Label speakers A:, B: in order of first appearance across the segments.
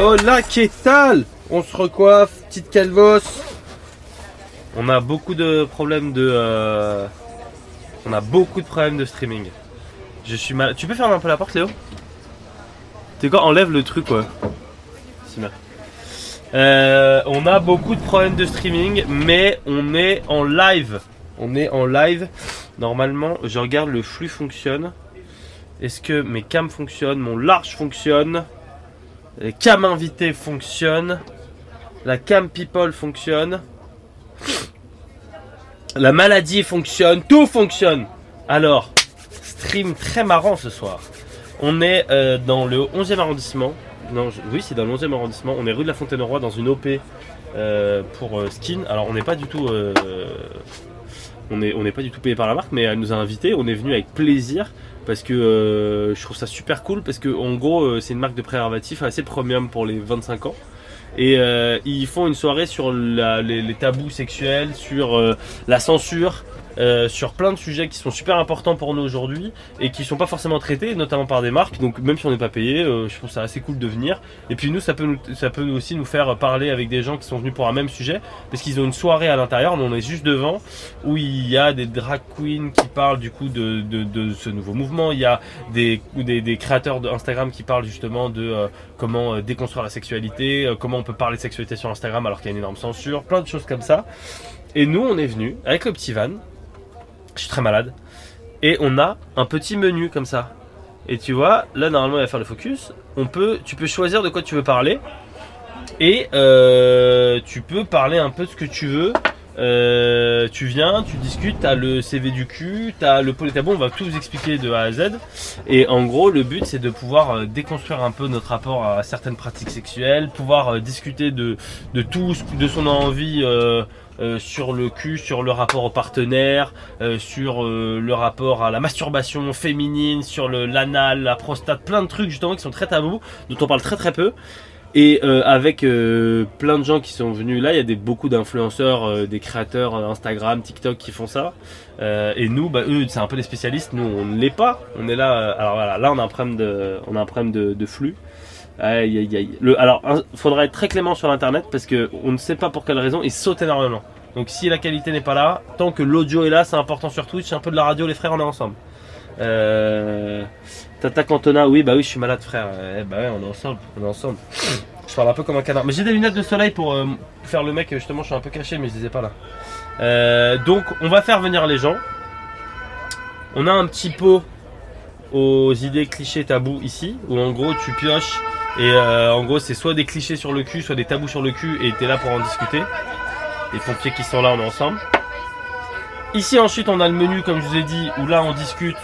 A: Hola, qu'est tal On se recoiffe, petite calvos. On a beaucoup de problèmes de. euh, On a beaucoup de problèmes de streaming. Je suis mal. Tu peux fermer un peu la porte, Léo T'es quoi Enlève le truc, ouais. C'est bien. Euh, on a beaucoup de problèmes de streaming, mais on est en live. On est en live. Normalement, je regarde le flux fonctionne. Est-ce que mes cams fonctionnent Mon large fonctionne Les cams invités fonctionnent La cam people fonctionne La maladie fonctionne Tout fonctionne Alors, stream très marrant ce soir. On est euh, dans le 11e arrondissement. Non, je- oui, c'est dans le 11e arrondissement. On est rue de la Fontaine-au-Roi dans une OP euh, pour euh, Skin. Alors, on n'est pas du tout. euh, on n'est on n'est pas du tout payé par la marque, mais elle nous a invités. On est venu avec plaisir parce que euh, je trouve ça super cool. Parce que, en gros, euh, c'est une marque de préservatifs assez premium pour les 25 ans. Et euh, ils font une soirée sur la- les, les tabous sexuels, sur euh, la censure, euh, sur plein de sujets qui sont super importants pour nous aujourd'hui et qui sont pas forcément traités, notamment par des marques. Donc même si on n'est pas payé, euh, je trouve ça assez cool de venir. Et puis nous, ça peut, nous- ça peut aussi nous faire parler avec des gens qui sont venus pour un même sujet, parce qu'ils ont une soirée à l'intérieur, nous on est juste devant, où il y a des drag queens qui parlent du coup de, de- de ce nouveau mouvement. Il y a des, ou des, des créateurs d'Instagram qui parlent justement de euh, comment euh, déconstruire la sexualité, euh, comment on peut parler de sexualité sur Instagram alors qu'il y a une énorme censure, plein de choses comme ça. Et nous, on est venus avec le petit van. Je suis très malade et on a un petit menu comme ça. Et tu vois, là normalement il va faire le focus. On peut, tu peux choisir de quoi tu veux parler et euh, tu peux parler un peu de ce que tu veux. Euh, tu viens, tu discutes, t'as le CV du cul, t'as le pôle bon, on va tout vous expliquer de A à Z. Et en gros, le but c'est de pouvoir euh, déconstruire un peu notre rapport à certaines pratiques sexuelles, pouvoir euh, discuter de, de tout, ce- de son envie euh, euh, sur le cul, sur le rapport au partenaire, euh, sur euh, le rapport à la masturbation féminine, sur le l'anal, la prostate, plein de trucs justement qui sont très tabous, dont on parle très très peu. Et euh, avec euh, plein de gens qui sont venus là, il y a des, beaucoup d'influenceurs, euh, des créateurs euh, Instagram, TikTok qui font ça. Euh, et nous, bah, eux, c'est un peu les spécialistes. Nous, on ne l'est pas. On est là. euh, alors voilà, là, on a un problème de, on a un problème de, de flux. Aïe, aïe, aïe. Le, alors, il faudra être très clément sur Internet parce que on ne sait pas pour quelle raison ils sautent énormément. Donc si la qualité n'est pas là, tant que l'audio est là, c'est important sur Twitch, c'est un peu de la radio, les frères, on est ensemble. Euh, Tata Cantona, oui, bah oui, je suis malade, frère. Eh, bah ouais, on est ensemble, on est ensemble. Je parle un peu comme un canard. Mais j'ai des lunettes de soleil pour euh, faire le mec, justement, je suis un peu caché, mais je les ai pas là. Euh, donc, on va faire venir les gens. On a un petit pot aux idées clichés tabous ici, où en gros, tu pioches. Et euh, en gros, c'est soit des clichés sur le cul, soit des tabous sur le cul, et t'es là pour en discuter les pompiers qui sont là, on est ensemble. Ici ensuite on a le menu comme je vous ai dit où là on discute.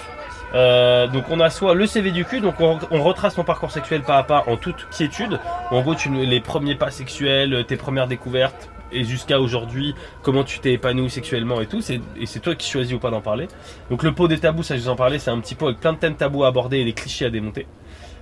A: Euh, donc on a soit le CV du cul, donc on, on retrace ton parcours sexuel pas à pas en toute quiétude. En gros tu, les premiers pas sexuels, euh, tes premières découvertes et jusqu'à aujourd'hui comment tu t'es épanoui sexuellement et tout. C'est- Et c'est toi qui choisis ou pas d'en parler. Donc le pot des tabous, ça je vous en parlais, c'est un petit pot avec plein de thèmes tabous à aborder et des clichés à démonter.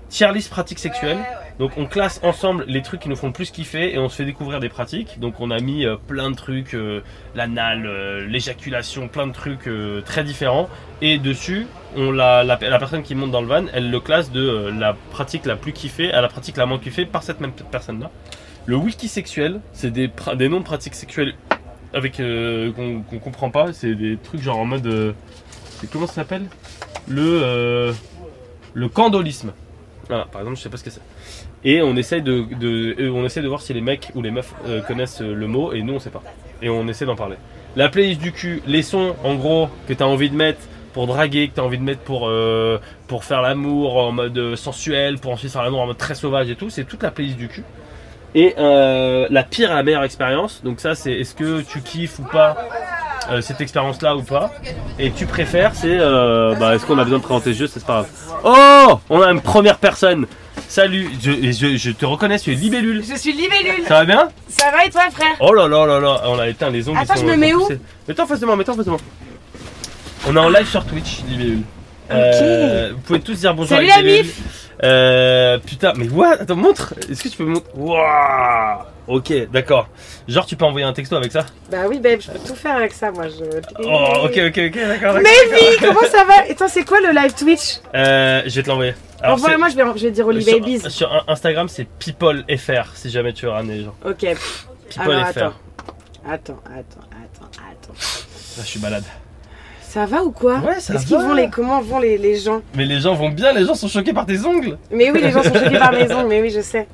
A: Tier list pratiques sexuelles. Donc on classe ensemble les trucs qui nous font le plus kiffer et on se fait découvrir des pratiques. Donc on a mis euh, plein de trucs, euh, l'anal, euh, l'éjaculation, plein de trucs euh, très différents. Et dessus, on la, la, la personne qui monte dans le van, elle le classe de euh, la pratique la plus kiffée à la pratique la moins kiffée par cette même personne-là. Le wiki sexuel, c'est des, pra- des noms de pratiques sexuelles avec euh, qu'on qu'on comprend pas. C'est des trucs genre en mode... euh, c'est- comment ça s'appelle Le... euh, le candolisme. Voilà, par exemple, je sais pas ce que c'est. Et on essaye de, de- euh, on essaie de voir si les mecs ou les meufs euh, connaissent euh, le mot et nous on sait pas. Et on essaie d'en parler. La playlist du cul, les sons en gros que t'as envie de mettre pour draguer, que t'as envie de mettre pour, euh, pour faire l'amour en mode euh, sensuel, pour ensuite faire l'amour en mode très sauvage et tout, c'est toute la playlist du cul. Et euh, la pire et la meilleure expérience, donc ça c'est est-ce que tu kiffes ou pas euh, cette expérience là ou pas Et tu préfères, c'est euh, bah, est-ce qu'on a besoin de présenter ce jeu, ça, c'est pas grave. Oh On a une première personne Salut, je, et je- je te reconnais, tu es Libellule.
B: Je suis libellule
A: Ça va bien
B: Ça va et toi frère
A: Oh là là là là, on a éteint les ongles.
B: Attends,
A: ils sont-
B: je me mets
A: sont
B: où
A: poussés. Mets-toi en face de moi, mets-toi en face de moi. On est en live sur Twitch, Libellule. Euh, vous pouvez tous dire bonjour
B: Salut
A: à
B: la
A: Libellule. Euh, putain, mais what Attends, montre Est-ce que tu peux me montrer Wouah Ok, d'accord. Genre, tu peux envoyer un texto avec ça
B: Bah oui, babe, je peux tout faire avec ça, moi. Je...
A: Oh, ok, ok, ok, d'accord. d'accord.
B: Mais oui, comment ça va Et toi, c'est quoi le live Twitch
A: Euh, je vais te l'envoyer. Alors, c'est-
B: Envoie-moi, je vais, je vais dire Oli
A: sur,
B: Babies.
A: sur un- Instagram, c'est PeopleFR, si jamais tu veux ramener les gens.
B: Ok, alors
A: PeopleFR.
B: attends. Attends, attends, attends, attends.
A: Là, Ah, je suis malade.
B: Ça va ou quoi
A: Ouais, ça
B: Est-ce qu'ils
A: va.
B: vont les... Comment vont les, les gens
A: Mais les gens vont bien, les gens sont choqués par tes ongles
B: Mais oui, les gens sont choqués par mes ongles, mais oui, je sais.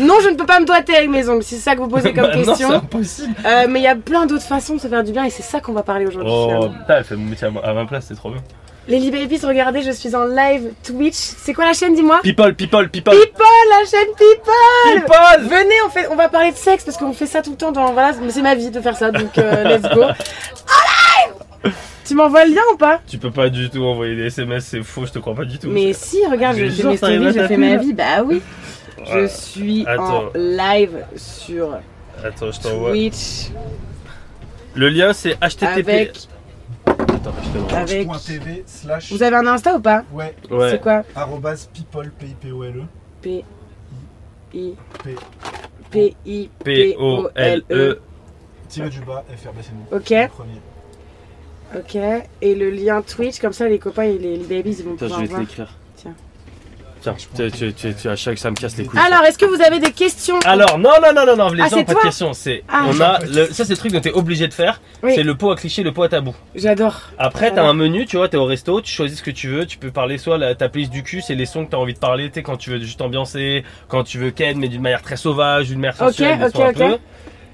B: Non, je ne peux pas me doiter avec mes ongles, c'est ça que vous posez comme
A: Bah Non,
B: question.
A: c'est impossible
B: Euh, mais il y a plein d'autres façons de se faire du bien et c'est ça qu'on va parler aujourd'hui.
A: Oh,
B: finalement.
A: putain, elle fait mon métier à ma- à ma place, c'est trop bien.
B: Lily Babies, regardez, je suis en live Twitch. C'est quoi la chaîne, dis-moi
A: People, people, people
B: People, la chaîne People
A: People
B: Venez, on, fait, on va parler de sexe parce qu'on fait ça tout le temps. Dans, voilà, c'est ma vie de faire ça, donc euh, let's go. En live Tu m'envoies le lien ou pas
A: Tu peux pas du tout envoyer des SMS, c'est faux, je te crois pas du tout.
B: Mais si, regarde,
A: Mais
B: j'ai fait
A: genre,
B: mes
A: t'arrives à
B: stories, j'ai fait
A: taper, là.
B: ma vie. Bah oui, je
A: Voilà.
B: suis en
A: Attends.
B: live sur
A: Attends, je t'envoie.
B: Twitch
A: Le lien c'est http.
B: avec,
A: Attends, je te l'envoie.
B: avec.
C: .tv slash
B: Vous avez un Insta ou pas
C: ouais
A: Ouais.
B: C'est quoi
C: arrobas people p i p o l e
B: P I
C: P.
B: P I
A: P O L E.
C: tiré du bas fr bah, c'est nous
B: Ok,
C: le premier
B: ok. Et le lien Twitch, comme ça les copains et les, les babies ils vont
A: Putain, je
B: pouvoir
A: vais te
B: voir.
A: l'écrire.
B: Tiens.
A: Tiens, tu, tu, tu, tu- à chaque ça me casse les couilles. ça.
B: Alors, est-ce que vous avez des questions
A: Alors, non, non, non, non, non, les
B: Ah,
A: gens
B: c'est
A: pas
B: toi
A: de question. C'est,
B: Ah.
A: on a, le, ça c'est le truc dont t'es obligé de faire.
B: Oui.
A: C'est le pot à cliché, le pot à tabou.
B: J'adore.
A: Après, t'as
B: Voilà.
A: un menu, tu vois, t'es au resto, tu choisis ce que tu veux, tu peux parler soit la, ta playlist du cul, c'est les sons que t'as envie de parler, tu sais, quand tu veux juste ambiancer, quand tu veux Ken, mais d'une manière très sauvage, d'une manière
B: Ok,
A: sensuelle, des
B: ok,
A: sons un
B: ok.
A: peu.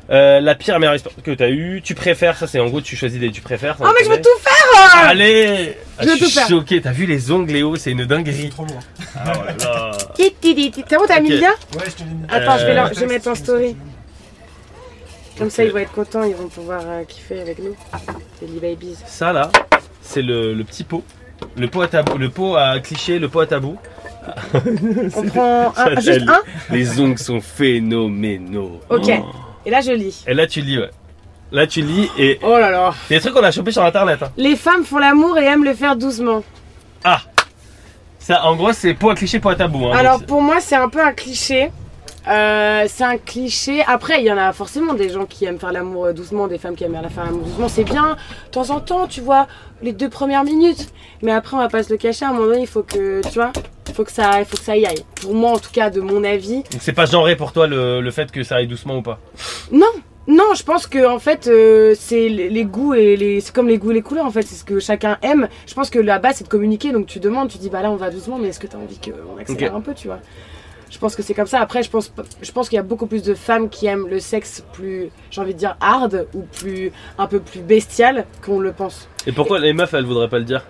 A: Euh, la pire et meilleure expérience que t'as eue, tu préfères, ça c'est en gros, tu choisis des tu préfères. ça
B: Oh, mais je veux
A: connaît.
B: tout faire euh
A: Allez Ah,
B: Je veux
A: Je
B: tout
A: suis
B: faire.
A: choqué, t'as vu les ongles, Léo, c'est une
C: c'est
A: dinguerie.
C: trop loin
A: Ah, oh là là.
B: Ti, ti, ti, ti. C'est bon, t'as mis le
A: Ok.
B: lien
C: ouais je te l'ai mis
B: Attends,
A: je vais leur-
B: je vais mettre en story. Comme ça ils vont être contents, ils vont pouvoir euh, kiffer avec nous. Les Lee babies.
A: Ça là, c'est le, le petit pot. Le pot à tabou, le pot à cliché, le pot à tabou.
B: On prend un,
A: ça,
B: juste
A: elle-
B: un
A: Les ongles sont phénoménaux.
B: Ok. Et là je lis.
A: Et là tu lis, ouais. Là tu lis et
B: Oh là là.
A: des trucs qu'on a chopé sur internet. hein.
B: Les femmes font l'amour et aiment le faire doucement.
A: Ah. Ça, en gros, c'est pot à cliché, pot à tabou. hein.
B: Alors
A: Donc,
B: pour moi c'est un peu un cliché. Euh, c'est un cliché. Après il y en a forcément des gens qui aiment faire l'amour euh, doucement, des femmes qui aiment faire l'amour doucement. C'est bien de temps en temps, tu vois, les deux premières minutes. Mais après on va pas se le cacher. À un moment donné il faut que, tu vois, il faut que ça, il faut que ça y aille. Pour moi en tout cas, de mon avis,
A: donc c'est pas genré pour toi le, le fait que ça aille doucement ou pas.
B: Non, je pense que en fait euh, c'est les les goûts et les c'est comme les goûts et les couleurs en fait, c'est ce que chacun aime. Je pense que la base c'est de communiquer donc tu demandes, tu dis bah là on va doucement mais est-ce que tu as envie qu'on accélère
A: Ok.
B: un peu, tu vois. Je pense que c'est comme ça. Après je pense je pense qu'il y a beaucoup plus de femmes qui aiment le sexe plus j'ai envie de dire hard ou plus un peu plus bestial qu'on le pense.
A: Et pourquoi les meufs, elles voudraient pas le dire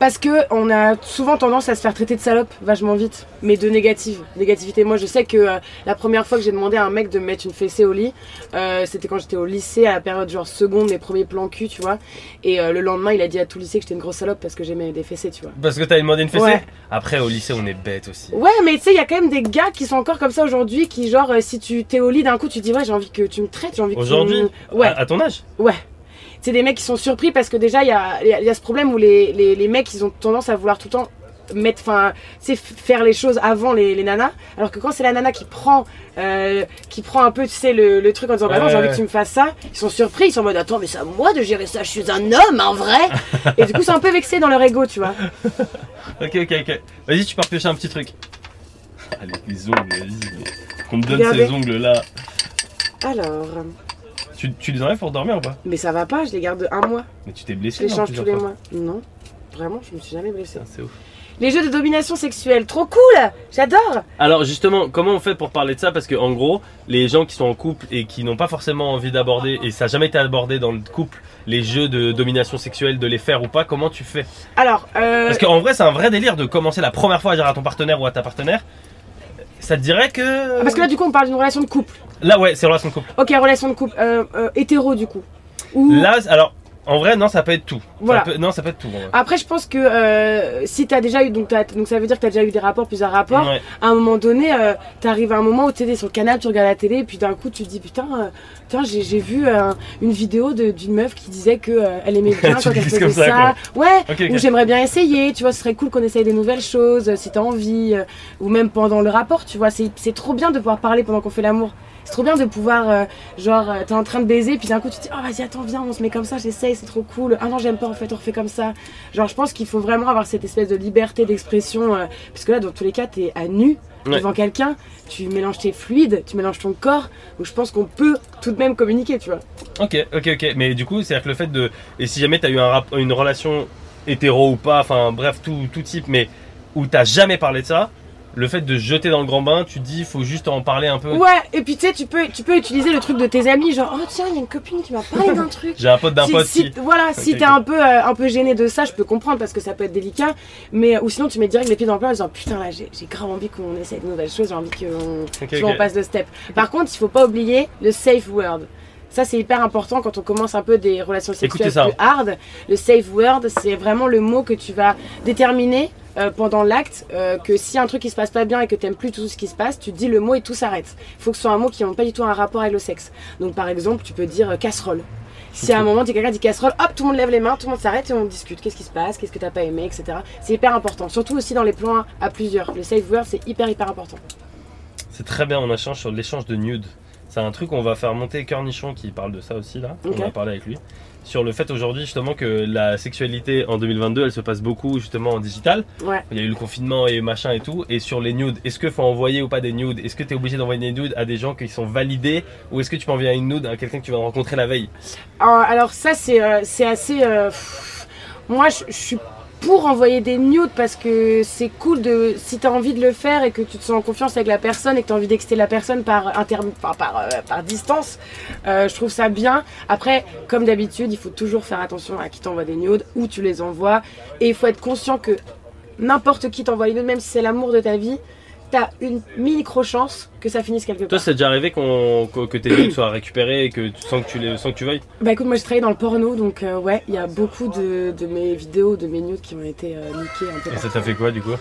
B: Parce que on a souvent tendance à se faire traiter de salope vachement vite, mais de négative, négativité. Moi, je sais que euh, la première fois que j'ai demandé à un mec de me mettre une fessée au lit, euh, c'était quand j'étais au lycée, à la période genre seconde, mes premiers plans cul, tu vois. Et euh, le lendemain, il a dit à tout le lycée que j'étais une grosse salope parce que j'aimais des fessées, tu vois.
A: Parce que t'avais demandé une fessée
B: Ouais.
A: Après, au lycée, on est bête aussi.
B: Ouais, mais tu sais, il y a quand même des gars qui sont encore comme ça aujourd'hui, qui genre, euh, si tu t'es au lit d'un coup, tu dis ouais, j'ai envie que tu me traites, j'ai envie que tu me-
A: Aujourd'hui Ah,
B: ouais.
A: À, à ton âge
B: c'est des mecs qui sont surpris parce que déjà il y a, il y a- il y a ce problème où les, les, les mecs ils ont tendance à vouloir tout le temps mettre enfin c'est faire les choses avant les, les nanas alors que quand c'est la nana qui prend euh, qui prend un peu tu sais le, le truc en disant bah non j'ai
A: Ouais,
B: envie
A: ouais.
B: que tu me fasses ça ils sont surpris ils sont en mode attends mais c'est à moi de gérer ça je suis un homme en vrai et du coup c'est un peu vexé dans leur ego tu vois
A: Ok, ok, ok. Vas-y, tu pars piocher un petit truc. Allez, les ongles, vas-y. Qu'on me donne
B: Regardez.
A: ces ongles-là.
B: alors
A: Tu, tu les enlèves pour dormir ou pas
B: mais ça va pas je les garde un mois
A: Mais tu t'es
B: je
A: blessé
B: les
A: non,
B: change tous
A: plusieurs
B: les
A: fois.
B: mois non vraiment je me suis jamais blessée
A: Putain, c'est ouf.
B: les jeux de domination sexuelle trop cool j'adore
A: Alors justement, comment on fait pour parler de ça Parce que en gros, les gens qui sont en couple et qui n'ont pas forcément envie d'aborder, et ça n'a jamais été abordé dans le couple, les jeux de domination sexuelle, de les faire ou pas, comment tu fais
B: alors euh,
A: Parce qu'en vrai, c'est un vrai délire de commencer la première fois à dire à ton partenaire ou à ta partenaire, ça te dirait que...
B: parce que là du coup on parle d'une relation de couple
A: Là ouais, c'est relation de couple.
B: Ok, relation de couple euh, euh, hétéro du coup. Ou
A: Là, alors, En vrai, non, ça peut être tout. Ça
B: Voilà.
A: peut- non, ça peut être tout. en vrai.
B: Après, je pense que euh, si t'as déjà eu, donc, t'as- donc ça veut dire que t'as déjà eu des rapports, plusieurs rapports,
A: Ouais.
B: à un moment donné, euh, t'arrives à un moment où t'es sur le canapé, tu regardes la télé, et puis d'un coup, tu te dis putain, euh, putain, j'ai j'ai vu euh, une vidéo de- d'une meuf qui disait que euh, elle aimait bien
A: Tu
B: quand elle
A: glisses
B: faisait
A: comme ça,
B: ça. Ouais.
A: Ok, ok.
B: Ou j'aimerais bien essayer, tu vois, ce serait cool qu'on essaye des nouvelles choses, euh, si t'as envie, euh, ou même pendant le rapport, tu vois, c'est c'est trop bien de pouvoir parler pendant qu'on fait l'amour. C'est trop bien de pouvoir, euh, genre, euh, t'es en train de baiser, puis d'un coup tu te dis, oh vas-y, attends, viens, on se met comme ça, j'essaye, c'est trop cool. Ah non, j'aime pas, en fait, on refait comme ça. Genre, je pense qu'il faut vraiment avoir cette espèce de liberté d'expression, euh, parce que là, dans tous les cas, t'es à nu
A: Ouais.
B: devant quelqu'un, tu mélanges tes fluides, tu mélanges ton corps, donc je pense qu'on peut tout de même communiquer, tu vois.
A: Ok, ok, ok. Mais du coup, c'est-à-dire que le fait de. Et si jamais t'as eu un rap- une relation hétéro ou pas, enfin bref, tout, tout type, mais où t'as jamais parlé de ça, le fait de se jeter dans le grand bain, tu te dis, faut juste en parler un peu.
B: Ouais, et puis tu sais, tu peux, tu peux utiliser le truc de tes amis, genre, oh tiens, il y a une copine qui m'a parlé d'un truc.
A: J'ai un pote d'un
B: si,
A: pote
B: si-
A: qui.
B: Voilà, si
A: Ok,
B: t'es
A: ok.
B: un peu, euh, un peu gêné de ça, je peux comprendre parce que ça peut être délicat. Mais, ou sinon, tu mets direct les pieds dans le plat en disant Putain, là, j'ai j'ai grave envie qu'on essaie de nouvelles choses, j'ai envie qu'on
A: Ok,
B: tu vois,
A: ok.
B: on passe le step. Par contre, il faut pas oublier le safe word. Ça, c'est hyper important quand on commence un peu des relations
A: Écoutez
B: sexuelles
A: ça.
B: plus hard. Le safe word, c'est vraiment le mot que tu vas déterminer euh, pendant l'acte. euh, que si un truc qui se passe pas bien et que t'aimes plus tout ce qui se passe, tu dis le mot et tout s'arrête. Il faut que ce soit un mot qui n'a pas du tout un rapport avec le sexe. Donc, par exemple, tu peux dire euh, casserole. Si à un moment, tu- quelqu'un dit casserole, hop, tout le monde lève les mains, tout le monde s'arrête et on discute. Qu'est-ce qui se passe Qu'est-ce que t'as pas aimé Etc. C'est hyper important. Surtout aussi dans les plans à- à plusieurs. Le safe word, c'est hyper, hyper important.
A: C'est très bien, on échange sur l'échange de nudes. C'est un truc qu'on va faire monter Cornichon qui parle de ça aussi là.
B: Ok.
A: On a parlé avec lui. Sur le fait aujourd'hui justement que la sexualité en 2022 elle se passe beaucoup justement en digital.
B: Ouais.
A: Il y a eu le confinement et machin et tout. Et sur les nudes, est-ce que faut envoyer ou pas des nudes Est-ce que tu es obligé d'envoyer des nudes à des gens qui sont validés Ou est-ce que tu peux envoyer une nude à quelqu'un que tu vas rencontrer la veille
B: Euh, alors ça c'est euh, c'est assez. euh, pff, moi je, je suis pour envoyer des nudes parce que c'est cool de si t'as envie de le faire et que tu te sens en confiance avec la personne et que t'as envie d'exciter la personne par inter, enfin, par euh, par distance. euh, je trouve ça bien. Après comme d'habitude il faut toujours faire attention à qui t'envoie des nudes où tu les envoies et il faut être conscient que n'importe qui t'envoie une nude même si c'est l'amour de ta vie t'as une micro chance que ça finisse quelque
A: Toi,
B: part.
A: c'est déjà arrivé qu'on que, que tes nudes soient récupérées et que tu sens que tu les sans que tu veuilles
B: Bah écoute, moi je travaille dans le porno, donc euh, ouais, il y a beaucoup de, de mes vidéos, de mes nudes qui ont été euh, niquées un peu.
A: Et ça
B: partout.
A: t'a fait quoi du coup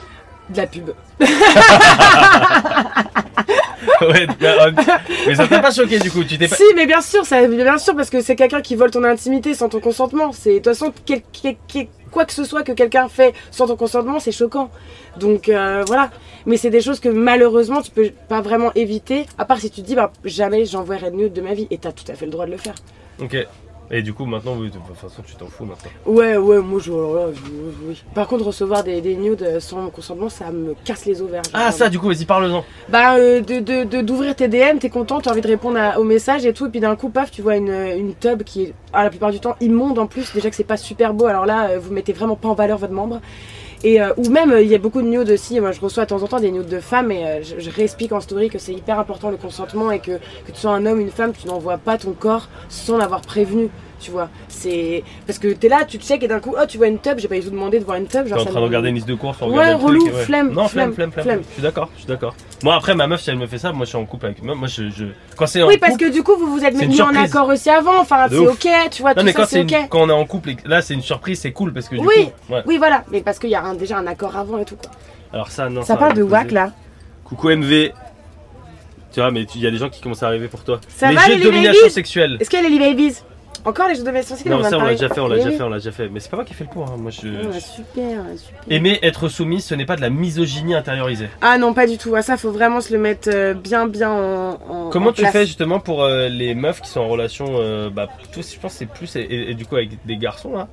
B: De la pub.
A: Ouais, bah, hop. mais ça t'a pas choqué du coup, tu t'es pas
B: Si, mais bien sûr, ça, bien sûr, parce que c'est quelqu'un qui vole ton intimité sans ton consentement. C'est de toute façon quel- quel- quel- quoi que ce soit que quelqu'un fait sans ton consentement, c'est choquant. Donc euh, voilà. Mais c'est des choses que malheureusement tu peux pas vraiment éviter, à part si tu te dis bah jamais j'enverrai de nudes de ma vie. Et t'as tout à fait le droit de le faire.
A: Ok. Et du coup, maintenant, oui, de toute façon, tu t'en fous maintenant.
B: Ouais, ouais, moi je. alors là, je- oui. Par contre, recevoir des, des nudes euh, sans mon consentement, ça me casse les ovaires.
A: Ah, ça, du coup, vas-y, parle-en.
B: Bah, euh, de de- de- d'ouvrir tes DM, t'es content, t'as envie de répondre à- aux messages et tout, et puis d'un coup, paf, tu vois une, une tub qui est à la plupart du temps immonde en plus, déjà que c'est pas super beau, alors là, euh, vous mettez vraiment pas en valeur votre membre. Et, euh, ou même, euh, il y a beaucoup de nudes aussi, moi je reçois de temps en temps des nudes de femmes, et euh, je, je réexplique en story que c'est hyper important le consentement, et que, que tu sois un homme, une femme, tu n'envoies pas ton corps sans l'avoir prévenu. Tu vois, c'est parce que t'es là, tu check et d'un coup, oh, tu vois une tub, j'ai pas du tout demandé de voir une tub.
A: T'es
B: genre,
A: en
B: ça
A: train de
B: me-
A: regarder une liste de courses, on
B: Ouais,
A: regarde le
B: relou,
A: truc, et
B: flemme,
A: Non, flemme, flemme,
B: flemme,
A: flemme.
B: flemme.
A: Je suis d'accord, je suis d'accord. Moi, après, ma meuf, si elle me fait ça, moi, je suis en couple avec. Moi, je. je... Quand c'est en
B: Oui, parce
A: couple-
B: que du coup, vous vous êtes
A: C'est une
B: mis en
A: surprise.
B: accord aussi avant. Enfin,
A: De
B: c'est
A: ouf.
B: ok, tu vois,
A: Non,
B: tout
A: mais
B: ça,
A: quand,
B: c'est
A: c'est
B: ok.
A: une- quand on est en couple, et que- là, c'est une surprise, c'est cool parce que du
B: Oui.
A: coup. Ouais.
B: Oui, voilà, mais parce qu'il y a un- déjà un accord avant et tout. Quoi.
A: Alors, ça, non.
B: ça parle
A: on
B: de
A: va
B: WAC
A: poser.
B: là.
A: Coucou MV. Tu vois, mais tu- il y a des gens qui commencent à arriver pour toi.
B: Ça
A: les
B: va,
A: jeux
B: les
A: de domination
B: babies
A: sexuelle.
B: Est-ce qu'il y a les Lily Babies Encore les jeux de domination sexuelle
A: Non,
B: va
A: ça, on l'a
B: parler.
A: déjà fait, on l'a
B: Oui,
A: déjà
B: Eh oui.
A: fait, on l'a déjà fait. Mais c'est pas moi qui ai fait le point, hein. moi, je.
B: Ah,
A: je-
B: super, super.
A: Aimer être soumis, ce n'est pas de la misogynie intériorisée.
B: Ah non, pas du tout. Ah, ça, faut vraiment se le mettre euh, bien, bien en. en-
A: Comment
B: en
A: tu
B: place.
A: fais justement pour euh, les meufs qui sont en relation, euh, bah, tous, je pense que c'est plus et, et- et du coup avec des garçons là,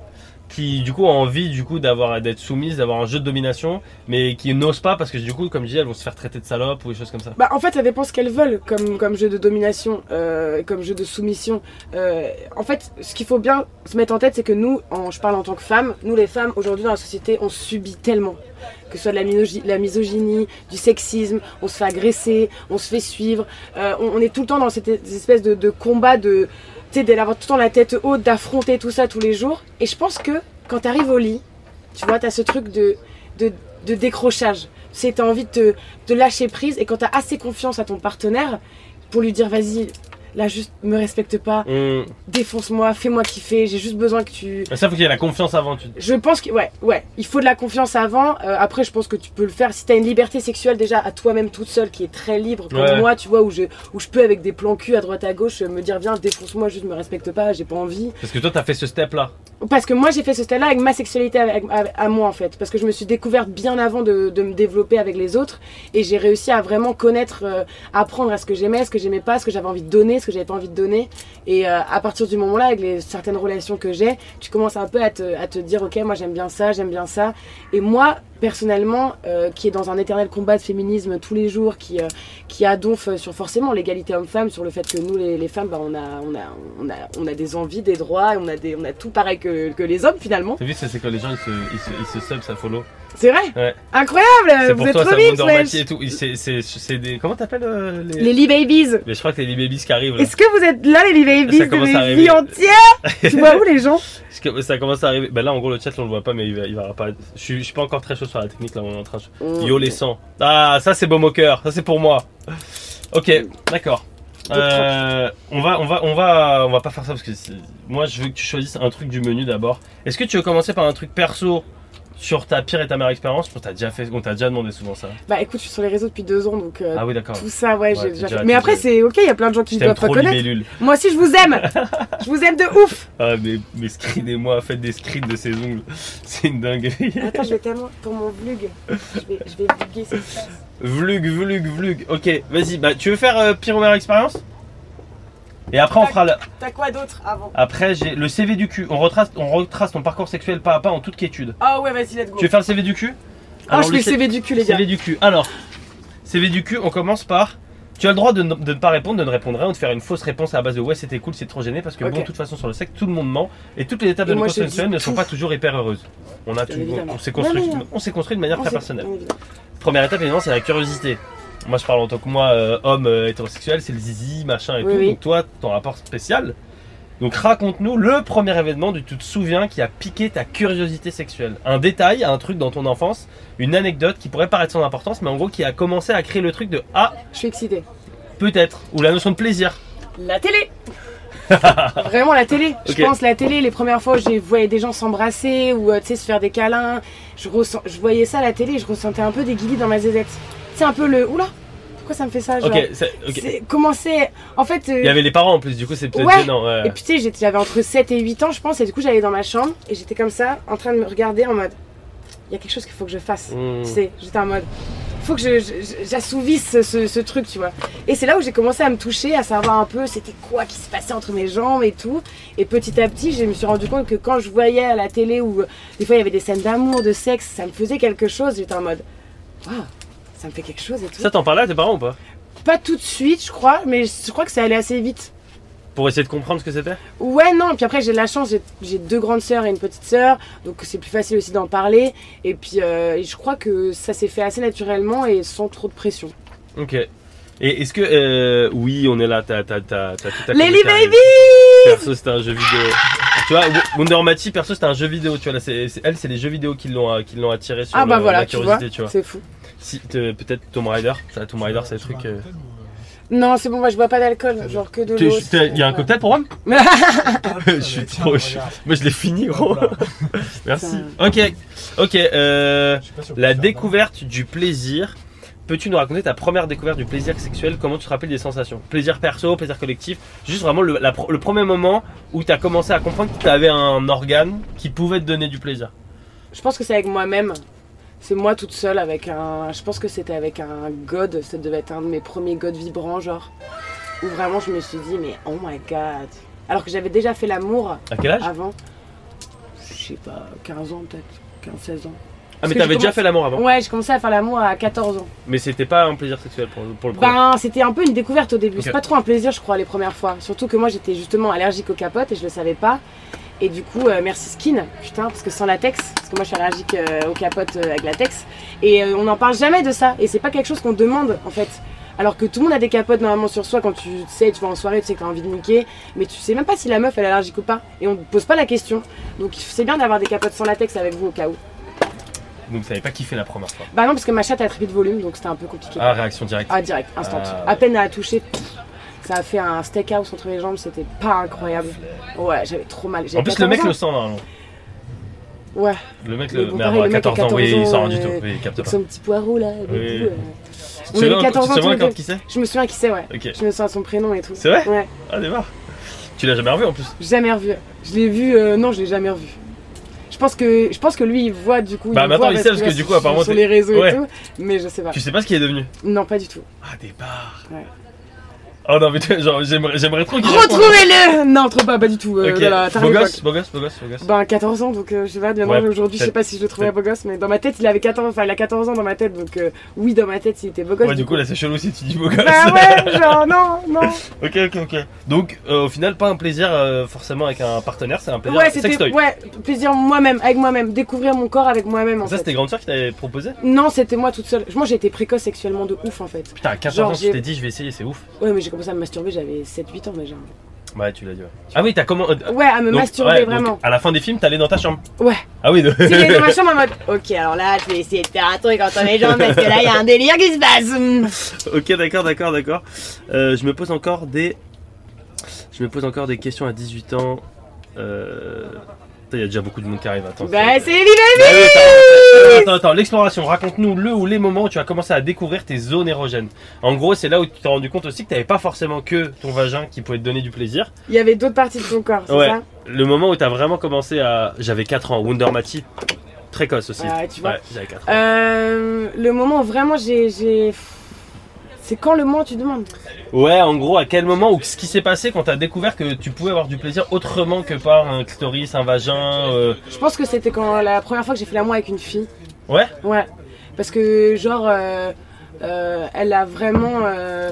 A: qui du coup ont envie du coup d'avoir d'être soumises, d'avoir un jeu de domination, mais qui n'osent pas parce que du coup, comme je dis, elles vont se faire traiter de salopes ou des choses comme ça.
B: Bah, en fait, ça dépend ce qu'elles veulent comme, comme jeu de domination, euh, comme jeu de soumission. Euh, en fait, ce qu'il faut bien se mettre en tête, c'est que nous, en- je parle en tant que femme, nous les femmes, aujourd'hui dans la société, on subit tellement. Que ce soit de la, minogi- la misogynie, du sexisme, on se fait agresser, on se fait suivre. Euh, on, on est tout le temps dans cette espèce de, de combat de. Tu sais, d'avoir tout le temps la tête haute, d'affronter tout ça tous les jours. Et je pense que quand t'arrives au lit, tu vois, t'as ce truc de, de, de décrochage. C'est t'as envie de te de lâcher prise et quand t'as assez confiance à ton partenaire pour lui dire vas-y là juste me respecte pas,
A: Hum.
B: défonce-moi, fais-moi kiffer, j'ai juste besoin que tu.
A: Ça, faut qu'il y ait la confiance avant. Tu...
B: Je pense que ouais, ouais, il faut de la confiance avant. Euh, après, je pense que tu peux le faire si t'as une liberté sexuelle déjà à toi-même toute seule qui est très libre. Comme
A: Ouais.
B: moi, tu vois, où je où je peux avec des plans cul à droite à gauche euh, me dire viens défonce-moi, juste me respecte pas, j'ai pas envie.
A: Parce que toi, t'as fait ce step-là.
B: Parce que moi, j'ai fait ce stade-là avec ma sexualité avec- à, à moi, en fait. Parce que je me suis découverte bien avant de, de me développer avec les autres. Et j'ai réussi à vraiment connaître, euh, apprendre à ce que j'aimais, ce que j'aimais pas, ce que j'avais envie de donner, ce que j'avais pas envie de donner. Et euh, à partir du moment-là, avec les, certaines relations que j'ai, tu commences un peu à te, à te dire, OK, moi j'aime bien ça, j'aime bien ça. Et moi, personnellement, euh, qui est dans un éternel combat de féminisme tous les jours, qui, euh, qui a donf euh, sur forcément l'égalité homme-femme, sur le fait que nous, les, les femmes, bah, on, a, on, a, on, a, on a des envies, des droits, et on a, des, on a tout pareil que, que les hommes finalement.
A: T'as vu, ça, c'est quand les gens ils se, ils se, ils se sub, ça follow.
B: C'est vrai
A: Ouais.
B: Incroyable
A: c'est
B: Euh, Vous
A: pour
B: êtes
A: toi,
B: trop
A: ça
B: vite,
A: monte
B: wesh.
A: et tout. Ils- c'est- c'est- c'est des. Comment t'appelles euh, les.
B: Les Lee Babies
A: Mais je crois que c'est les babies qui arrivent là.
B: Est-ce que vous êtes là, les Lee Babies de
A: commence à
B: mes
A: arriver.
B: vies entières Tu vois où les gens
A: Parce que ça commence à arriver. Ben là, en gros, le chat, on le voit pas, mais il va, il va apparaître. Je suis, je suis pas encore très chaud sur la technique là, on est en train de. Yo les 100. Ah, ça c'est beau moqueur, ça c'est pour moi. Ok, d'accord. Euh, on va, on va, on va, on va pas faire ça parce que c'est- moi je veux que tu choisisses un truc du menu d'abord. Est-ce que tu veux commencer par un truc perso sur ta pire et ta meilleure expérience On t'a déjà fait, on t'a déjà demandé souvent ça.
B: Bah écoute, je suis sur les réseaux depuis deux ans, donc euh,
A: Ah oui, d'accord.
B: tout ça, ouais,
A: Ouais,
B: j'ai
A: t'es
B: déjà
A: déjà-
B: fait. Mais
A: t'es
B: après,
A: déjà-
B: c'est ok, il y a plein de gens qui
A: Je
B: ne
A: t'aime
B: doivent pas
A: trop
B: connaître.
A: libellule.
B: Moi aussi, je vous aime Je vous aime de ouf
A: Ah mais, mais screenez-moi, faites des screens de ses ongles. C'est une dinguerie.
B: Attends, je vais tellement. Pour mon vlog, je vais, je vais vlogger ce qui se passe.
A: Vlug, vlug, vlug. Ok, vas-y. Bah tu veux faire euh, pire ou meilleure expérience Et après on fera la,
B: T'as quoi d'autre avant
A: Après, j'ai le CV du cul. On retrace, on retrace ton parcours sexuel pas à pas en toute quiétude.
B: Ah ouais, vas-y, let's go.
A: Tu veux faire le CV du cul
B: Ah,
A: Alors,
B: je fais le CV du cul, les gars.
A: CV du cul. Alors, CV du cul, on commence par. Tu as le droit de, ne- de ne pas répondre, de ne répondre rien ou de faire une fausse réponse à la base de ouais, c'était cool, c'est trop gêné parce que
B: Ok.
A: bon, de toute façon, sur le sexe, tout le monde ment et toutes les étapes de
B: Et moi, je
A: construction
B: dis
A: ne sont
B: tout.
A: pas toujours hyper heureuses. On a
B: Bien
A: tout- on-
B: évidemment.
A: on s'est construit,
B: Non, non, non.
A: on s'est construit de manière
B: On
A: très
B: sait-
A: personnelle.
B: Ah, on est bien.
A: Première étape, évidemment, c'est la curiosité. Moi, je parle en tant que moi, euh, homme euh, hétérosexuel, c'est le zizi, machin et
B: Oui,
A: tout.
B: oui.
A: Donc, toi, ton rapport spécial. Donc, raconte-nous le premier événement du tu te souviens qui a piqué ta curiosité sexuelle. Un détail, un truc dans ton enfance, une anecdote qui pourrait paraître sans importance, mais en gros qui a commencé à créer le truc de ah,
B: Je suis excitée.
A: peut-être, ou la notion de plaisir.
B: La télé Vraiment la télé, je
A: Ok.
B: pense la télé, les premières fois où j'ai voyé des gens s'embrasser ou euh, tu sais se faire des câlins, je, ressens, je voyais ça à la télé, je ressentais un peu des guilis dans ma zézette. C'est un peu le oula, pourquoi ça me fait ça genre
A: Ok, c'est- ok.
B: C'est- Comment c'est En fait euh,
A: Il y avait euh, les parents en plus, du coup, c'est peut-être
B: Ouais.
A: gênant. ouais.
B: et puis tu sais j'étais- j'avais entre 7 et 8 ans je pense et du coup j'allais dans ma chambre et j'étais comme ça en train de me regarder en mode il y a quelque chose qu'il faut que je fasse.
A: Hmm.
B: Tu sais, j'étais en mode, faut que je- je- j'assouvisse ce, ce- ce truc, tu vois. Et c'est là où j'ai commencé à me toucher, à savoir un peu c'était quoi qui se passait entre mes jambes et tout. Et petit à petit, je me suis rendu compte que quand je voyais à la télé où euh, des fois il y avait des scènes d'amour, de sexe, ça me faisait quelque chose. J'étais en mode, waouh, ça me fait quelque chose et tout.
A: Ça, t'en parlais à tes parents ou pas
B: Pas tout de suite, je crois, mais je crois que ça allait assez vite.
A: Pour essayer de comprendre ce que c'était
B: Ouais, non, puis après j'ai de la chance, j'ai- j'ai deux grandes sœurs et une petite sœur, donc c'est plus facile aussi d'en parler. Et puis euh, et je crois que ça s'est fait assez naturellement et sans trop de pression.
A: Ok. Et est-ce que. euh, oui, on est là, t'as t'as- t'as- t'as tout à
B: Lily Baby
A: Perso, c'était un jeu vidéo. Tu vois, Wonder Matty, perso, c'était un jeu vidéo. Tu vois, là, c'est, c'est- elle, c'est les jeux vidéo qui l'ont, euh, qui l'ont attiré sur
B: Ah
A: le-
B: bah voilà,
A: la
B: tu vois,
A: curiosité, tu vois.
B: c'est fou.
A: Si, te- peut-être Tomb Raider. Ça, Tomb Raider, c'est le truc. euh,
B: Non, c'est bon, moi je bois pas d'alcool, genre que de
A: t'es-
B: l'eau.
A: t'es- Il y a un cocktail pour moi
C: Je
A: suis trop chaud. Moi, je l'ai fini, gros. Merci. Ok, ok. euh, la découverte du plaisir. Peux-tu nous raconter ta première découverte du plaisir sexuel Comment tu te rappelles des sensations Plaisir perso, plaisir collectif Juste vraiment le, la pro- le premier moment où tu as commencé à comprendre que tu avais un organe qui pouvait te donner du plaisir.
B: Je pense que c'est avec moi-même. C'est moi toute seule avec un. Je pense que c'était avec un god, ça devait être un de mes premiers gods vibrants, genre. Où vraiment je me suis dit, mais oh my god. Alors que j'avais déjà fait l'amour
A: À quel âge Ah,
B: avant. Je sais pas, 15 ans peut-être, 15-16 ans.
A: Ah
B: Parce
A: mais
B: que
A: t'avais
B: j'ai
A: déjà
B: commencé-
A: fait l'amour avant.
B: Ouais, j'ai commencé à faire l'amour à 14 ans.
A: Mais c'était pas un plaisir sexuel pour, pour le premier.
B: Ben, c'était un peu une découverte au début. C'est
A: Ok.
B: pas trop un plaisir, je crois, les premières fois. Surtout que moi, j'étais justement allergique aux capotes et je le savais pas. Et du coup, euh, merci Skin, putain, parce que sans latex, parce que moi, je suis allergique euh, aux capotes euh, avec latex. Et euh, on n'en parle jamais de ça. Et c'est pas quelque chose qu'on demande, en fait. Alors que tout le monde a des capotes normalement sur soi quand tu sais, tu vas en soirée, tu sais que t'as envie de niquer, mais tu sais même pas si la meuf elle est allergique ou pas, et on te pose pas la question. Donc c'est bien d'avoir des capotes sans latex avec vous au cas où.
A: Donc ça avait pas kiffé la première fois.
B: Bah non, parce que ma chatte a très vite de volume, donc c'était un peu compliqué.
A: Ah réaction directe.
B: Ah, direct, instant.
A: Ah,
B: À peine à toucher. Ça a fait un steakhouse entre les jambes, c'était pas incroyable. Ouais, j'avais trop mal. j'avais
A: En plus, le
B: 14
A: mec
B: ans.
A: le sent normalement.
B: Ouais,
A: Le mec,
B: Mais
A: le...
B: bon,
A: mais
B: pareil,
A: avant, à
B: le mec a
A: 14 ans, oui, il
B: 14
A: sent
B: ans,
A: rien du
B: euh,
A: tout. Oui, il capte
B: avec
A: pas.
B: son petit poireau là. avec
A: Oui.
B: tout, euh.
A: Tu
B: on
A: te
B: avait
A: souviens- tu te
B: 14 ans tous
A: souviens
B: les
A: quand
B: deux.
A: qui c'est
B: Je me souviens qui c'est, ouais.
A: Ok.
B: Je me souviens de son prénom et tout.
A: C'est vrai
B: Ouais,
A: Ah, démarre. Tu l'as jamais revu en plus
B: jamais revu. Je l'ai vu, euh, non, je l'ai jamais revu. Je pense que, je pense que lui, il voit du coup.
A: Bah,
B: il
A: maintenant,
B: voit
A: il sait, parce
B: là,
A: que du
B: sur-
A: coup, apparemment,
B: Sur
A: t'es-
B: les réseaux
A: Ouais.
B: et tout, mais je sais pas.
A: Tu sais pas ce qu'il est devenu
B: Non, pas du tout.
A: Ah, débarre
B: Ouais.
A: Oh non, mais tu- genre, j'aimerais j'aimerais trop qu'il réponde.
B: Retrouvez-le Non, trop pas, pas du tout. euh,
A: Ok.
B: dans la- t'as
A: Beau
B: raison,
A: gosse, beau gosse, beau gosse, beau gosse.
B: Ben 14 ans, donc euh, je sais pas, bien
A: Ouais,
B: non, aujourd'hui, je sais
A: peut-être-
B: pas si je le trouverais beau gosse, mais dans ma tête, il avait 14 enfin, il a 14 ans dans ma tête, donc euh, oui, dans ma tête, il était beau gosse.
A: Ouais, du coup, là, c'est chelou si tu dis beau gosse.
B: Bah ouais, genre, non, non.
A: Ok, ok, ok. Donc, euh, au final, pas un plaisir euh, forcément avec un partenaire, c'est un plaisir
B: Ouais, c'était,
A: sextoy.
B: ouais, plaisir moi-même, avec moi-même, découvrir mon corps avec moi-même, en
A: Ça,
B: fait.
A: c'était grande soeur qui t'avait proposé
B: Non, c'était moi toute seule. Moi, j'ai été précoce sexuellement de ouf, en fait.
A: Putain, à 14
B: Genre,
A: ans, tu
B: j'ai-
A: t'es dit, je vais essayer, c'est ouf.
B: Ouais, mais j'ai commencé à me masturber, j'avais 7-8 ans déjà.
A: Ouais, tu l'as dit. ouais. Ah oui, t'as comment. euh,
B: Ouais, à me
A: donc,
B: masturber
A: ouais, donc,
B: vraiment.
A: à la fin des films, t'allais dans ta chambre
B: Ouais.
A: Ah oui, de-
B: C'est les machins en mode, ok, alors là, je vais essayer de faire un truc entre mes jambes, parce que là, il y a un délire qui se passe. Hum.
A: Ok, d'accord, d'accord, d'accord. Euh, je me pose encore des. Je me pose encore des questions à 18 ans. Euh. putain, Il y a déjà beaucoup de monde qui arrive. Attends.
B: Bah, c'est lui,
A: Bah oui, attends, attends, attends, l'exploration, raconte-nous le ou les moments où tu as commencé à découvrir tes zones érogènes. En gros, c'est là où tu t'es rendu compte aussi que tu n'avais pas forcément que ton vagin qui pouvait te donner du plaisir.
B: Il y avait d'autres parties de ton corps, c'est
A: Ouais.
B: ça
A: Le moment où tu as vraiment commencé à. J'avais 4 ans, Wonder Mati, précoce aussi.
B: Ouais, tu vois.
A: j'avais 4 ans.
B: Euh, le moment où vraiment j'ai. j'ai- C'est quand le moment où tu demandes
A: Ouais, en gros, à quel moment ou ce qui s'est passé quand tu as découvert que tu pouvais avoir du plaisir autrement que par un clitoris, un vagin. euh,
B: Je pense que c'était quand la première fois que j'ai fait l'amour avec une fille.
A: Ouais
B: Ouais. Parce que, genre, euh, euh, elle a vraiment. euh,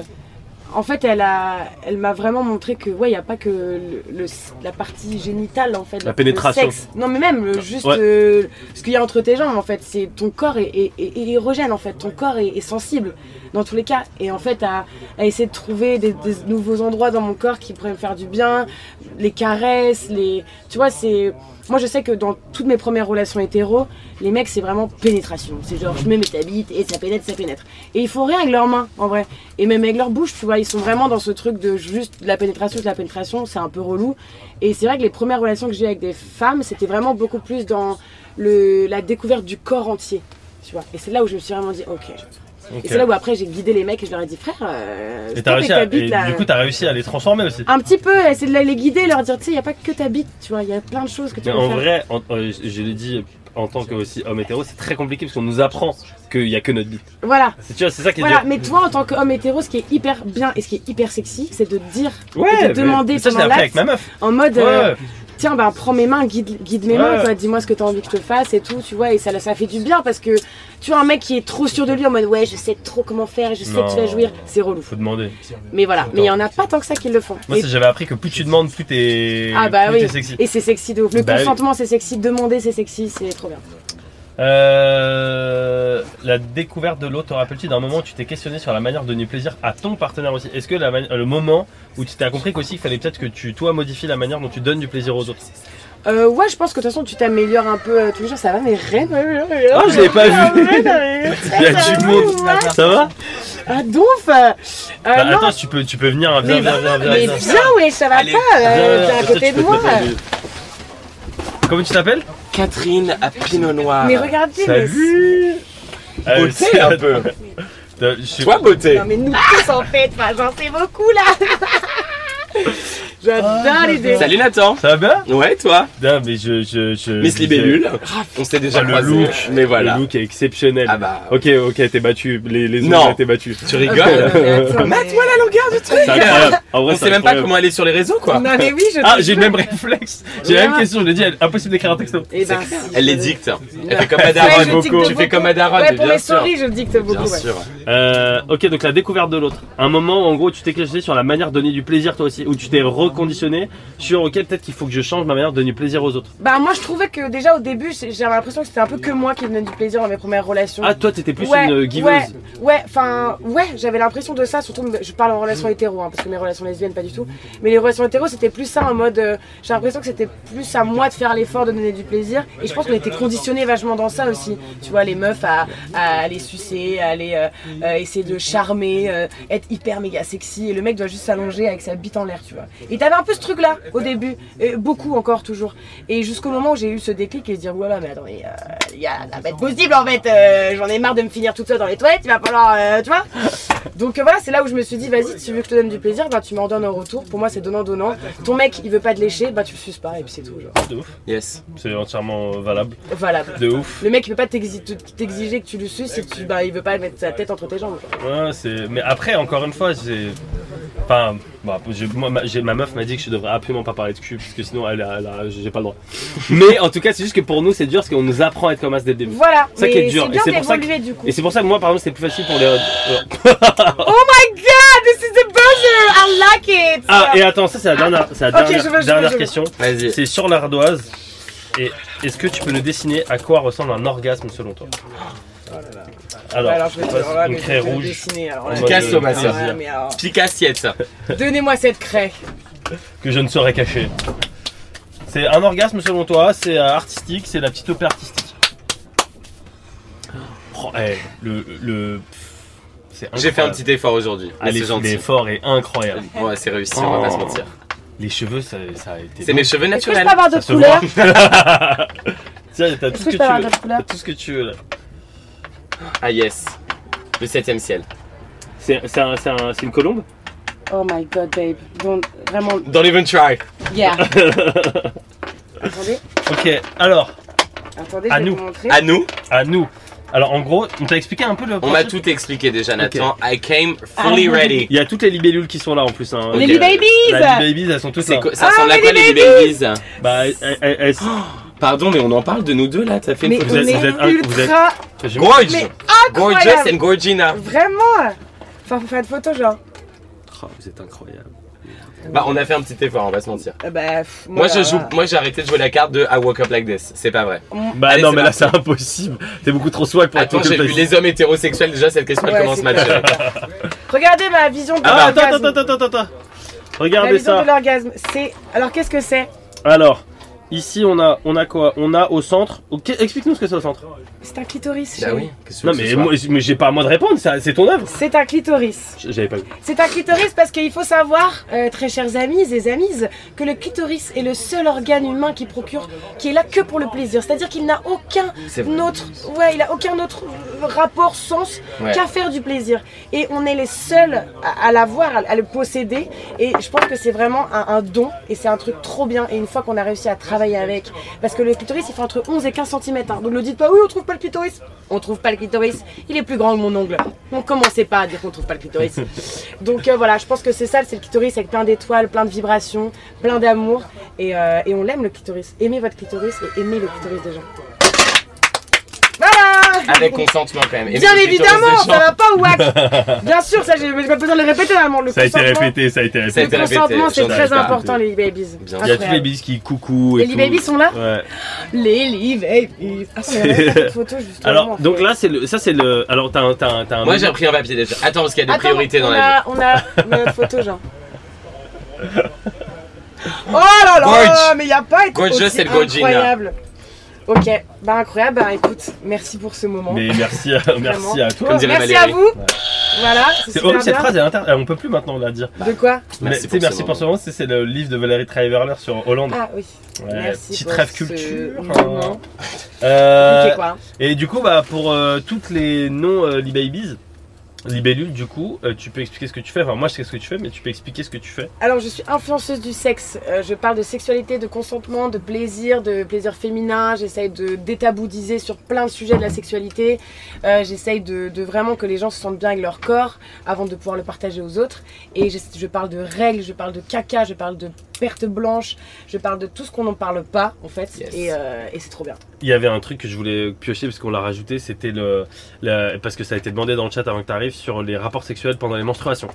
B: en fait, elle a, elle m'a vraiment montré que, ouais, il n'y a pas que le, le- la partie génitale, en fait.
A: La
B: le
A: pénétration.
B: sexe. Non, mais même le- juste
A: Ouais.
B: euh, ce qu'il y a entre tes jambes, en fait. C'est ton corps est, est- est- est érogène, en fait. Ton corps est, est sensible, dans tous les cas. Et en fait, à, à essayer de trouver des, des nouveaux endroits dans mon corps qui pourraient me faire du bien, les caresses, les. Tu vois, c'est. Moi, je sais que dans toutes mes premières relations hétéro, les mecs, c'est vraiment pénétration. C'est genre, je mets mes tabites et ça pénètre, ça pénètre. Et ils font rien avec leurs mains, en vrai. Et même avec leur bouche, tu vois, ils sont vraiment dans ce truc de juste de la pénétration, de la pénétration, c'est un peu relou. Et c'est vrai que les premières relations que j'ai eues avec des femmes, c'était vraiment beaucoup plus dans le, la découverte du corps entier. Tu vois. Et c'est là où je me suis vraiment dit, ok.
A: ok.
B: Et c'est là où après j'ai guidé les mecs et je leur ai dit, frère, euh,
A: Et
B: stop
A: t'as
B: avec
A: réussi
B: ta
A: à-
B: bite,
A: et
B: là.
A: du coup, t'as réussi à les transformer aussi.
B: Un petit peu, essayer de les guider, leur dire, tu sais, il n'y a pas que ta bite, tu vois, il y a plein de choses que tu
A: Mais
B: peux
A: en
B: faire.
A: vrai, en- euh, je je l'ai dit en tant que aussi homme hétéro, c'est très compliqué parce qu'on nous apprend qu'il n'y a que notre bite.
B: Voilà.
A: C'est tu vois, c'est ça qui est
B: Voilà,
A: dur.
B: mais toi en tant qu'homme hétéro, ce qui est hyper bien et ce qui est hyper sexy, c'est de dire,
A: Ouais,
B: de demander
A: mais ça, je l'ai
B: pendant
A: appris
B: l'acte.
A: avec ma meuf.
B: en mode,
A: Ouais,
B: euh,
A: ouais.
B: tiens, bah, prends mes mains, guide, guide mes
A: Ouais,
B: mains,
A: ouais.
B: quoi, dis-moi ce que t'as envie que je te fasse et tout, tu vois, et ça, ça fait du bien parce que tu vois, un mec qui est trop sûr de lui en mode, ouais, je sais trop comment faire, je sais que tu vas
A: Non.
B: jouir, c'est relou.
A: faut demander.
B: Mais voilà, mais il y en a pas tant que ça qui le font.
A: Moi,
B: Et-
A: c'est- j'avais appris que plus tu demandes, plus t'es
B: Ah bah
A: plus
B: oui.
A: t'es sexy.
B: et c'est sexy de ouf. Le
A: Bah oui.
B: consentement, c'est sexy, demander, c'est sexy, c'est trop bien.
A: Euh, la découverte de l'autre, te rappelles-tu d'un moment où tu t'es questionné sur la manière de donner plaisir à ton partenaire aussi Est-ce que la mani- euh, le moment où tu t'as compris qu'aussi qu'il fallait peut-être que tu, toi, modifies la manière dont tu donnes du plaisir aux autres
B: Euh, ouais, je pense que de toute façon, tu t'améliores un peu euh, tous les jours, ça va, mais rien.
A: Oh, je l'ai pas vu Il y a du monde Ça va
B: Ah donf euh,
A: Bah,
B: non,
A: attends, tu peux, tu peux venir, hein, viens,
B: mais,
A: viens, viens, viens,
B: mais
A: viens.
B: bien, ouais, ça va
D: Allez,
B: pas,
A: Viens,
B: euh,
A: viens,
B: t'es à
A: comme ça,
B: côté
A: tu
B: de
A: peux te
B: moi.
A: mettre dans le- Comment tu t'appelles
D: Catherine à Pinot Noir.
B: Mais regardez, mais...
A: Salut Euh,
D: Beauté un peu.
A: T'as- je sais-
D: Toi, beauté.
B: Non mais nous tous en fait, enfin, j'en sais beaucoup là
D: Ah,
B: J'adore l'idée
D: Salut Nathan.
A: Ça va bien
D: Ouais, toi.
A: Non, mais je. je, je
D: Miss Libellule. On s'est déjà
A: Ah, le
D: croisés.
A: look.
D: Mais voilà.
A: Le look est exceptionnel.
D: Ah bah.
A: Ok, ok, t'es battu. Les, les
D: Non.
A: t'es battu.
D: Tu
B: Euh,
D: rigoles.
B: mais attends, mais-
D: Mate-moi la longueur du truc.
A: C'est incroyable. En vrai, c'est
D: On sait même pas
A: incroyable.
D: comment aller sur les réseaux, quoi.
B: Non mais oui, je
A: Ah,
B: te
A: j'ai le
B: jure.
A: même réflexe. J'ai la même question. Je l'ai dit, elle- impossible d'écrire un texto.
B: Eh ben,
D: Elle les dicte. Elle fait comme Adaron.
B: Ouais, je dicte
D: Tu fais
B: beaucoup.
D: comme Adaron,
B: Ouais, pour
D: bien
B: mes
D: sûr.
B: souris, je dicte beaucoup.
D: Bien
B: ouais.
D: sûr.
A: Euh, ok, donc la découverte de l'autre. Un moment, en gros, tu t'es questionné sur la manière de donner du plaisir toi aussi, où tu t'es re- conditionné sur ok peut-être qu'il faut que je change ma manière de donner plaisir aux autres.
B: Bah moi je trouvais que déjà au début c'est- j'avais l'impression que c'était un peu que moi qui donnais du plaisir dans mes premières relations.
A: Ah toi t'étais plus
B: Ouais,
A: une euh,
B: ouais,
A: giveuse.
B: ouais, enfin, ouais, j'avais l'impression de ça, surtout je parle en relation hétéro, hein, parce que mes relations lesbiennes pas du tout, mais les relations hétéro c'était plus ça en mode, euh, j'ai l'impression que c'était plus à moi de faire l'effort de donner du plaisir, et je pense qu'on était conditionnés vachement dans ça aussi, tu vois, les meufs à, à aller sucer, à aller euh, euh, essayer de charmer, euh, être hyper méga sexy, et le mec doit juste s'allonger avec sa bite en l'air, tu vois. Et t'avais un peu ce truc là au début, et beaucoup encore toujours, et jusqu'au moment où j'ai eu ce déclic et se dire, voilà, mais attendez, euh, il y a, ça va être possible en fait. euh, J'en ai marre de me finir toute seule dans les toilettes. Il va falloir, euh, tu vois. Donc euh, voilà, c'est là où je me suis dit, vas-y, si tu veux que je te donne du plaisir, bah tu m'en donnes en retour. Pour moi, c'est donnant donnant. Ton mec, il veut pas te lécher, bah tu le suces pas et puis c'est tout. Genre.
A: De ouf.
D: Yes.
A: C'est entièrement euh, valable.
B: Voilà.
A: De ouf.
B: Le mec, il veut pas t'exi- te- t'exiger que tu le suces si tu, bah, il veut pas mettre sa tête entre tes jambes. genre.
A: Ouais, c'est. Mais après encore une fois c'est. Enfin, bah, j'ai- moi, ma, j'ai- ma meuf m'a dit que je devrais absolument pas parler de cul parce que sinon elle, a- elle a- j'ai pas le droit. Mais en tout cas c'est juste que pour nous c'est dur parce qu'on nous apprend à être comme as dès le début.
B: Voilà.
A: Ça qui est
B: mais
A: dur,
B: c'est
A: et
B: bien
A: c'est pour ça que-
B: d'évoluer du coup.
A: Et c'est pour ça que moi par exemple c'est plus facile pour les. euh,
B: Ah, this is the euh, buzzer. I like it.
A: Ah et attends ça c'est la dernière, c'est la
B: Ok,
A: dernière,
B: je veux, je veux,
A: dernière
B: je veux.
A: question.
D: Vas-y.
A: C'est sur l'ardoise. Et est-ce que tu peux nous dessiner à quoi ressemble un orgasme selon toi
B: Ouais,
A: Alors,
B: je vais te-
A: passe
B: Oh alors là,
A: une
B: mais je
A: craie
B: vais te
A: rouge.
B: dessiner, alors là.
A: en
D: Tu
A: mode,
D: casses
A: euh,
D: au masseur.
A: plaisir,
B: Ouais, mais alors,
D: Pique assiette, ça.
B: Donnez-moi cette craie.
A: que je ne saurais cacher. C'est un orgasme selon toi, c'est euh, artistique, c'est la petite opé artistique. Oh, eh, le, le- pff, c'est
D: J'ai fait un
A: incroyable. Ah,
D: petit effort aujourd'hui. mais
A: Allez, Oh,
D: C'est gentil.
A: L'effort est incroyable.
D: Ouais, c'est réussi, on va pas se mentir.
A: Les cheveux, ça, ça a été.
D: C'est mes cheveux
B: Est-ce que je peux
D: naturels.
B: avoir
A: Ça
B: d'autres
A: se
B: couleurs
A: voit. Tiens, t'as tout
B: Est-ce
A: ce que
B: que je
A: tu
B: peux avoir
A: veux.
B: d'autres couleurs
A: T'as tout ce que tu veux là.
D: Ah yes. Le septième ciel.
A: C'est c'est un- c'est un- c'est une colombe
B: Oh my god, babe. Don't- vraiment.
D: Don't even try.
B: Yeah. attendez,
A: Ok, alors,
B: attendez,
A: À
B: je vais
A: nous. Ah,
B: vous montrer.
D: À nous,
A: à nous. Alors en gros, on t'a expliqué un peu le
D: on m'a
A: principe
D: tout expliqué déjà, Nathan. I came
B: Ah,
D: fully
B: oui.
D: ready.
A: Il y a toutes les libellules qui sont là en plus. Hein.
B: Les
D: Ok.
B: Lily Babies
A: La Babies, elles sont toutes
D: C'est
A: là.
D: quoi- ça
B: Ah,
D: ressemble à
B: mais
D: quoi
B: les
D: les babies
A: Bah, elles- elles- elles- elles-
D: Pardon, mais on en parle de nous deux là, ça fait
B: Mais
D: une
A: vous
B: on
A: êtes-
B: est
A: vous êtes un- vous
B: ultra.
A: j'ai-
D: Gorge
B: Mais
D: Gorgeous and Gorgina
B: Vraiment euh, Enfin, faut faire de photos, genre.
A: Oh, vous êtes incroyable.
D: Bah, on a fait un petit effort, on va se mentir.
B: Euh, Bah, pff,
D: Moi, je
B: là,
D: joue, moi j'ai arrêté de jouer la carte de I woke up like this, c'est pas vrai.
A: Bah
D: Allez,
A: non,
D: c'est
A: mais là
D: parti.
A: c'est impossible. T'es beaucoup trop swag pour
D: Attends,
A: être
D: j'ai vu
A: occupé.
D: les hommes hétérosexuels déjà, cette question elle
B: Ouais,
D: commence
B: c'est
D: mal.
B: clair. Regardez ma vision de
A: Ah, attends,
B: l'orgasme.
A: attends, attends, attends, attends.
B: La
A: Regardez
B: vision
A: ça.
B: de l'orgasme, c'est. Alors, qu'est-ce que c'est
A: Alors, ici on a, on a quoi On a au centre. ok, Explique-nous ce que c'est au centre.
B: C'est un clitoris.
D: Ah
B: chérie.
D: oui, qu'est-ce que
A: Non,
D: tu veux que
A: mais
D: ce soit
A: moi, mais j'ai pas à moi de répondre. ça- C'est ton œuvre.
B: C'est un clitoris.
A: J'avais pas vu.
B: C'est un clitoris parce qu'il faut savoir, euh, très chers amis et amies, que le clitoris est le seul organe humain qui procure, qui est là que pour le plaisir. C'est-à-dire qu'il n'a aucun
D: C'est vrai.
B: autre, ouais, il a aucun autre euh, rapport sens
D: Ouais.
B: qu'à faire du plaisir. Et on est les seuls à, à l'avoir, à, à le posséder. Et je pense que c'est vraiment un, un don et c'est un truc trop bien. Et une fois qu'on a réussi à travailler avec, parce que le clitoris il fait entre 11 et 15 cm. Donc ne dites pas oui, on trouve pas le clitoris. On trouve pas le clitoris. Il est plus grand que mon ongle. Donc commencez pas à dire qu'on trouve pas le clitoris. Donc euh, voilà, je pense que c'est ça, c'est le clitoris avec plein d'étoiles, plein de vibrations, plein d'amour. Et, euh, et on l'aime le clitoris. Aimez votre clitoris et aimez le clitoris des gens. Voilà
D: Avec consentement quand même. Et
B: Bien
D: le clitoris
B: évidemment,
D: des
B: ça
D: gens.
B: va pas wack Bien sûr, ça j'ai j'ai pas besoin de le répéter normalement. Le consentement-
A: ça a été
D: Ça a
B: Le
D: été répété,
B: consentement c'est
D: j'en
B: très
D: avais pas
B: important les babies.
D: Bien.
A: Il y a tous les
B: Incroyable.
A: babies qui coucou et
B: Les babies sont là
A: Ouais.
B: Les Lily babies. Ah, on
A: C'est-
B: avait pas fait de photo justement.
A: Alors, donc là, c'est le, ça c'est le. Alors, t'as un, t'as un, t'as un.
D: Moi j'ai repris un papier déjà. Attends, parce qu'il y a des
B: Attends,
D: priorités
B: on
D: dans
B: a,
D: la vie.
B: On a on a notre photo, genre. Oh là là,
D: Gorge.
B: mais il a pas été
D: Gorgeous
B: aussi
D: et Gorgina.
B: incroyable. Ok, bah incroyable, bah écoute, merci pour ce moment.
A: Mais merci, à- merci à toi.
D: Comme dirait
B: merci
D: Valérie.
B: à vous. Voilà, c'est
A: C'est
B: super
A: horrible cette
B: bien.
A: phrase, elle est inter- elle- on peut plus maintenant la dire.
B: De quoi
A: Mais, tu sais, merci pour ce moment, c'est c'est le livre de Valérie Trierweiler sur Hollande.
B: Ah oui.
A: Ouais,
B: merci
A: petite
B: pour
A: rêve
B: ce
A: culture.
B: moment.
A: Euh,
B: Ok, quoi.
A: et du coup, bah, pour euh, toutes les non euh, Libabies, Libellule, du coup, euh, tu peux expliquer ce que tu fais. Enfin, moi, je sais ce que tu fais, mais tu peux expliquer ce que tu fais.
B: Alors, je suis influenceuse du sexe. Euh, je parle de sexualité, de consentement, de plaisir, de plaisir féminin. J'essaye de détaboudiser sur plein de sujets de la sexualité. Euh, J'essaye de, de vraiment que les gens se sentent bien avec leur corps avant de pouvoir le partager aux autres. Et je, je parle de règles, je parle de caca, je parle de perte blanche, je parle de tout ce qu'on n'en parle pas, en fait.
D: Yes.
B: Et, euh, et c'est trop bien.
A: Il y avait un truc que je voulais piocher parce qu'on l'a rajouté, c'était le, la- Parce que ça a été demandé dans le chat avant que tu arrives sur les rapports sexuels pendant les menstruations.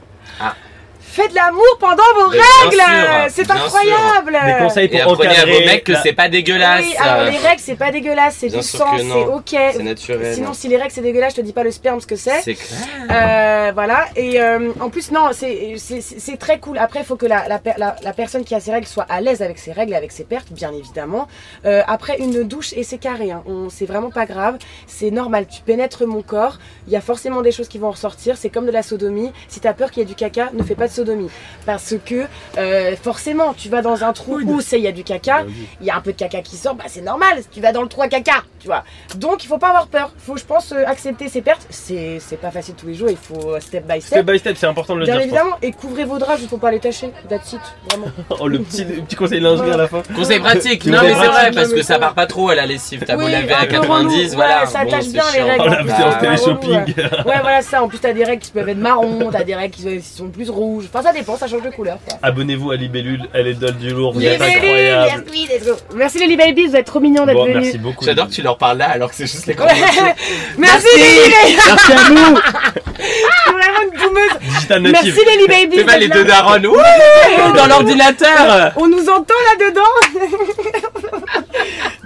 B: Faites de l'amour pendant vos
D: Mais
B: règles
D: bien sûr,
B: C'est
D: bien
B: incroyable
A: Des conseils
D: Et
A: pour
D: apprenez à
A: encadrer.
D: vos mecs que
A: la-
D: c'est pas dégueulasse.
B: Oui, alors les
D: euh,
B: règles, c'est pas dégueulasse, c'est
D: Bien
B: du
D: sûr
B: sang,
D: que
B: c'est
D: non.
B: ok.
D: c'est naturel.
B: Sinon, si les règles c'est dégueulasse, je te dis pas le sperme ce que c'est.
D: c'est clair.
B: Euh, voilà, et euh, en plus, non, c'est- c'est c'est- c'est très cool. Après, il faut que la, la, per- la- la personne qui a ses règles soit à l'aise avec ses règles, et avec ses pertes, bien évidemment. Euh, après, une douche, et c'est carré, hein. On- c'est vraiment pas grave, c'est normal. Tu pénètres mon corps, il y a forcément des choses qui vont en ressortir, c'est comme de la sodomie. Si t'as peur qu'il y ait du caca, ne fais pas de sodomie. Parce que euh, forcément, tu vas dans un trou où c'est il y a du caca,
A: Bien dit.
B: il y a un peu de caca qui sort, bah c'est normal, tu vas dans le trou à caca, tu vois. Donc il faut pas avoir peur, faut je pense euh, accepter ses pertes, c'est c'est pas facile tous les jours, il faut euh, step by
A: Step
B: step.
A: by step, c'est important de le
B: Bien
A: dire. je pense.
B: évidemment, et couvrez vos draps juste pour pas les tacher, that's it, vraiment.
A: Oh, le petit, le petit conseil lingerie à la fin.
D: Conseil pratique.
A: Tu
D: Non,
A: voulais
D: mais c'est
A: pratique,
D: vrai,
B: non,
D: parce
B: mais
D: que
B: ça
D: ça
B: va.
D: part pas trop à la lessive. T'as beau
B: Oui,
D: laver
B: un
D: à
B: peu
D: 90,
B: relou.
D: voilà.
B: Ouais, ça
D: bon,
B: tâche
D: c'est
B: bien les
D: chiant. Ah,
B: règles.
A: Oh la
B: Bah,
A: putain, c'était
B: ouais,
A: les
B: relou,
A: shopping.
B: Ouais voilà ça, en plus t'as des règles qui peuvent être marron, t'as des règles qui sont- qui sont plus rouges, enfin ça dépend, ça change de couleur quoi.
A: Abonnez-vous à Libellule, elle est donne du lourd, vous
D: Yes.
A: êtes incroyable.
B: merci, let's go. Merci les Babies, vous êtes trop mignons d'être
A: Bon,
B: venus.
A: merci beaucoup.
D: J'adore que tu leur parles là alors que c'est juste les
B: Ouais. Merci les Lily
A: Merci à nous,
B: vraiment une boumeuse.
A: Digital
B: Merci
A: Native.
B: les Babies.
D: C'est pas les deux darons. Ouh, dans
A: Ah,
D: l'ordinateur.
B: On nous entend là-dedans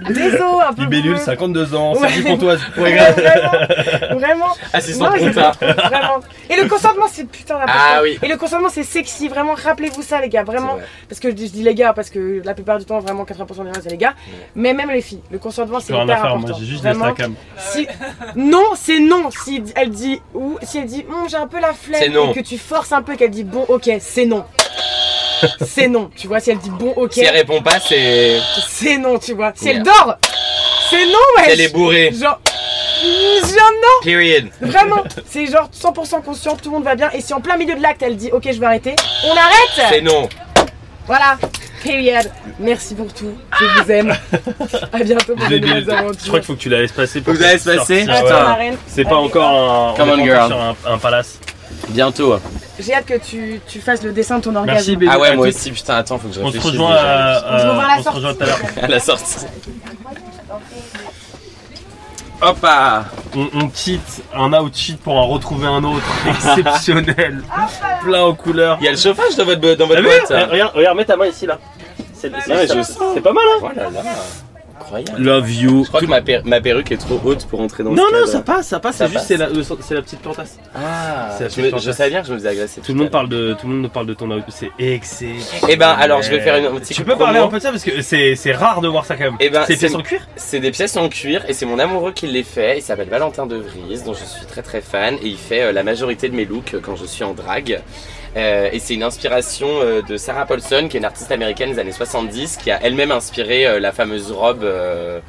B: Désolé, un peu.
A: Libellule, 52 ans,
B: Ouais.
A: Sergi Pontoise.
B: Ouais, vraiment, vraiment.
D: Assistant
B: Non, mais c'est
D: compta.
B: trop cool, vraiment. Et le consentement, c'est putain d'important.
D: Ah oui.
B: Et le consentement, c'est sexy, vraiment. Rappelez-vous ça, les gars, vraiment.
D: C'est vrai.
B: Parce que je dis, je dis les gars, parce que la plupart du temps, vraiment, 80% des gens, c'est les gars.
D: Ouais.
B: Mais même les filles, le consentement,
A: Je
B: c'est
A: peux rien
B: hyper
A: à faire, moi
B: important.
A: j'ai juste des
B: vraiment.
A: stacks.
B: Si- Non, c'est non. Si elle dit ou si elle dit Hum, j'ai un peu la
D: C'est
B: flemme
D: non.
B: et que tu forces un peu, qu'elle dit bon, ok, c'est non. C'est non, tu vois. Si elle dit bon, ok,
D: Si elle répond pas, c'est.
B: c'est non, tu vois. Si elle
D: Merde.
B: dort, c'est non,
D: Elle est
B: wesh.
D: bourrée.
B: Genre, genre non,
D: Period.
B: vraiment. C'est genre 100% conscient, tout le monde va bien. Et si en plein milieu de l'acte, elle dit ok, je vais arrêter, on
D: C'est
B: arrête.
D: non.
B: Voilà, period. Merci pour tout. Je vous aime. À bientôt pour de
A: Libellule,
B: nouvelles
A: Ah. je crois
B: aventures.
A: qu'il faut que tu la laisses passer. pour
D: Vous
A: que
D: la
A: tu
D: laissez
A: sortes.
D: passer
A: Ah ouais.
B: Attends,
D: Putain.
B: ma reine.
A: C'est pas
B: Allez,
A: encore un,
D: Come
A: on est
D: on,
A: pas
D: girl.
A: encore sur un, un palace.
D: Bientôt.
B: J'ai hâte que tu, tu fasses le dessin de ton orgasme.
A: Merci, Bébé.
D: Ah ouais, moi aussi, putain, attends, faut que je
A: On se
D: réfléchisse.
A: rejoint
D: déjà.
A: à,
B: On se revoit à la
A: à- on se
B: sortie.
A: rejoint tout à l'heure.
D: à la sortie. Hop ah.
A: On, on cheat un out cheat pour en retrouver un autre exceptionnel,
B: Ah
A: plein aux couleurs.
D: Il y a le chauffage dans votre, bo- dans
A: T'as
D: votre
A: vu
D: boîte.
A: Eh, Regarde, regarde, mets ta main ici là. C'est c'est-
D: mais je
A: c'est-
D: sens.
A: c'est pas mal hein
D: Oh là là. Incroyable.
A: Love you.
D: Je crois que ma, per- ma perruque est trop haute pour entrer dans
A: Non,
D: ce
A: non,
D: cadre.
A: ça passe, ça passe,
D: Ça
A: c'est juste
D: passe.
A: c'est la, euh, c'est la petite plantasse.
D: Ah,
A: Ça
D: je,
A: fait
D: me-
A: fantastique.
D: je savais bien que je me faisais agresser.
A: Tout le monde parle de, tout le monde parle de ton out, c'est excellent.
D: Eh ben, alors, je vais faire une- un petit
A: Tu
D: coup
A: peux
D: de promo.
A: parler un peu de ça parce que c'est c'est rare de voir ça quand même.
D: Eh ben,
A: c'est
D: c'est-
A: pièce en cuir
D: C'est des pièces en cuir et c'est mon amoureux qui les fait. Il s'appelle Valentin De Vries, dont je suis très très fan et il fait euh, la majorité de mes looks euh, quand je suis en drague. Euh, et c'est une inspiration euh, de Sarah Paulson, qui est une artiste américaine des années 70, qui a elle-même inspiré euh, la fameuse robe euh,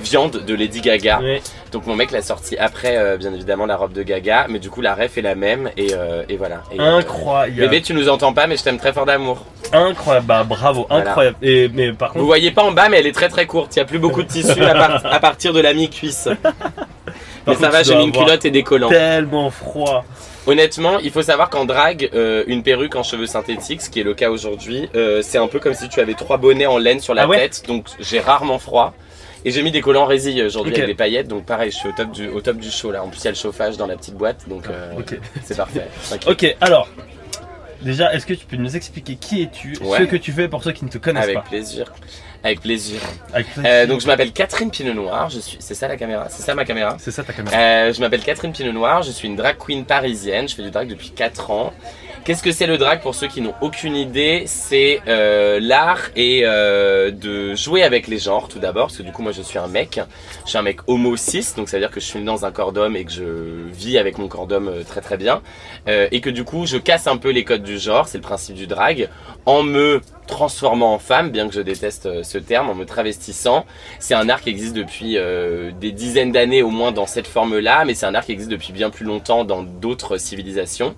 D: viande de Lady Gaga.
A: Ouais.
D: Donc mon mec l'a sorti après, euh, bien évidemment, la robe de Gaga, mais du coup la ref est la même et, euh, et voilà. Et, euh,
A: Incroyable.
D: Bébé, tu nous entends pas, mais je t'aime très fort d'amour.
A: Incroyable, bah bravo,
D: Voilà.
A: incroyable. Et, mais par
D: Vous
A: contre,
D: voyez pas en bas, mais elle est très très courte. Il y a plus beaucoup de tissu à, part- à partir de la mi-cuisse. mais
A: contre,
D: ça va,
A: tu
D: j'ai
A: dois
D: mis une
A: avoir
D: culotte et des collants.
A: tellement froid.
D: Honnêtement, il faut savoir qu'en drague, euh, une perruque en cheveux synthétiques, ce qui est le cas aujourd'hui, euh, c'est un peu comme si tu avais trois bonnets en laine sur la
A: Ah ouais
D: tête. Donc j'ai rarement froid. Et j'ai mis des collants en résille aujourd'hui
A: Ok.
D: avec des paillettes. Donc pareil, je suis au top du au top du show là. En plus, il y a le chauffage dans la petite boîte, donc euh,
A: Ah, Ok.
D: c'est parfait. T'inquiète.
A: Ok, alors. Déjà, est-ce que tu peux nous expliquer qui es-tu,
D: Ouais.
A: ce que tu fais pour ceux qui ne te connaissent
D: Avec
A: Oh, pas
D: plaisir. Avec plaisir.
A: Avec plaisir.
D: Euh, donc je m'appelle Catherine Pinot Noir, je suis. C'est ça la caméra C'est ça ma caméra
A: C'est ça ta caméra.
D: Euh, je m'appelle Catherine Pinot Noir, je suis une drag queen parisienne, je fais du drag depuis 4 ans. Qu'est-ce que c'est le drag pour ceux qui n'ont aucune idée C'est euh, l'art et euh, de jouer avec les genres tout d'abord, parce que du coup moi je suis un mec, je suis un mec homo cis, donc ça veut dire que je suis dans un corps d'homme et que je vis avec mon corps d'homme euh, très très bien, Euh, et que du coup je casse un peu les codes du genre, c'est le principe du drag, en me transformant en femme, bien que je déteste euh, ce terme, en me travestissant. C'est un art qui existe depuis euh, des dizaines d'années au moins dans cette forme-là, mais c'est un art qui existe depuis bien plus longtemps dans d'autres civilisations.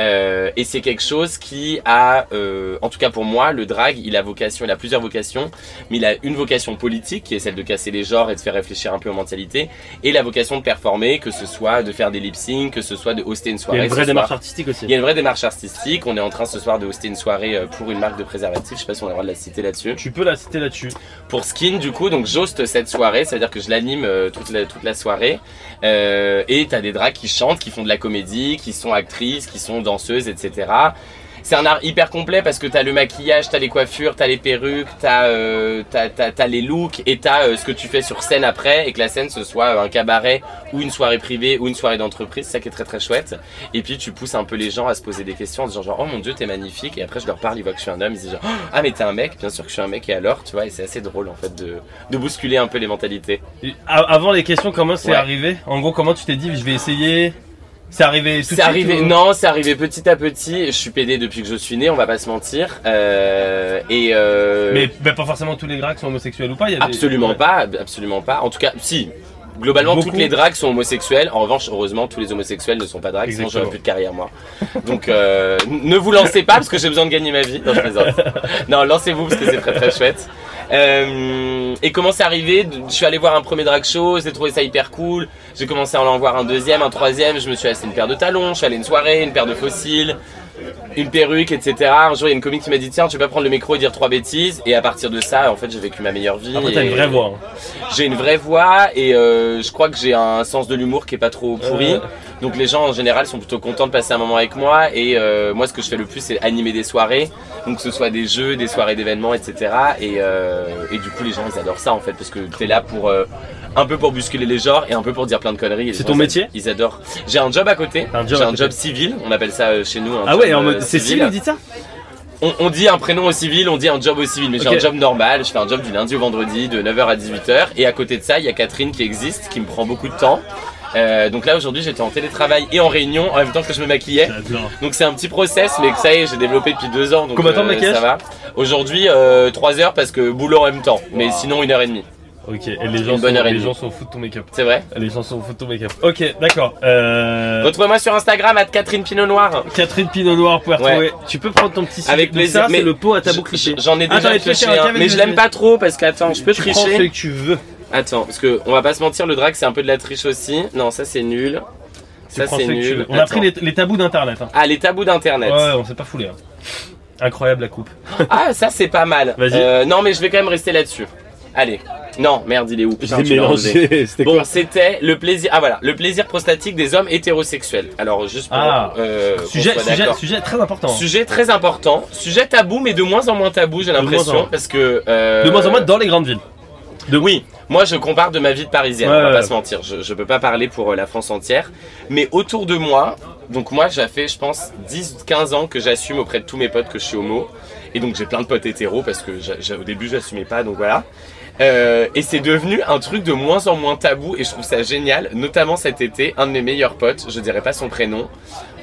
D: Euh, et c'est quelque chose qui a, euh, en tout cas pour moi, le drag, il a vocation, il a plusieurs vocations, mais il a une vocation politique qui est celle de casser les genres et de faire réfléchir un peu aux mentalités, et la vocation de performer, que ce soit de faire des lip sync, que ce soit de hoster une
A: Il
D: soirée.
A: y a une
D: ce
A: vraie
D: soir.
A: démarche artistique aussi.
D: Il y a une vraie démarche artistique. On est en train ce soir de hoster une soirée euh, pour une marque de préservatifs. Je sais pas si on a le droit de la citer là-dessus
A: Tu peux la citer là-dessus.
D: pour Skin du coup donc j'hoste cette soirée c'est à dire que je l'anime euh, toute la toute la soirée euh, et t'as des drags qui chantent qui font de la comédie qui sont actrices qui sont danseuses etc C'est un art hyper complet parce que t'as le maquillage, t'as les coiffures, t'as les perruques, t'as euh, t'as- t'as- t'as les looks et t'as euh, ce que tu fais sur scène après et que la scène ce soit euh, un cabaret ou une soirée privée ou une soirée d'entreprise, c'est ça qui est très très chouette. Et puis tu pousses un peu les gens à se poser des questions en disant genre oh mon dieu t'es magnifique et après je leur parle, ils voient que je suis un homme, ils se disent genre Oh, ah mais t'es un mec, bien sûr que je suis un mec et alors tu vois et c'est assez drôle en fait de, de bousculer un peu les mentalités.
A: A- Avant les questions, comment c'est
D: Ouais.
A: arrivé En gros, comment tu t'es dit, je vais essayer C'est arrivé tout de
D: C'est
A: suite
D: arrivé,
A: ou-
D: non, c'est arrivé petit à petit. Je suis PD depuis que je suis né, on va pas se mentir. Euh, et euh,
A: Mais, mais pas forcément tous les drags sont homosexuels ou pas. il y a des-
D: absolument
A: Ouais.
D: pas, absolument pas. En tout cas, si. Globalement,
A: Beaucoup.
D: toutes les dragues sont homosexuelles. En revanche, heureusement, tous les homosexuels ne sont pas dragues, sinon
A: Exactement.
D: j'aurais plus de carrière, moi. Donc, euh, n- ne vous lancez pas parce que j'ai besoin de gagner ma vie. Non, je plaisante. Non, lancez-vous parce que c'est très très chouette. Euh, et comment c'est arrivé Je suis allé voir un premier drag show, j'ai trouvé ça hyper cool. J'ai commencé à en voir un deuxième, un troisième. Je me suis acheté une paire de talons, je suis allé à une soirée, une paire de fossiles, une perruque, etc. Un jour, il y a une comique qui m'a dit Tiens, tu vas prendre le micro et dire trois bêtises. Et à partir de ça, en fait, j'ai vécu ma meilleure vie.
A: Après, t'as
D: et-
A: une vraie voix. hein.
D: j'ai une vraie voix et euh, je crois que j'ai un sens de l'humour qui est pas trop pourri.
A: Ouais.
D: Donc les gens en général sont plutôt contents de passer un moment avec moi et euh, moi ce que je fais le plus c'est animer des soirées. Donc que ce soit des jeux, des soirées d'événements, etc. Et, euh, et du coup les gens ils adorent ça en fait parce que t'es là pour euh, un peu pour bousculer les genres et un peu pour dire plein de conneries. Et les
A: C'est
D: gens,
A: ton
D: ils-
A: métier
D: Ils adorent. J'ai un job à côté.
A: Un job
D: J'ai
A: à
D: un
A: côté.
D: job civil. On appelle ça euh, chez nous. Un
A: Ah ouais,
D: job,
A: en
D: euh,
A: mode. C'est si, vous dites ça
D: on, on dit un prénom au civil, on dit un job au civil, mais
A: Ok.
D: j'ai un job normal, je fais un job du lundi au vendredi de 9h à 18h et à côté de ça, il y a Catherine qui existe, qui me prend beaucoup de temps. Euh, donc là aujourd'hui j'étais en télétravail et en réunion en même temps que je me maquillais.
A: J'adore.
D: Donc c'est un petit process mais que ça y est j'ai développé depuis deux ans donc euh,
A: Combien de temps de maquillage
D: ça va. Aujourd'hui euh, trois heures parce que boulot en même temps mais sinon une heure et demie.
A: Ok, et les gens,
D: Une bonne
A: sont,
D: heure et
A: les
D: demie.
A: gens sont fous de ton make-up.
D: C'est vrai.
A: Les gens sont fous de ton make-up. Ok, d'accord. Euh...
D: Retrouvez-moi sur Instagram à Catherine Pinot Noir.
A: Catherine Pinot Noir pour retrouver. Tu peux prendre ton petit
D: Avec
A: slip.
D: plaisir,
A: Donc ça, c'est
D: mais
A: le pot à
D: J-
A: tabou cliché.
D: J'en ai
A: Attends,
D: déjà
A: mais tu peux
D: triché
A: faire un
D: hein,
A: câble
D: mais
A: de-
D: je l'aime pas trop parce que attends je peux
A: Tu prends
D: tricher.
A: celui que tu veux.
D: Attends, parce que on va pas se mentir, le drag c'est un peu de la triche aussi. Non, ça c'est nul.
A: Tu
D: ça
A: prends
D: c'est
A: celui que tu
D: nul.
A: veux. On a
D: Attends.
A: pris les, les tabous d'internet. hein.
D: Ah, les tabous d'internet.
A: Ouais, on s'est pas foulé. hein. Incroyable la coupe.
D: Ah, ça c'est pas mal.
A: Vas-y.
D: Euh, non, mais je vais quand même rester là-dessus. Allez. Non, merde, il est où Putain, tu l'as enlevé.
A: C'était
D: Bon, c'était le plaisir. Ah voilà, le plaisir prostatique des hommes hétérosexuels. Alors juste pour
A: Ah.
D: euh, qu'on
A: Sujet,
D: soit
A: sujet,
D: d'accord.
A: sujet très important. hein.
D: Sujet très important, sujet tabou, mais de moins en moins tabou, j'ai
A: moins en moins.
D: l'impression, parce que euh,
A: De moins en moins dans les grandes villes.
D: De oui, moi je compare de ma vie de parisienne,
A: Ouais,
D: on va
A: ouais.
D: pas se mentir, je, je peux pas parler pour euh, la France entière, mais autour de moi, donc moi j'ai fait je pense 10 15 ans que j'assume auprès de tous mes potes que je suis homo et donc j'ai plein de potes hétéros parce que j'a- j'a- au début j'assumais pas donc voilà. Euh, et c'est devenu un truc de moins en moins tabou et je trouve ça génial, notamment cet été, un de mes meilleurs potes, je dirais pas son prénom,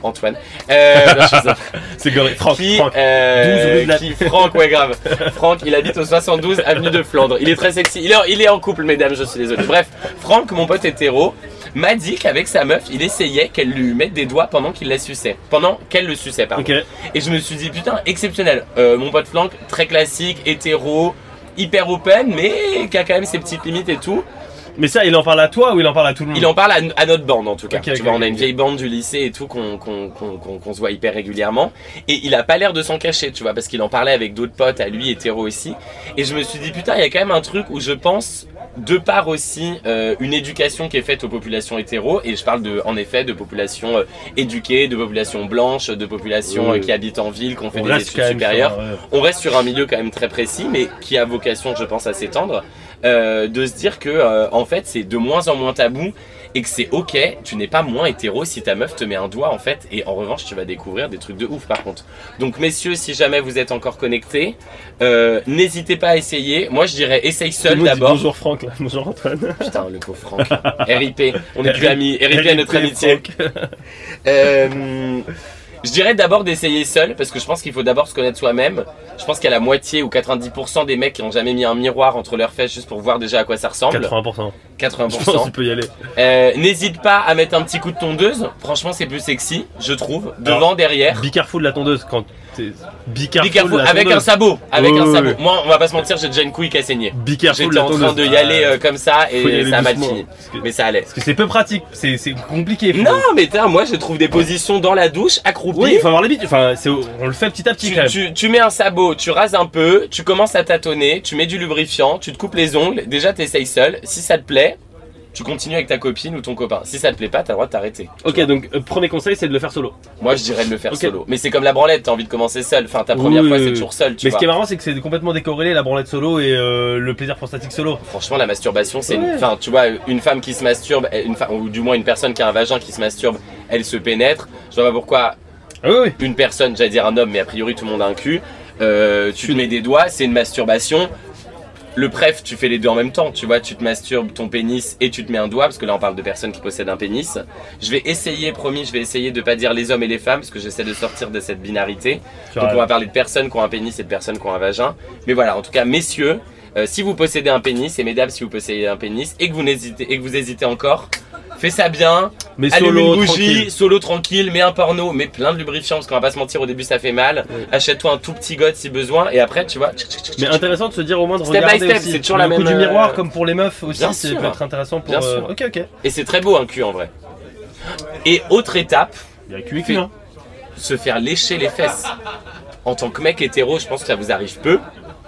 D: Antoine. Euh, non, je suis-
A: C'est goré. Franck,
D: qui,
A: Franck.
D: euh,
A: 12 rue de la-
D: qui- Franck, ouais, grave. Franck, il habite au 72 avenue de Flandre. Il est très sexy. Il est, en- il est en couple, mesdames, je suis désolé. Bref, Franck, mon pote hétéro, m'a dit qu'avec sa meuf, il essayait qu'elle lui mette des doigts pendant qu'il la suçait. Pendant qu'elle le suçait, pardon.
A: Ok.
D: Et je me suis dit, putain, exceptionnel. Euh, mon pote Franck, très classique, hétéro, hyper open, mais qui a quand même ses petites limites et tout.
A: Mais ça, il en parle à toi ou il en parle à tout le monde
D: Il en parle à, à notre bande en tout cas.
A: Ok,
D: tu
A: ok,
D: vois, on
A: ok,
D: a une
A: ok.
D: vieille bande du lycée et tout qu'on qu'on- qu'on- qu'on- qu'on se voit hyper régulièrement. Et il a pas l'air de s'en cacher, tu vois, parce qu'il en parlait avec d'autres potes à lui, hétéro aussi. Et je me suis dit, putain, il y a quand même un truc où je pense, de part aussi, euh, une éducation qui est faite aux populations hétéro. Et je parle de, en effet de populations euh, éduquées, de populations blanches, de populations
A: Oui.
D: euh, qui habitent en ville, qui ont fait
A: On
D: des
A: reste
D: études
A: quand même
D: supérieures.
A: sur euh, un- ouais.
D: On reste sur un milieu quand même très précis, mais qui a vocation, je pense, à s'étendre, euh, de se dire que euh, en fait c'est de moins en moins tabou et que c'est ok, tu n'es pas moins hétéro si ta meuf te met un doigt en fait, et en revanche tu vas découvrir des trucs de ouf par contre. Donc messieurs, si jamais vous êtes encore connectés, euh, n'hésitez pas à essayer. Moi je dirais essaye
A: Tout le
D: seul
A: monde dit
D: d'abord.
A: Bonjour Franck, là. bonjour Antoine.
D: Putain le pauvre Franck. RIP, on est plus amis. RIP à notre
A: RIP,
D: amitié.
A: Franck.
D: Euh, je dirais d'abord d'essayer seul parce que je pense qu'il faut d'abord se connaître soi-même. Je pense qu'à la moitié ou 90% des mecs qui n'ont jamais mis un miroir entre leurs fesses juste pour voir déjà à quoi ça ressemble.
A: 80%. Je pense
D: 80%.
A: qu'il peut y aller.
D: Euh, N'hésite pas à mettre un petit coup de tondeuse. Franchement, c'est plus sexy, je trouve. Devant,
A: Alors,
D: derrière.
A: Be careful de la tondeuse quand t'es. Be
D: Be
A: careful,
D: careful,
A: de la
D: avec un
A: tondeuse.
D: sabot. Avec
A: Ouais,
D: un
A: ouais,
D: sabot.
A: ouais.
D: Moi, on va pas se mentir, j'ai déjà une couille qui a saigné.
A: Be careful de
D: J'étais
A: la
D: en
A: tondeuse.
D: train de y aller
A: Ah,
D: euh, comme ça
A: faut y aller
D: et ça m'a
A: doucement.
D: fini.
A: Parce que-
D: Mais ça allait.
A: Parce que c'est peu pratique, c'est c'est compliqué. faut-
D: Non, mais putain, moi je trouve des positions dans la douche, accroupi.
A: Oui, il faut avoir l'habitude. Enfin, c'est- on le fait petit à petit
D: Tu,
A: quand même.
D: tu- tu mets un sabot, tu rases un peu, tu commences à tâtonner, tu mets du lubrifiant, tu te coupes les ongles, déjà t'essayes seul, si ça te plaît, tu tu continues avec ta copine ou ton copain. Si ça te plaît pas, t'as le droit de t'arrêter. tu
A: Ok,
D: vois.
A: donc euh, premier conseil, c'est de le faire solo.
D: Moi, je dirais de le faire
A: Ok.
D: solo. Mais c'est comme la branlette, t'as envie de commencer seul. Enfin, ta première
A: Oui,
D: fois,
A: oui,
D: c'est
A: oui.
D: toujours seul, tu
A: Mais ce
D: vois.
A: qui est marrant, c'est que c'est complètement décorrélé la branlette solo et euh, le plaisir prostatique solo.
D: Franchement, la masturbation, c'est. une-
A: Ouais.
D: Enfin, tu vois, une femme qui se masturbe, elle- une femme, ou du moins une personne qui a un vagin qui se masturbe, elle se pénètre. Je vois pas pourquoi
A: Ah oui, oui.
D: une personne, j'allais dire un homme, mais a priori tout le monde a un cul. Euh, tu te mets des doigts, c'est une masturbation. Le pref, tu fais les deux en même temps, tu vois, tu te masturbes ton pénis et tu te mets un doigt, parce que là on parle de personnes qui possèdent un pénis. Je vais essayer, promis, je vais essayer de pas dire les hommes et les femmes, parce que j'essaie de sortir de cette binarité.
A: Tu
D: Donc
A: as-
D: on va parler de personnes qui ont un pénis et de personnes qui ont un vagin. Mais voilà, en tout cas, messieurs, euh, si vous possédez un pénis, et mesdames, si vous possédez un pénis, et que vous n'hésitez, et que vous hésitez encore, fais ça bien,
A: Mais
D: Allume
A: solo,
D: une bougie,
A: tranquille.
D: solo tranquille, mets un porno, mets plein de lubrifiant parce qu'on va pas se mentir, au début ça fait mal.
A: Oui.
D: Achète-toi un tout petit god si besoin et après tu vois. tchic, tchic, tchic,
A: Mais
D: tchic.
A: intéressant de se dire au moins de
D: Step by
A: regarder
D: step,
A: aussi.
D: c'est toujours
A: Le
D: la
A: coup
D: même,
A: du miroir
D: euh,
A: comme pour les meufs aussi,
D: bien
A: ça
D: sûr.
A: peut être intéressant pour.
D: Bien
A: euh,
D: sûr.
A: Ok, ok.
D: Et c'est très beau un cul en vrai. Et autre étape,
A: Il y a cul et
D: Fais-
A: cul, hein.
D: se faire lécher les fesses. En tant que mec hétéro, je pense que ça vous arrive peu.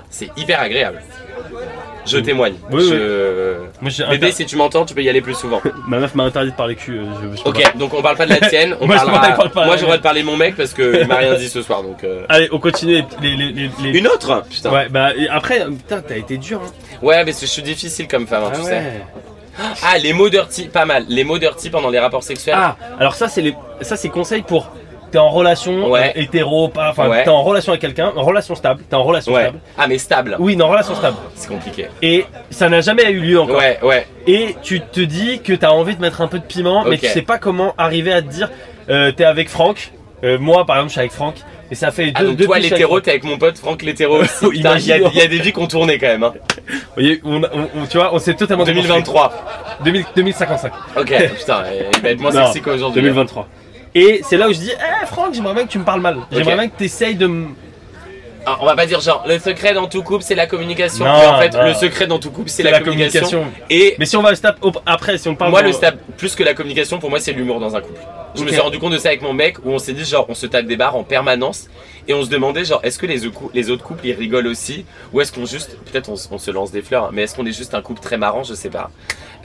D: C'est hyper agréable. Je témoigne.
A: Oui,
D: Je-
A: Moi, j'ai
D: Bébé,
A: inter-
D: si tu m'entends, tu peux y aller plus souvent.
A: Ma meuf m'a interdit de parler cul. euh, je- je peux pas.
D: Ok, donc on parle pas de la tienne. On
A: Moi, je
D: parlera...
A: parle pas- je parle pas.
D: Moi j'aurais de parler de mon mec parce qu'il m'a rien dit ce soir. Donc euh,
A: Allez, on continue les. les, les, les-
D: une autre. Putain. Ouais,
A: Ouais, bah et après, euh, putain, t'as été dur. Hein.
D: mais je suis difficile comme femme, hein, tu sais.
A: Ah ouais.
D: Ah, les mots dirty, pas mal. Les mots dirty pendant les rapports sexuels.
A: Ah, alors ça, c'est les, ça c'est conseil pour. T'es en relation
D: Ouais.
A: euh, hétéro, pas. Enfin,
D: Ouais.
A: t'es en relation avec quelqu'un, en relation stable. T'es en relation
D: ouais.
A: stable.
D: Ah, mais stable.
A: Oui, une relation stable.
D: C'est compliqué.
A: Et ça n'a jamais eu lieu encore.
D: Ouais, ouais.
A: Et tu te dis que t'as envie de mettre un peu de piment, mais
D: Ok.
A: tu sais pas comment arriver à te dire. euh, t'es avec Franck. Euh, moi, par exemple, je suis avec Franck. Et ça fait deux.
D: Ah, donc
A: deux
D: toi,
A: piches avec
D: l'hétéro,
A: Franck.
D: t'es avec mon pote Franck l'hétéro aussi.
A: Oh,
D: Putain, Il y, a-
A: imagine.
D: il y a des vies qu'on tournait quand même. Hein.
A: Vous voyez, on, on- on- tu vois, on s'est totalement.
D: 2023.
A: 2000 2055.
D: Ok, putain, euh, il va être moins
A: Non,
D: sexy qu'aujourd'hui. hein.
A: 2023. Et c'est là où je dis, eh Franck, j'aimerais bien que tu me parles mal. J'aimerais
D: Ok.
A: bien que tu essayes de me.
D: Ah, on va pas dire genre, le secret dans tout couple, c'est la communication.
A: Non,
D: Mais en fait,
A: non.
D: le secret dans tout couple, c'est la, communication. Et
A: Mais si on va au step op- après, si on parle.
D: moi,
A: dans-
D: le stable, plus que la communication, pour moi, c'est l'humour dans un couple. Je me
A: Ok.
D: suis rendu compte de ça avec mon mec, où on s'est dit, genre, on se tape des barres en permanence, et on se demandait, genre, est-ce que les, au- les autres couples, ils rigolent aussi, ou est-ce qu'on juste, peut-être on, s- on se lance des fleurs, hein, mais est-ce qu'on est juste un couple très marrant, je sais pas.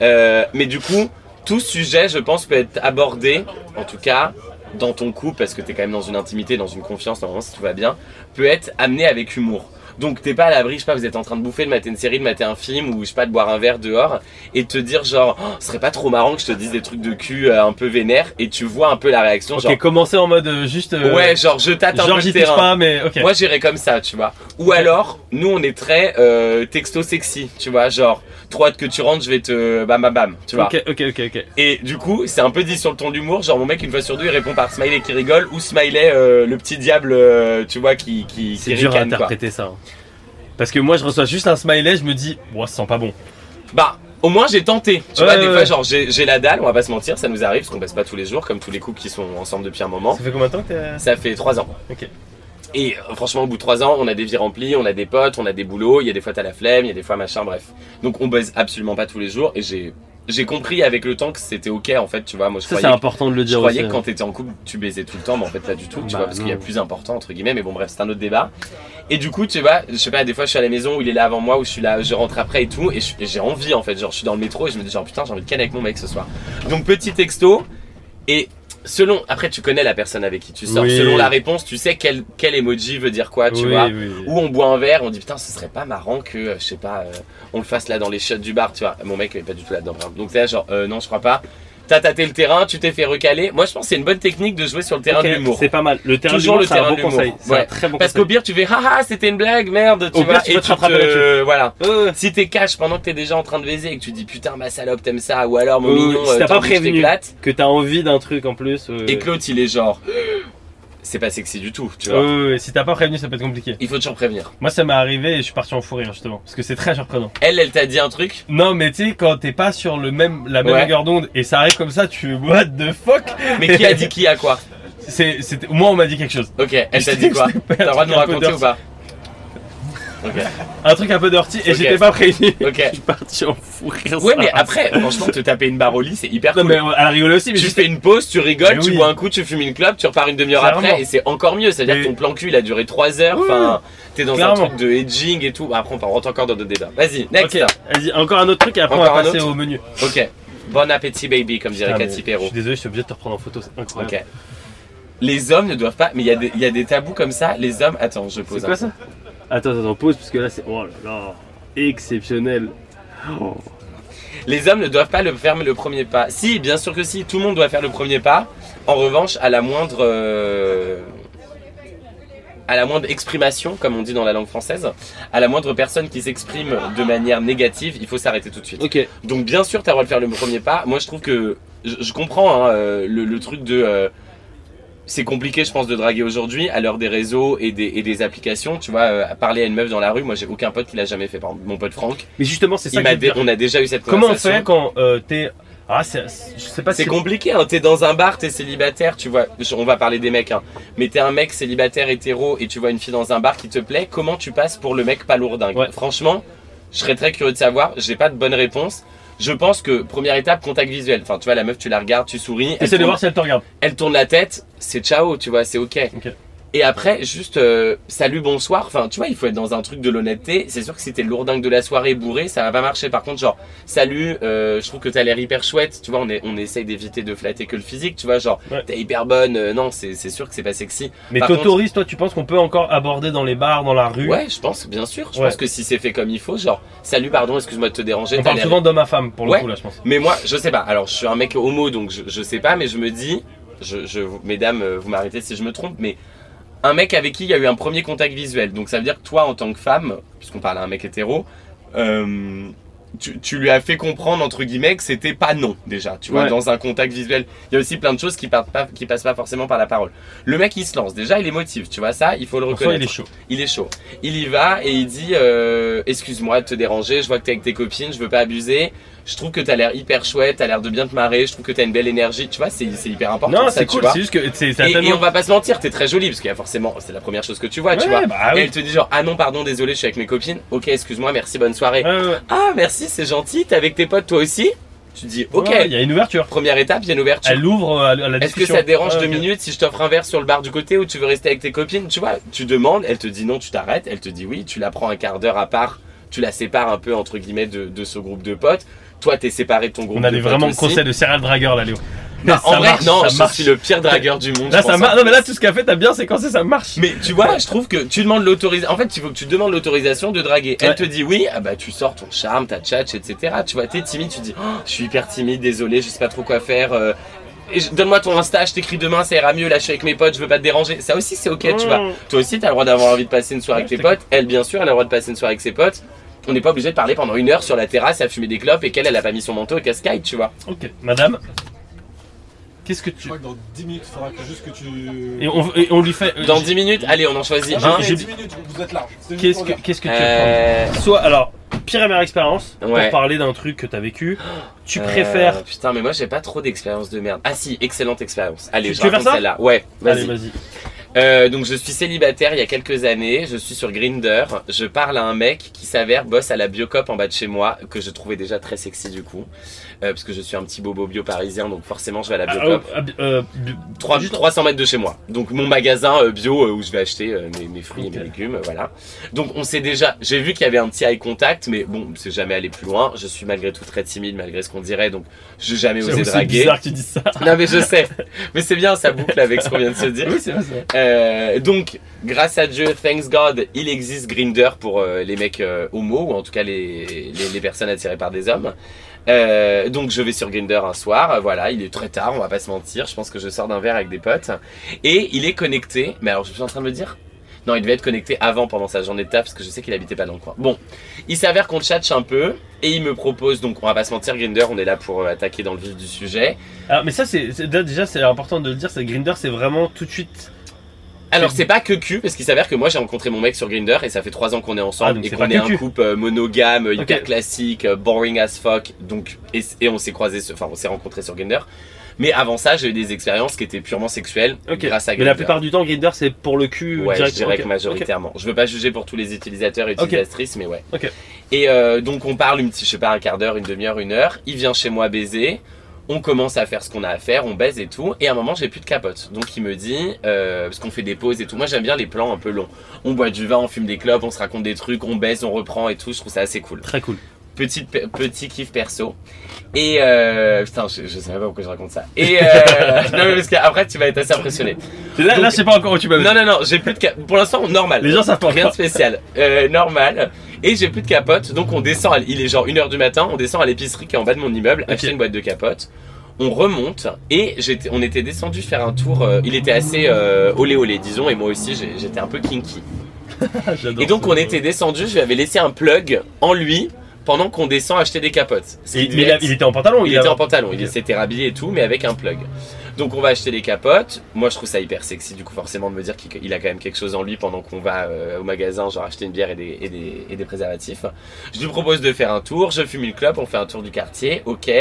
D: Euh, mais du coup, tout sujet, je pense, peut être abordé, en tout cas, dans ton couple, parce que t'es quand même dans une intimité, dans une confiance, normalement, si tout va bien, peut être amené avec humour. Donc t'es pas à l'abri, je sais pas, vous êtes en train de bouffer, de mater une série, de mater un film, ou je sais pas, de boire un verre dehors, et de te dire genre, Oh, ce serait pas trop marrant que je te dise des trucs de cul euh, un peu vénère, et tu vois un peu la réaction,
A: Ok,
D: genre,
A: commencer en mode euh, juste. euh,
D: ouais, genre je tâte un
A: Genre,
D: peu le
A: j'y touche
D: terrain.
A: pas, mais ok.
D: Moi j'irais comme ça, tu vois. Ou alors, nous on est très euh, texto sexy, tu vois, genre, trop hâte que tu rentres, je vais te bam bam bam, tu vois.
A: ok, ok, ok, ok.
D: Et du coup, c'est un peu dit sur le ton de l'humour, genre mon mec une fois sur deux il répond par smiley qui rigole ou smiley euh, le petit diable, euh, tu vois, qui qui
A: C'est
D: qui
A: dur à
D: ricane, quoi.
A: interpréter ça. hein. Parce que moi, je reçois juste un smiley, je me dis, ouais, ça sent pas bon.
D: Bah, au moins j'ai tenté. Tu vois,
A: Ouais,
D: des
A: ouais,
D: fois,
A: ouais.
D: genre j'ai j'ai la dalle, on va pas se mentir, ça nous arrive parce qu'on passe pas tous les jours, comme tous les couples qui sont ensemble depuis un moment.
A: Ça fait combien de temps que t'es.
D: Ça fait trois ans.
A: Ok.
D: Et euh, franchement, au bout de trois ans, on a des vies remplies, on a des potes, on a des boulots, il y a des fois t'as la flemme, il y a des fois machin, bref. Donc on baise absolument pas tous les jours et j'ai j'ai compris avec le temps que c'était ok en fait, tu vois. Moi je
A: Ça, c'est
D: croyais
A: important de le
D: Je
A: dire
D: croyais
A: aussi. hein.
D: que quand t'étais en couple, tu baisais tout le temps, mais en fait, pas du tout, tu
A: Bah,
D: vois, parce qu'il y a
A: non.
D: plus important, entre guillemets, mais bon, bref, c'est un autre débat. Et du coup, tu vois, je sais pas, des fois, je suis à la maison où il est là avant moi, où je suis là, je rentre après et tout, et je- et j'ai envie, en fait, genre, je suis dans le métro et je me dis, genre, putain, j'ai envie de canner avec mon mec ce soir. Donc, petit texto, et selon, après, tu connais la personne avec qui tu sors,
A: Oui.
D: selon la réponse, tu sais quel, quel emoji veut dire quoi, tu
A: Oui,
D: vois.
A: oui.
D: Ou on boit un verre, on dit putain, ce serait pas marrant que, euh, je sais pas, euh, on le fasse là dans les shots du bar, tu vois. Mon mec, il est pas du tout là-dedans. par exemple. Donc t'es là, genre, euh, non, je crois pas. T'as tâté le terrain, tu t'es fait recaler. Moi, je pense que c'est une bonne technique de jouer sur le terrain
A: Ok,
D: de l'humour.
A: C'est pas mal. Le terrain d'humour,
D: Toujours le
A: c'est un
D: terrain
A: bon
D: de l'humour.
A: conseil. C'est
D: Ouais.
A: un très bon
D: Parce qu'au
A: conseil.
D: pire, tu fais, haha, c'était une blague, merde, tu
A: Au
D: vois.
A: pire, tu
D: et
A: vas te rattraper là-dessus.
D: voilà.
A: Ouais, ouais.
D: Si t'es cash pendant que t'es déjà en train de baiser et que tu dis putain, ma salope, t'aimes ça, ou alors mon
A: Oui,
D: mignon,
A: si
D: euh,
A: t'as
D: t'as
A: pas
D: envie que je
A: prévenu.
D: t'éclate.
A: que t'as envie d'un truc en plus. euh,
D: Et Claude, il est genre, c'est pas sexy du tout, tu
A: ouais,
D: vois.
A: ouais, ouais, si t'as pas prévenu, ça peut être compliqué.
D: Il faut toujours prévenir.
A: Moi, ça m'est arrivé et je suis parti en fou rire justement, parce que c'est très surprenant.
D: Elle, elle t'a dit un truc,
A: Non, mais tu sais, quand t'es pas sur le même, la même
D: Ouais.
A: longueur d'onde et ça arrive comme ça, tu what the fuck
D: mais qui a dit qui à quoi
A: C'est, c'était- moi, on m'a dit quelque chose.
D: Ok, elle t'a dit quoi T'as le droit de nous raconter ou pas Ok.
A: Un truc un peu dirty et
D: Ok.
A: j'étais pas prévenu.
D: Ok.
A: je suis parti en fou rire.
D: Ouais,
A: ça
D: mais
A: va.
D: après, franchement, te taper une barre au lit, c'est hyper
A: Non,
D: cool.
A: mais elle rigolait aussi, mais
D: tu
A: juste.
D: fais une pause, tu rigoles,
A: Mais
D: tu
A: oui.
D: bois un coup, tu fumes une clope, tu repars une demi-heure
A: Clairement.
D: après et c'est encore mieux. C'est-à-dire
A: Mais-
D: que ton plan cul il a duré 3 heures.
A: Oui,
D: Enfin, t'es dans un
A: Clairement.
D: truc de edging et tout. Après, on rentre encore dans d'autres débats. Vas-y, next.
A: Ok, vas-y, encore un autre truc et après
D: Encore
A: on va
D: un
A: passer
D: autre
A: au menu.
D: Ok. Bon appétit, baby, comme dirait
A: Ah, mais
D: Cathy
A: Je
D: Perrault.
A: suis désolé, je suis obligé de te reprendre en photo, c'est incroyable.
D: Ok. Les hommes ne doivent pas. Mais il y, a des- il y a des tabous comme ça. Les hommes. Attends, je pose.
A: C'est quoi
D: un-
A: ça Attends, attends, pause, parce que là c'est. Oh là là Exceptionnel Oh.
D: Les hommes ne doivent pas le faire le premier pas. Si, bien sûr que si. Tout le monde doit faire le premier pas. En revanche, à la moindre. euh, À la moindre exprimation, comme on dit dans la langue française, à la moindre personne qui s'exprime de manière négative, il faut s'arrêter tout de suite.
A: Ok,
D: Donc bien sûr, t'as le droit de faire le premier pas. Moi, je trouve que je, je comprends hein, euh, le, le truc de. euh, c'est compliqué, je pense, de draguer aujourd'hui à l'heure des réseaux et des, et des applications. Tu vois, euh, parler à une meuf dans la rue, moi, j'ai aucun pote qui l'a jamais fait. Par exemple, mon pote Franck,
A: mais justement, c'est ça
D: il
A: que je
D: m'a
A: veux
D: dé-
A: dire.
D: on a déjà eu cette
A: Comment on
D: conversation.
A: fait quand euh, t'es. Ah, c'est. c'est- Je sais pas si.
D: C'est compliqué, hein. t'es dans un bar, t'es célibataire, tu vois, je- on va parler des mecs, hein. mais t'es un mec célibataire hétéro et tu vois une fille dans un bar qui te plaît, comment tu passes pour le mec pas lourdingue
A: Ouais.
D: Franchement, je serais très curieux de savoir, j'ai pas de bonne réponse. Je pense que première étape, contact visuel. Enfin, tu vois, la meuf, tu la regardes, tu souris, elle
A: Essaye de
D: tourne,
A: voir si elle te regarde.
D: elle tourne la tête, c'est ciao, tu vois, c'est ok.
A: Ok.
D: Et après, juste euh, salut, bonsoir. Enfin, tu vois, il faut être dans un truc de l'honnêteté. C'est sûr que si t'es le lourdingue de la soirée bourré, ça va pas marcher. Par contre, genre, salut, euh, je trouve que t'as l'air hyper chouette. Tu vois, on, est, on essaye d'éviter de flatter que le physique. Tu vois, genre,
A: Ouais.
D: t'es hyper bonne. Euh, non, c'est c'est sûr que c'est pas sexy.
A: Mais
D: Par
A: t'autorises, toi, tu penses qu'on peut encore aborder dans les bars, dans la rue
D: Ouais, je pense, bien sûr. Je
A: Ouais.
D: pense que si c'est fait comme il faut, genre, salut, pardon, excuse-moi de te déranger.
A: On
D: t'as
A: parle
D: l'air-
A: souvent d'homme à femme pour le
D: Ouais.
A: coup, là, je pense.
D: Mais moi, je sais pas. Alors, je suis un mec homo, donc je, je sais pas, mais je me dis, je, je, vous- mesdames, euh, vous m'arrêtez si je me trompe, mais un mec avec qui il y a eu un premier contact visuel. Donc, ça veut dire que toi, en tant que femme, puisqu'on parle à un mec hétéro, euh, tu, tu lui as fait comprendre, entre guillemets, que c'était pas non, déjà, tu vois,
A: Ouais.
D: dans un contact visuel. Il y a aussi plein de choses qui, partent pas, qui passent pas forcément par la parole. Le mec, il se lance. Déjà, il est motif, tu vois, ça, il faut le
A: Pour toi, il
D: reconnaître.
A: est chaud.
D: Il est chaud. Il y va et il dit euh, Excuse-moi de te déranger, je vois que t'es avec tes copines, je veux pas abuser. Je trouve que t'as l'air hyper chouette, t'as l'air de bien te marrer, je trouve que t'as une belle énergie. Tu vois, c'est c'est hyper important.
A: Non,
D: ça,
A: c'est
D: tu
A: cool,
D: vois.
A: c'est juste que c'est
D: Et, et
A: certainement.
D: on va pas se mentir, t'es très jolie parce qu'il y a forcément, c'est la première chose que tu vois, tu vois.
A: Ouais, bah
D: Et
A: oui.
D: elle te dit genre Ah non, pardon, désolé, je suis avec mes copines. Ok, excuse-moi, merci, bonne soirée.
A: Ouais, ouais, ouais.
D: Ah, merci, c'est gentil, t'es avec tes potes toi aussi Tu dis Ok.
A: Ouais, Il y a une ouverture.
D: Première étape, il y a une ouverture.
A: Elle ouvre euh, à la
D: Est-ce que
A: discussion.
D: ça te dérange
A: Ouais,
D: deux
A: ok.
D: minutes si je t'offre un verre sur le bar du côté ou tu veux rester avec tes copines Tu vois, tu demandes, elle te dit non, tu t'arrêtes, elle te dit oui, tu la prends un quart d'heure à part, tu la sépares un peu entre guillemets de, de ce groupe de potes. Toi, t'es séparé de ton groupe
A: On
D: de
A: a
D: potes.
A: des vraiment
D: aussi.
A: conseils de serial dragueur là, Léo.
D: Bah, en
A: Ça
D: vrai,
A: marche,
D: non,
A: ça
D: je
A: marche.
D: suis le pire dragueur du monde.
A: Là,
D: je
A: ça
D: pense,
A: marche.
D: hein.
A: Non, mais là, tout ce qu'a fait, t'as bien séquencé, ça marche.
D: Mais tu vois, je trouve que tu demandes l'autorisation. En fait, il faut que tu demandes l'autorisation de draguer. Elle
A: Ouais.
D: te dit oui, ah bah tu sors ton charme, ta tchatch, etc. Tu vois, t'es timide, tu dis Oh, je suis hyper timide, désolé, je sais pas trop quoi faire. euh, et je- Donne-moi ton Insta, je t'écris demain, ça ira mieux. Là, je suis avec mes potes, je veux pas te déranger. Ça aussi, c'est ok, tu vois. Toi aussi, t'as le droit d'avoir envie de passer une soirée
A: Ouais,
D: avec tes
A: je
D: potes. Elle, bien sûr, elle a le droit de passer une soirée avec ses potes. On n'est pas obligé de parler pendant une heure sur la terrasse à fumer des clopes et qu'elle, elle a pas mis son manteau et qu'elle Skype, tu vois.
A: Ok, madame. Qu'est-ce que
C: Je
A: tu.
C: crois que dans 10 minutes, il faudra que juste que tu.
A: Et on, et on lui fait. euh,
D: Dans 10 minutes, allez, on en choisit
C: Ah,
A: j'ai-
D: un.
C: mais
A: j'ai-
C: 10 minutes, vous êtes large. C'est juste
A: Qu'est-ce
C: pour
A: que,
C: dire.
A: qu'est-ce que tu veux prendre
D: Euh,
A: Soit, alors, pire et meilleure expérience,
D: Ouais.
A: pour parler d'un truc que t'as vécu. Tu
D: Euh,
A: préfères.
D: Putain, mais moi j'ai pas trop d'expérience de merde. Ah si, excellente expérience. Allez,
A: Tu-
D: je
A: tu veux
D: raconte
A: faire ça
D: celle-là. Ouais,
A: Allez,
D: vas-y.
A: vas-y.
D: Euh, donc je suis célibataire il y a quelques années, je suis sur Grinder, je parle à un mec qui s'avère bosse à la Biocop en bas de chez moi, que je trouvais déjà très sexy du coup, euh, parce que je suis un petit bobo bio parisien, donc forcément je vais à la
A: Ah,
D: Biocop.
A: ah, euh, bi-
D: Trois-
A: juste-
D: 300 mètres de chez moi. Donc mon magasin euh, bio euh, où je vais acheter euh, mes, mes fruits et mes
A: Nickel.
D: légumes, euh, voilà. Donc on s'est déjà, j'ai vu qu'il y avait un petit eye contact, mais bon, c'est jamais allé plus loin. Je suis malgré tout très timide, malgré ce qu'on dirait, donc je n'ai jamais osé
A: J'avoue, C'est
D: draguer.
A: bizarre que tu dises ça.
D: Non mais je sais, mais c'est bien, ça boucle avec ce qu'on vient de se dire.
A: Oui, c'est vrai, c'est vrai.
D: Euh, donc, grâce à Dieu, thanks God, il existe Grinder pour euh, les mecs euh, homo ou en tout cas les, les, les personnes attirées par des hommes. Euh, donc je vais sur Grinder un soir, euh, voilà, il est très tard, on va pas se mentir, je pense que je sors d'un verre avec des potes et il est connecté. Mais alors je suis en train de me dire non, il devait être connecté avant pendant sa journée de taf parce que je sais qu'il habitait pas dans le coin. Bon, il s'avère qu'on tchatche un peu et il me propose donc on va pas se mentir Grinder, on est là pour euh, attaquer dans le vif du sujet.
A: Alors, mais ça, c'est c'est- là, déjà, c'est important de le dire. C'est Grinder, c'est vraiment tout de suite.
D: Alors c'est pas que cul parce qu'il s'avère que moi j'ai rencontré mon mec sur Grinder et ça fait trois ans qu'on est
A: Ah,
D: ensemble
A: donc
D: et
A: c'est
D: qu'on
A: pas
D: est
A: que
D: un
A: cul.
D: couple euh, monogame, hyper
A: Ok.
D: classique, euh, boring as fuck. Donc et, et on s'est croisés, sur- enfin on s'est rencontrés sur Grinder. Mais avant ça j'ai eu des expériences qui étaient purement sexuelles
A: Ok.
D: grâce à
A: Mais
D: Grinder.
A: la plupart du temps, Grinder, c'est pour le cul.
D: Ouais,
A: direct.
D: je dirais
A: Ok,
D: que
A: ok.
D: majoritairement. Je veux pas juger pour tous les utilisateurs et
A: Ok.
D: utilisatrices, mais ouais.
A: Ok.
D: Et euh, donc on parle une petite, je sais pas, un quart d'heure, une demi-heure, une heure. Il vient chez moi baiser. On commence à faire ce qu'on a à faire, on baise et tout. Et à un moment, j'ai plus de capote. Donc il me dit, euh, parce qu'on fait des pauses et tout. Moi, j'aime bien les plans un peu longs. On boit du vin, on fume des clopes, on se raconte des trucs, on baise, on reprend et tout. Je trouve ça assez cool.
A: Très cool.
D: Petit, pe- petit kiff perso. Et euh, putain, je, je sais même pas pourquoi je raconte ça. Et euh, non, mais parce qu'après, tu vas être assez impressionné.
A: Là, là, je sais pas encore où tu m'as mis.
D: Non, non, non, j'ai plus de capote. Pour l'instant, normal.
A: Les gens savent pas
D: Rien de
A: encore.
D: spécial. Euh, normal. Et j'ai plus de capote. Donc, on descend. à l- il est genre 1h du matin. On descend à l'épicerie qui est en bas de mon immeuble. Acheter une boîte de capote. On remonte. Et j'étais, on était descendu faire un tour. euh, il était assez euh, olé olé, disons. Et moi aussi, j'ai- j'étais un peu kinky.
A: J'adore
D: Et donc,
A: ce
D: on
A: mot.
D: était descendu. Je lui avais laissé un plug en lui pendant qu'on descend acheter des capotes. Ce qui
A: Et-
D: devait
A: mais il, a-
D: être-
A: il était en pantalon.
D: il
A: a-
D: était en pantalon, il
A: Ok.
D: s'était rhabillé et tout, mais avec un plug. Donc on va acheter les capotes. Moi je trouve ça hyper sexy du coup forcément de me dire qu'il il a quand même quelque chose en lui pendant qu'on va euh, au magasin genre acheter une bière et des, et des- et des préservatifs. Je lui propose de faire un tour, je fume une clope, on fait un tour du quartier, ok.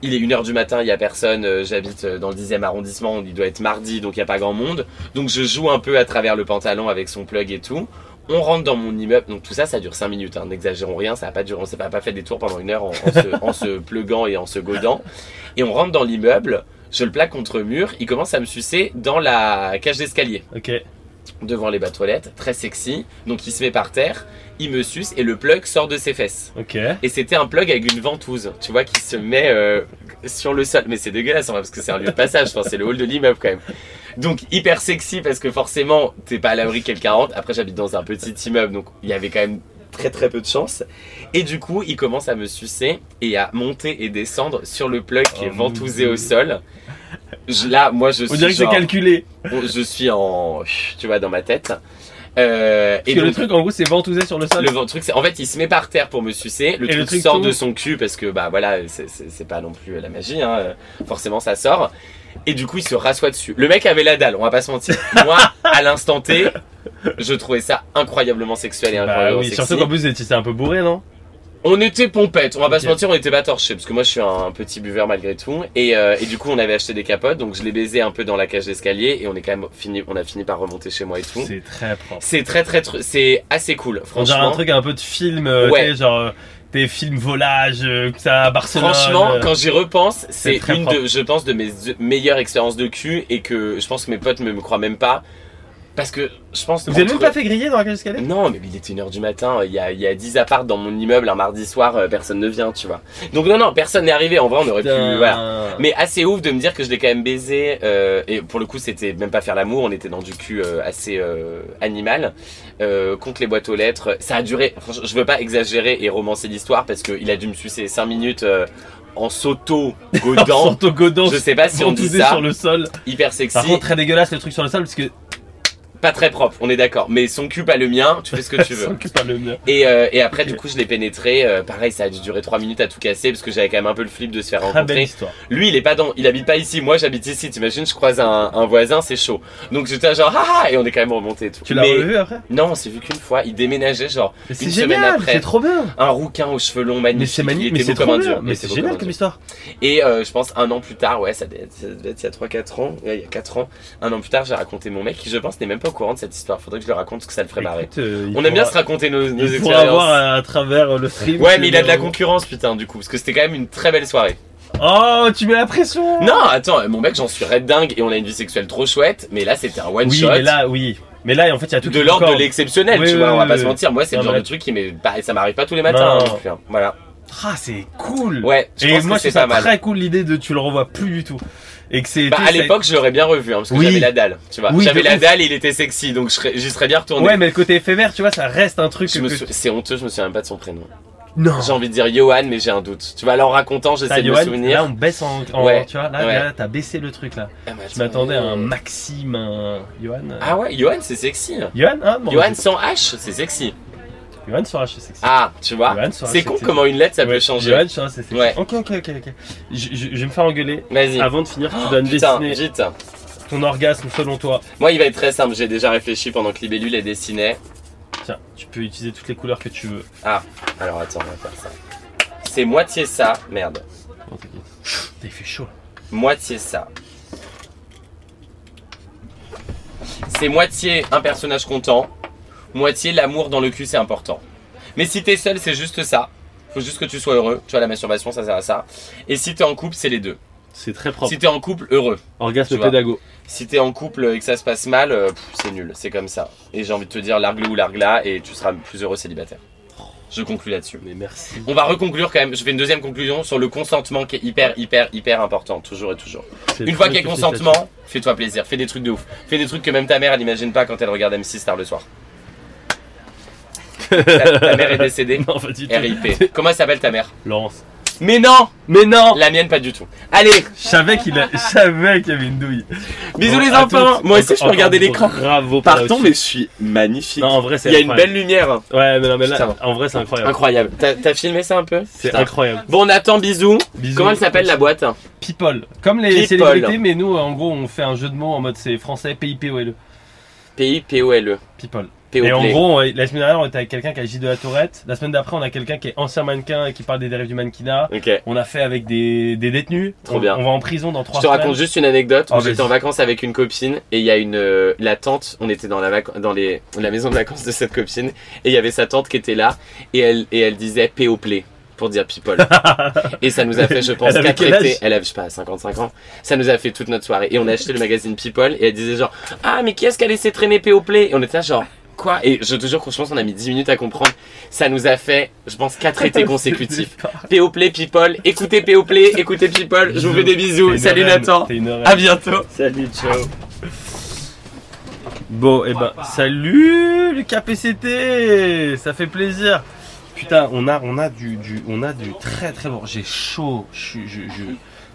D: Il est 1h du matin, il y a personne, euh, j'habite euh, dans le 10e arrondissement, il doit être mardi donc il n'y a pas grand monde. Donc je joue un peu à travers le pantalon avec son plug et tout. On rentre dans mon immeuble, donc tout ça, ça dure 5 minutes, hein, n'exagérons rien, ça n'a pas duré, on s'est pas, pas fait des tours pendant une heure en, en se, en se pluguant et en se godant. Et on rentre dans l'immeuble, je le plaque contre mur, il commence à me sucer dans la cage d'escalier,
A: Ok.
D: devant les bas toilettes, très sexy. Donc il se met par terre, il me suce et le plug sort de ses fesses.
A: Ok.
D: Et c'était un plug avec une ventouse, tu vois, qui se met euh, sur le sol. Mais c'est dégueulasse, en vrai, parce que c'est un lieu de passage, enfin, c'est le hall de l'immeuble quand même. Donc hyper sexy parce que forcément, t'es pas à l'abri que quelqu'un rentre. Après, j'habite dans un petit immeuble, donc il y avait quand même très très peu de chance. Et du coup, il commence à me sucer et à monter et descendre sur le plug qui est
A: Oh mon
D: ventousé
A: Dieu.
D: au sol. Je- là, moi, je
A: On
D: suis,
A: dirait que c'est
D: genre-
A: calculé.
D: je suis en, tu vois, dans ma tête. Euh,
A: Parce que le truc, en gros, c'est ventousé sur le sol.
D: le vent- truc, c'est en fait, il se met par terre pour me sucer. Le
A: Et
D: truc,
A: le truc
D: sort
A: tombe.
D: de son cul parce que bah voilà, c'est- c'est c'est pas non plus la magie. Hein. euh, Forcément, ça sort. Et du coup, il se rassoit dessus. Le mec avait la dalle, on va pas se mentir. Moi, à l'instant T, je trouvais ça incroyablement sexuel et
A: Bah
D: incroyablement
A: oui,
D: sexy.
A: surtout qu'en plus, c'était un peu bourré, non
D: On était pompettes, on va pas
A: Ok.
D: se mentir, on était pas torchés, parce que moi je suis un petit buveur malgré tout. Et, euh, et du coup, on avait acheté des capotes, donc je l'ai baisé un peu dans la cage d'escalier et on est quand même fini, on a fini par remonter chez moi et tout.
A: C'est très propre.
D: C'est très très, tr- c'est assez cool,
A: On
D: franchement.
A: dirait un truc un peu de film, euh,
D: Ouais.
A: tu sais, genre euh, des films volages, euh, que ça à Barcelone.
D: Franchement,
A: euh,
D: quand j'y repense, c'est
A: très
D: une
A: propre.
D: de, je pense, de mes meilleures expériences de cul et que je pense que mes potes ne me croient même pas. Parce que je pense
A: Vous avez
D: entre-
A: même pas fait griller dans la cage d'escalier
D: Non, mais il était 1h du matin, il y, a, il y a 10 apparts dans mon immeuble un mardi soir, euh, personne ne vient, tu vois. Donc non, non, personne n'est arrivé, en vrai on aurait pu... Voilà. Mais assez ouf de me dire que je l'ai quand même baisé, euh, et pour le coup c'était même pas faire l'amour, on était dans du cul euh, assez euh, animal, euh, contre les boîtes aux lettres. Ça a duré, franchement, je veux pas exagérer et romancer l'histoire parce qu'il a dû me sucer 5 minutes euh, en
A: dans
D: s'auto-godant.
A: ton godon,
D: je sais pas si on dit
A: ventousé
D: ça,
A: sur le sol.
D: hyper sexy,
A: Par contre, très dégueulasse le truc sur le sol, parce que
D: pas très propre, on est d'accord, mais son cul pas le mien, tu fais ce que tu veux.
A: sans que pas le mien.
D: Et, euh, et après,
A: Ok.
D: du coup, je l'ai pénétré. euh, pareil, ça a dû durer 3 minutes à tout casser parce que j'avais quand même un peu le flip de se faire
A: Très Ah, belle
D: rencontrer.
A: histoire.
D: Lui, il est pas dans, il habite pas ici. Moi, j'habite ici. T'imagines, je croise un, un voisin, c'est chaud. Donc j'étais genre, ah, ah, et on est quand même remonté et tout.
A: Tu l'as
D: Mais-
A: revu après
D: Non, on s'est vu qu'une fois. Il déménageait, genre,
A: Mais C'est
D: une semaine
A: génial,
D: après.
A: c'est trop bien.
D: un rouquin aux cheveux longs, magnifique.
A: Mais c'est
D: il
A: magnifique,
D: était
A: mais c'est
D: beau comme
A: trop
D: un dieu,
A: bien.
D: il
A: Mais
D: était
A: c'est
D: beau comme un
A: génial
D: dieu.
A: comme histoire.
D: Et euh, je pense un an plus tard, ouais, ça devait être, ça devait être il y a 3-4 ans, ouais, il y a 4 ans, un an plus tard, j'ai raconté mon mec qui, je pense, n'est même pas au courant de cette histoire. Faudrait que je le raconte parce que ça le ferait marrer.
A: Écoute, euh, il
D: On aime bien se
A: faudra-
D: raconter nos, nos
A: Il pourra
D: expériences.
A: voir à, à travers euh, le stream.
D: Ouais,
A: si
D: mais il a de la
A: veut.
D: concurrence, putain, du coup, parce que c'était quand même une très belle soirée.
A: Oh, tu mets la pression
D: Non, attends, mon mec, j'en suis red dingue et on a une vie sexuelle trop chouette, mais là, c'était un one
A: Oui,
D: shot.
A: mais là, oui. Mais là, en fait, il y a tout
D: de
A: qui
D: l'ordre de
A: concorde.
D: l'exceptionnel,
A: Oui,
D: tu
A: oui,
D: vois, on va
A: oui,
D: pas se
A: oui.
D: mentir. Moi, c'est le
A: Non,
D: genre
A: mais-
D: de truc qui m'est pas, ça m'arrive pas tous les matins.
A: Non.
D: hein, enfin, voilà.
A: Ah, c'est cool
D: Ouais, je
A: Et
D: pense
A: moi, je trouve
D: que c'est
A: ça
D: pas mal.
A: très cool l'idée de tu le revois plus du tout. Et que c'est.
D: Bah,
A: tu sais,
D: à
A: c'est-
D: l'époque, je l'aurais bien revu, hein, parce que
A: Oui.
D: j'avais la dalle, tu vois.
A: Oui,
D: j'avais
A: de
D: la
A: ouf.
D: dalle et il était sexy, donc je serais- j'y serais bien retourné.
A: Ouais, mais le côté éphémère, tu vois, ça reste un truc.
D: Je me
A: que-
D: sou- C'est honteux, je me souviens même pas de son prénom.
A: Non.
D: J'ai envie de dire Johan, mais j'ai un doute. Tu vois, là, en racontant,
A: T'as,
D: j'essaie de me
A: Johan, là,
D: souvenir.
A: on baisse en. en-
D: Ouais,
A: Tu vois, là,
D: ouais.
A: là, t'as baissé le truc là.
D: Ah, mais
A: Je m'attendais à
D: attends.
A: un Maxime, un. Johan. euh,
D: Ah ouais, Johan, c'est sexy.
A: Johan, hein bon,
D: Johan sans H, c'est sexy.
A: Johan sur HSX.
D: Ah, tu vois,
A: Johan sur
D: c'est
A: HSX.
D: con comment une lettre ça peut
A: Ouais,
D: changer.
A: Johan sur HSX.
D: Ouais.
A: Ok, ok, ok, ok. Je, je- je vais me faire engueuler.
D: Vas-y.
A: Avant de finir, tu
D: Oh,
A: dois me
D: putain,
A: dessiner
D: vite.
A: ton orgasme selon toi.
D: Moi, il va être très simple. J'ai déjà réfléchi pendant que Libellule les dessinait.
A: Tiens, tu peux utiliser toutes les couleurs que tu veux.
D: Alors attends, on va faire ça. C'est moitié ça, merde.
A: Bon, t'inquiète. Putain, Il fait chaud. là.
D: Moitié ça. C'est moitié un personnage content, moitié l'amour dans le cul, c'est important. Mais si t'es seul, c'est juste ça. Faut juste que tu sois heureux. Tu vois, la masturbation, ça sert à ça. Et si t'es en couple, c'est les deux.
A: C'est très propre.
D: Si t'es en couple, heureux.
A: Orgasme
D: Tu vois.
A: pédago.
D: Si t'es en couple et que ça se passe mal, euh, pff, c'est nul. C'est comme ça. Et j'ai envie de te dire, largue-le ou largue-la et tu seras plus heureux célibataire. Je conclus là-dessus.
A: Mais merci.
D: On va reconclure quand même. Je fais une deuxième conclusion sur le consentement qui est hyper, hyper, hyper important, toujours et toujours.
A: C'est
D: Une fois
A: le
D: qu'il y a
A: truc que
D: consentement, fais-toi plaisir, fais des trucs de ouf. Fais des trucs que même ta mère, elle n'imagine pas quand elle regarde M6 tard le soir.
A: j'ai
D: Ta,
A: fait.
D: ta mère est décédée.
A: Non, pas du tout.
D: RIP. Comment elle s'appelle ta mère
A: Laurence.
D: Mais non
A: Mais non
D: La mienne, pas du tout. Allez,
A: Je savais qu'il a- je savais qu'il y avait une douille. Bon,
D: bisous les
A: à
D: enfants
A: toutes.
D: Moi aussi, je
A: Encore-
D: peux regarder
A: encore
D: l'écran.
A: Bravo pour la
D: Partons, mais
A: réussite.
D: je suis magnifique.
A: Non, en vrai, c'est
D: Il y a une
A: incroyable.
D: belle lumière.
A: Ouais, mais non, mais là,
D: Putain.
A: en vrai, c'est incroyable.
D: Incroyable. T'as t'as filmé ça un peu
A: C'est
D: Putain.
A: incroyable.
D: Bon, Nathan, bisous.
A: Bisous.
D: Comment elle s'appelle la boîte
A: People. Comme les
D: People.
A: célébrités, mais nous, en gros, on fait un jeu de mots en mode c'est français, p i p o l E.
D: Pays P-O-L-E.
A: People.
D: P-O-L-E.
A: Et en gros, on- la semaine dernière, on était avec quelqu'un qui a J de la Tourette. La semaine d'après, on a quelqu'un qui est ancien mannequin et qui parle des dérives du mannequinat.
D: Ok.
A: On a fait avec des, des détenus.
D: Trop
A: on,
D: bien.
A: On va en prison dans trois
D: Je te
A: semaines.
D: raconte juste une anecdote. où
A: Oh,
D: J'étais
A: vas-y.
D: en vacances avec une copine et il y a une euh, la tante. On était dans la vac- dans les la maison de vacances de cette copine et il y avait sa tante qui était là et elle et elle disait PO play E pour dire people. et ça nous a fait je pense
A: Elle avait quel
D: caqueter.
A: âge
D: Elle avait je sais pas 55 ans. Ça nous a fait toute notre soirée et on a acheté le magazine People et elle disait genre ah mais qui est-ce qui a laissé traîner PO play E et on était là genre Quoi Et je te jure, que je pense qu'on a mis 10 minutes à comprendre. Ça nous a fait, je pense, quatre étés consécutifs. PO Play, People. Écoutez PO Play, écoutez People. Je vous fais des bisous.
A: T'es une
D: Salut
A: reine.
D: Nathan.
A: T'es une reine.
D: À bientôt.
A: Salut, ciao. Bon, et ben, salut le KPCT, ça fait plaisir. Putain, on a, on a du, du- on a du très très bon. J'ai chaud, je, suis- je, je,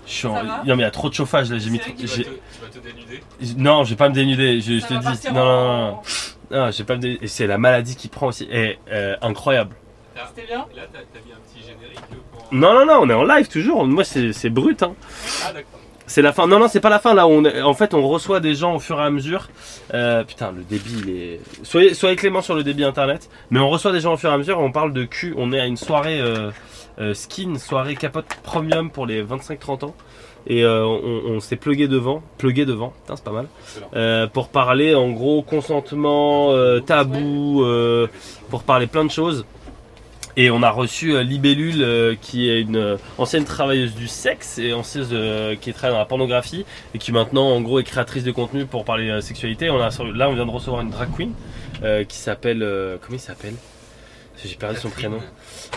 A: je suis en-
E: Ça va
A: non mais il y a trop de chauffage là. J'ai mis,
E: C'est vrai
A: trop-
E: qu'il
A: j'ai-
C: Tu vas te dénuder.
A: j'ai- non, je vais pas me dénuder. Je, je
E: Ça
A: te
E: va
A: dis,
E: partir
A: non, non, non, non.
E: en-
A: Non, je vais pas me dénuder. Et c'est la maladie qui prend aussi. Et euh, incroyable.
E: Ah. C'était bien
C: Là, t'as t'as mis un petit générique pour.
A: Non, non, non, on est en live toujours. Moi, c'est c'est brut. Hein.
C: Ah, d'accord.
A: C'est la fin. Non, non, c'est pas la fin. Là, on est- en fait, on reçoit des gens au fur et à mesure. Euh, putain, le débit, il est. Soyez, soyez clément sur le débit internet. Mais on reçoit des gens au fur et à mesure. On parle de cul. On est à une soirée euh, euh, skin, soirée capote premium pour les 25-30 ans. Et euh, on, on s'est plugué devant. Plugué devant. Putain, c'est pas mal.
C: Excellent.
A: Euh, pour parler, en gros, consentement, euh, tabou. euh, pour parler plein de choses. Et on a reçu euh, Libellule, euh, qui est une euh, ancienne travailleuse du sexe et ancienne euh, qui travaille dans la pornographie et qui maintenant, en gros, est créatrice de contenu pour parler euh, sexualité. On a, là, on vient de recevoir une drag queen euh, qui s'appelle. euh, comment il s'appelle J'ai perdu son prénom.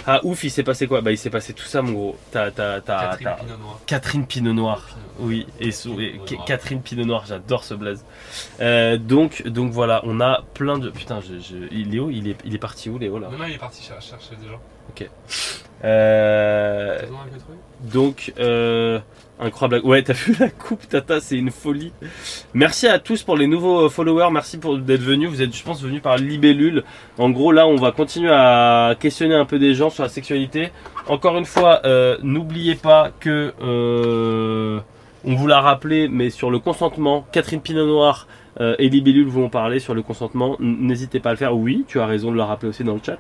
A: Ah ouf, il s'est passé quoi Bah, il s'est passé tout ça, mon gros. T'as, t'as, t'as-
C: Catherine
A: Ah, t'as-
C: Pinot Noir.
A: Catherine Pinot Noir. Oui, et, sous- et
C: Pinot Noir.
A: Catherine Pinot Noir, j'adore ce blaze. Euh, donc, donc voilà, on a plein de. Putain, je, je- Léo, il est, il est parti où, Léo là
C: Non, non, il est parti cher- chercher des gens.
A: Euh,
C: T'as besoin d'un peu de truc
A: donc, euh, incroyable. Ouais, t'as vu la coupe, Tata, c'est une folie. Merci à tous pour les nouveaux euh, followers. Merci pour d'être venus. Vous êtes, je pense, venus par libellule. En gros, là, on va continuer à questionner un peu des gens sur la sexualité. Encore une fois, euh, n'oubliez pas que euh, on vous l'a rappelé, mais sur le consentement, Catherine Pinot Noir euh, et Libellule vous en parler sur le consentement. N- N'hésitez pas à le faire. Oui, tu as raison de le rappeler aussi dans le chat.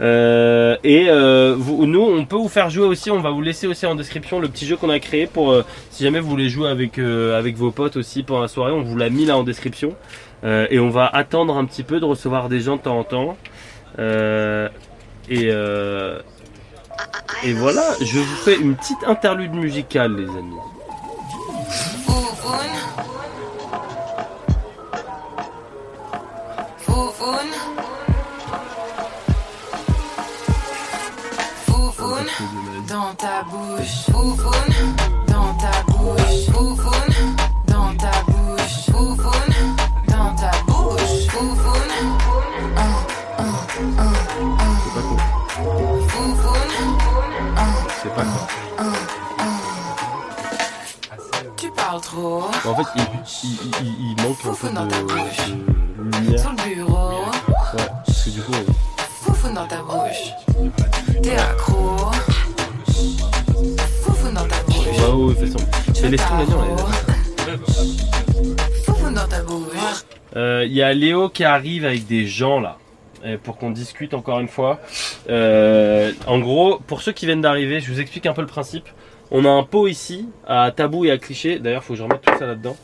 A: Euh, et euh, vous- nous, on peut vous faire jouer aussi. On va vous laisser aussi en description le petit jeu qu'on a créé pour euh, si jamais vous voulez jouer avec euh, avec vos potes aussi pendant la soirée. On vous l'a mis là en description. Euh, et on va attendre un petit peu de recevoir des gens de temps en temps. Euh, et euh, et voilà, je vous fais une petite interlude musicale, les amis.
F: Vovun. Vovun. Vovun. Dans ta bouche, Vovun. Dans ta bouche, Vovun. Dans ta bouche, Vovun. Dans ta bouche, Vovun. Un, un, un, un. Vovun.
A: C'est pas quoi.
F: Tu parles trop.
A: En fait, il, il- il- il manque un peu de, de lumière.
F: Sur le bureau.
A: Ouais, parce que du coup, euh, on-
F: Foufou dans ta bouche. T'es accro. Foufou dans ta bouche.
A: waouh, il fait son. Mais laisse tomber, non, elle-
F: Foufou dans ta bouche.
A: Euh, Il y a Léo qui arrive avec des gens là euh, pour qu'on discute encore une fois. Euh, en gros, pour ceux qui viennent d'arriver, je vous explique un peu le principe. On a un pot ici à tabou et à clichés. D'ailleurs, faut que je remette tout ça là-dedans.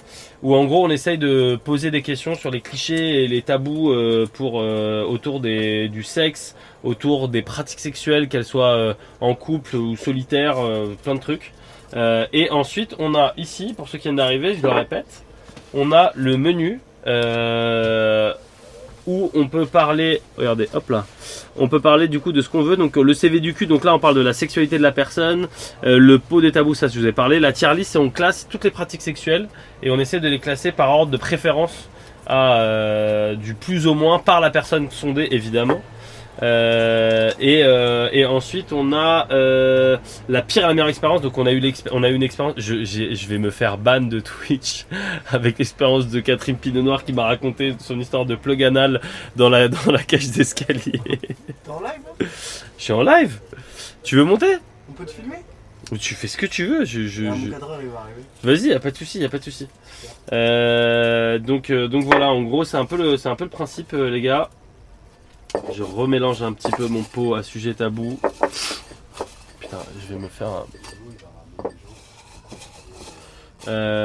A: Où en gros, on essaye de poser des questions sur les clichés et les tabous euh, pour euh, autour des, du sexe, autour des pratiques sexuelles, qu'elles soient euh, en couple ou solitaire, euh, plein de trucs. Euh, et ensuite, on a ici, pour ceux qui viennent d'arriver, je le répète, on a le menu euh, où on peut parler. Regardez, hop là. On peut parler du coup de ce qu'on veut. Donc euh, le CV du cul, donc là on parle de la sexualité de la personne, euh, le pot des tabous, ça je vous ai parlé. La tier list, c'est on classe toutes les pratiques sexuelles et on essaie de les classer par ordre de préférence à, euh, du plus au moins par la personne sondée évidemment. Euh, et, euh, et ensuite on a euh, la pire et la meilleure expérience. Donc on a eu l'expé- on a eu une expérience. Je, j'ai- je vais me faire ban de Twitch avec l'expérience de Catherine Pinot Noir qui m'a raconté son histoire de plug anal dans la dans la cage d'escalier.
E: T'es en live là
A: Je suis en live. Tu veux monter
E: On peut te filmer
A: Tu fais ce que tu veux. Je, je-
E: Ah,
A: je-
E: Mon cadreur il va arriver.
A: Vas-y, y a pas de souci, y a pas de souci. Euh, donc, euh, donc voilà, en gros, c'est un peu le, c'est un peu le principe, euh, les gars. Je remélange un petit peu mon pot à sujet tabou. Putain, je vais me faire. un-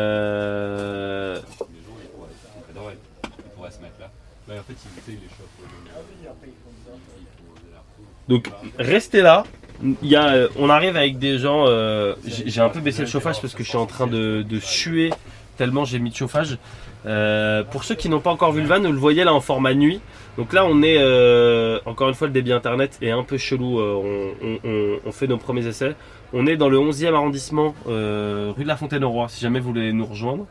A: Euh,
C: Les gens, ils pourraient, ils pourraient- ils pourraient se mettre là. Mais en fait, ils étaient les chauffent.
A: donc restez là. Il y a, euh, on arrive avec des gens. euh, j'ai j'ai un peu baissé le chauffage parce que je suis en train de, de suer tellement j'ai mis de chauffage. Euh, pour ceux qui n'ont pas encore vu le van, vous le voyez là en format nuit. Donc là, on est euh, encore une fois le débit internet est un peu chelou. euh, on, on- on- on fait nos premiers essais. On est dans le 11e arrondissement, euh, rue de la Fontaine au Roi. Si jamais vous voulez nous rejoindre.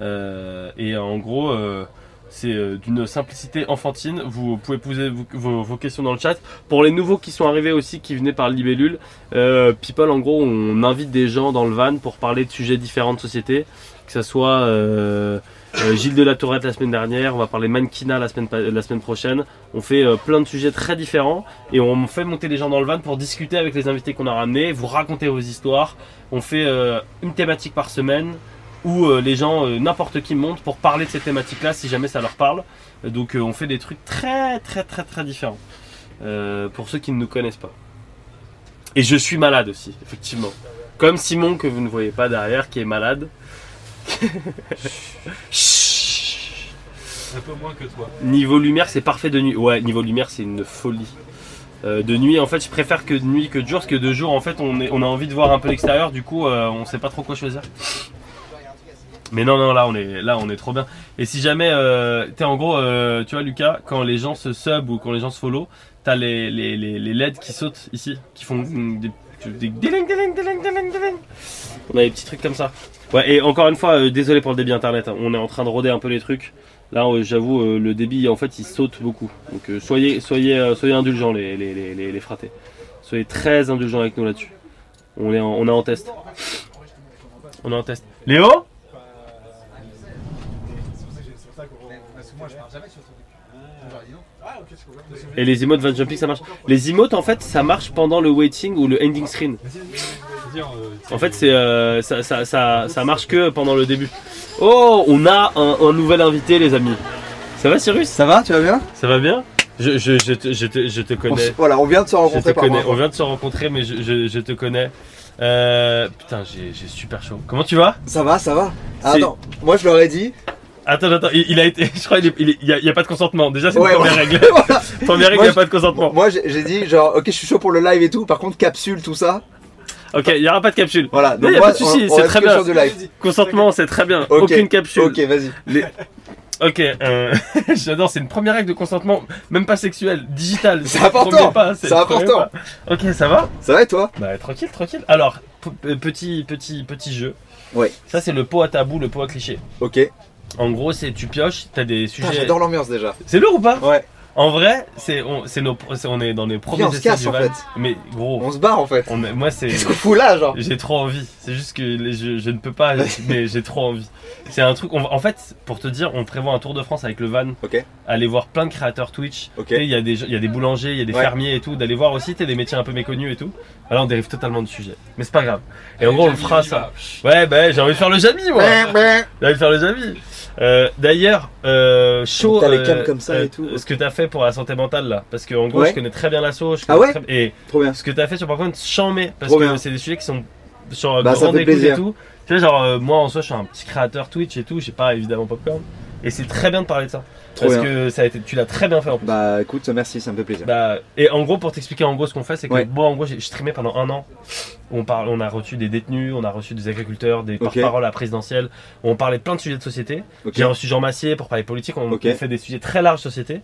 A: Euh, et euh, en gros, euh, c'est euh, d'une simplicité enfantine. Vous pouvez poser vos- vos- vos questions dans le chat. Pour les nouveaux qui sont arrivés aussi, qui venaient par Libellule, euh, People, en gros, on invite des gens dans le van pour parler de sujets différents de société, que ça soit euh, euh, Gilles de la Tourette la semaine dernière, on va parler mannequinat la semaine, pa- la semaine prochaine. On fait euh, plein de sujets très différents et on fait monter les gens dans le van pour discuter avec les invités qu'on a ramenés, vous raconter vos histoires. On fait euh, une thématique par semaine où euh, les gens, euh, n'importe qui monte pour parler de ces thématiques-là si jamais ça leur parle. Donc euh, on fait des trucs très très très très différents euh, pour ceux qui ne nous connaissent pas. Et je suis malade aussi, effectivement. Comme Simon que vous ne voyez pas derrière, qui est malade. Chut.
C: Un peu moins que toi.
A: niveau lumière, c'est parfait de nuit. Ouais, niveau lumière, c'est une folie. Euh, de nuit, en fait, je préfère que de nuit que de jour, parce que de jour, en fait, on, est- on a envie de voir un peu l'extérieur, du coup, euh, on sait pas trop quoi choisir. Mais non, non, là, on est, là, on est trop bien. Et si jamais, euh, t'es en gros, euh, tu vois, Lucas, quand les gens se sub ou quand les gens se follow, t'as les, les, les, les LED qui sautent ici, qui font des, des, des ling, des ling, des ling, des ling, des ling. On a des petits trucs comme ça. Ouais, et encore une fois, euh, désolé pour le débit internet, hein, on est en train de roder un peu les trucs. Là, euh, j'avoue, euh, le débit, en fait, il saute beaucoup. Donc, euh, soyez, soyez, euh, soyez indulgents, les, les, les, les, les fratés. Soyez très indulgents avec nous là-dessus. On est en, on est en test. On est en test. Léo Et les emotes 20 jumping, ça marche. Les emotes, en fait, ça marche pendant le waiting ou le ending screen. En fait, c'est euh, ça, ça, ça, ça marche que pendant le début. Oh, on a un, un nouvel invité, les amis. Ça va, Cyrus
E: Ça va, tu vas bien
A: Ça va bien je, je, je, te, je, te, je te
E: On s-
A: connais.
E: Voilà, on vient de
A: Je
E: se
A: te
E: rencontrer par
A: connais. On
E: moi.
A: vient de se rencontrer, mais je, je, je te connais. Euh, putain, j'ai j'ai super chaud. Comment tu vas
E: Ça va, ça va. Ah,
A: C'est-
E: Attends, moi je leur ai dit.
A: Attends, attends, il, il a été. Je crois qu'il est- il est- il y a, il y a pas de consentement. Déjà, c'est
E: Ouais,
A: une première règle.
E: Voilà.
A: première règle, il
E: Moi,
A: n'y a pas de
E: Bon,
A: consentement.
E: moi j'ai j'ai dit, genre, ok, je suis chaud pour le live et tout. Par contre, capsule, tout ça.
A: Ok, il n'y aura pas de capsule.
E: Voilà,
A: Non, y a
E: moi,
A: pas de souci,
E: on- on
A: c'est
E: reste
A: très
E: que
A: bien.
E: sur du live.
A: Consentement, c'est très bien.
E: Ok.
A: Aucune capsule.
E: Ok, vas-y.
A: Ok, euh, j'adore, c'est une première règle de consentement, même pas sexuelle, digitale.
E: C'est
A: le
E: important,
A: premier pas,
E: c'est
A: le premier
E: important.
A: pas. Ok, ça va
E: Ça va et toi
A: Bah tranquille, tranquille. Alors, p- euh, petit, petit, petit jeu.
E: Ouais.
A: Ça c'est le pot à tabou, le pot à cliché.
E: Ok.
A: En gros, c'est tu pioches, t'as des
E: Putain,
A: sujets.
E: J'adore l'ambiance déjà.
A: C'est lourd ou pas
E: Ouais.
A: En vrai, c'est on, c'est nos, c'est- on est dans les premiers
E: on se
A: essais
E: casse,
A: du
E: en
A: van.
E: fait.
A: Mais gros,
E: On se barre en fait.
A: on est- moi c'est.
E: Qu'est-ce qu'on fout là, genre
A: J'ai trop envie. C'est juste que les- je, je ne peux pas, mais j'ai trop envie. C'est un truc. on va- en fait, pour te dire, on prévoit un tour de France avec le van.
E: Ok. Aller
A: Aller voir plein de créateurs Twitch.
E: Ok.
A: Tu sais, Il y, a des gens- il y a des boulangers, il y a des
E: Ouais.
A: fermiers et tout. D'aller voir aussi t'es des métiers un peu méconnus et tout. Alors on dérive totalement du sujet. Mais c'est pas grave. Et en gros, on le fera ça. Ouais, bah j'ai envie de faire le Jamy, moi.
E: Ouais, ouais.
A: J'ai envie de faire le Jamy. Euh, D'ailleurs, euh, chaud.
E: T'as les
A: euh,
E: cams comme ça et
A: euh,
E: tout.
A: Ce que t'as fait pour la santé mentale là. Parce que en gros,
E: Ouais.
A: je connais très bien l'assaut. je
E: Ah
A: connais
E: ouais
A: très- Et
E: Trop bien.
A: ce que t'as fait sur Parkland, chambé parce
E: Trop
A: que
E: bien.
A: c'est des sujets qui sont sur
E: Bah, ça
A: grande
E: fait
A: écoute et
E: plaisir.
A: tout. Tu sais, genre, euh, moi en soi, je suis un petit créateur Twitch et tout, j'ai pas évidemment popcorn. Et c'est très bien de parler de ça.
E: Trop
A: parce
E: bien.
A: que ça a été, tu l'as très bien fait en plus.
E: Bah écoute, merci, ça me fait plaisir.
A: Bah, et en gros, pour t'expliquer en gros ce qu'on fait, c'est que
E: Ouais.
A: moi, en gros, j'ai streamé pendant un an. On, parle, on a reçu des détenus, on a reçu des agriculteurs, des porte-paroles à la présidentielle. On parlait de plein de sujets de société.
E: ok.
A: J'ai reçu Jean Massier pour parler politique. On
E: Ok.
A: a fait des sujets très larges de société.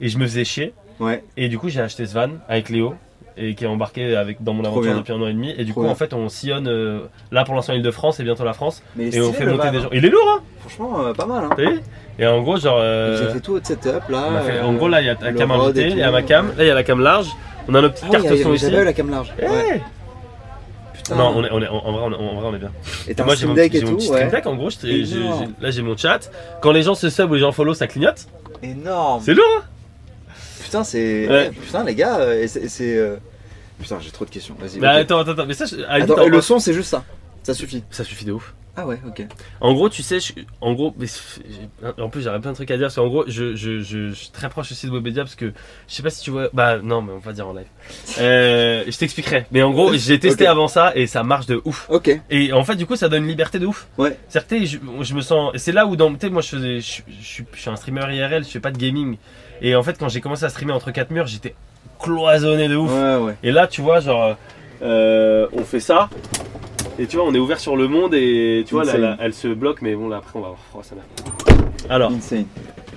A: Et je me faisais chier.
G: Ouais.
A: Et du coup, j'ai acheté ce van avec Léo et qui est embarqué avec, dans mon aventure
G: bien.
A: depuis un an et demi. Et du
G: Trop
A: coup,
G: bien.
A: en fait, on sillonne euh, là pour l'instant l'Île-de-France et bientôt la France.
G: Mais
A: Et on
G: stylé,
A: fait
G: le
A: monter
G: van,
A: des
G: hein.
A: gens. Il est lourd, hein
G: Franchement, euh, pas mal. Hein.
A: T'as vu Et en gros, genre. euh,
G: J'ai fait tout votre setup là.
A: on a fait-
G: euh,
A: Ah, en gros, là, il y a ta
G: le
A: cam
G: rod
A: invitée,
G: et tout.
A: il y a ma cam. Là, il y a la cam large. On a nos petites
G: Ah oui,
A: cartes
G: il y
A: son
G: avait-
A: ici.
G: j'avais eu la cam large.
A: Eh
G: Ouais, putain.
A: Non, on est, on est- en, en vrai, on est, en vrai, on est bien.
G: Et t'as
A: moi,
G: un
A: j'ai mon,
G: Steam Deck
A: petit-
G: et
A: j'ai mon
G: tout.
A: petit stream
G: Ouais.
A: deck. En gros, j'étais- j'ai- j'ai-
G: Énorme.
A: là, j'ai mon chat. Quand les gens se sub ou les gens follow, ça clignote.
G: Énorme.
A: C'est lourd, hein
G: Putain, c'est.
A: Ouais.
G: eh, Putain, les gars, euh, et c'est- et c'est. euh, Putain, j'ai trop de questions. Vas-y.
A: Mais
G: ok.
A: Bah, attends, attends, attends. Mais ça, je- à la limite,
G: Attends,
A: en-
G: et le son, c'est juste ça. Ça suffit.
A: ça suffit de ouf.
G: Ah ouais, ok.
A: En gros, tu sais, je- en gros, mais c'est- j'ai- en plus j'aurais plein de trucs à dire parce qu'en gros, je, je, je, je suis très proche aussi de Webedia parce que je sais pas si tu vois, bah non, mais on va dire en live. Euh, je t'expliquerai. Mais en gros, j'ai testé
G: Ok.
A: avant ça et ça marche de ouf.
G: Ok.
A: Et en fait, du coup, ça donne une liberté de ouf.
G: Ouais.
A: C'est-à-dire, que je, je me sens. et C'est là où, dans, tu sais, moi, je faisais. Je, je suis- je suis un streamer IRL, je fais pas de gaming. Et en fait, quand j'ai commencé à streamer entre quatre murs, j'étais cloisonné de ouf.
G: Ouais, ouais.
A: Et là, tu vois, genre, euh, on fait ça. Et tu vois, on est ouvert sur le monde et tu vois, là,
G: Insane.
A: là, elle se bloque, mais bon, là, après, on va avoir froid, ça merde. Alors,
G: Insane.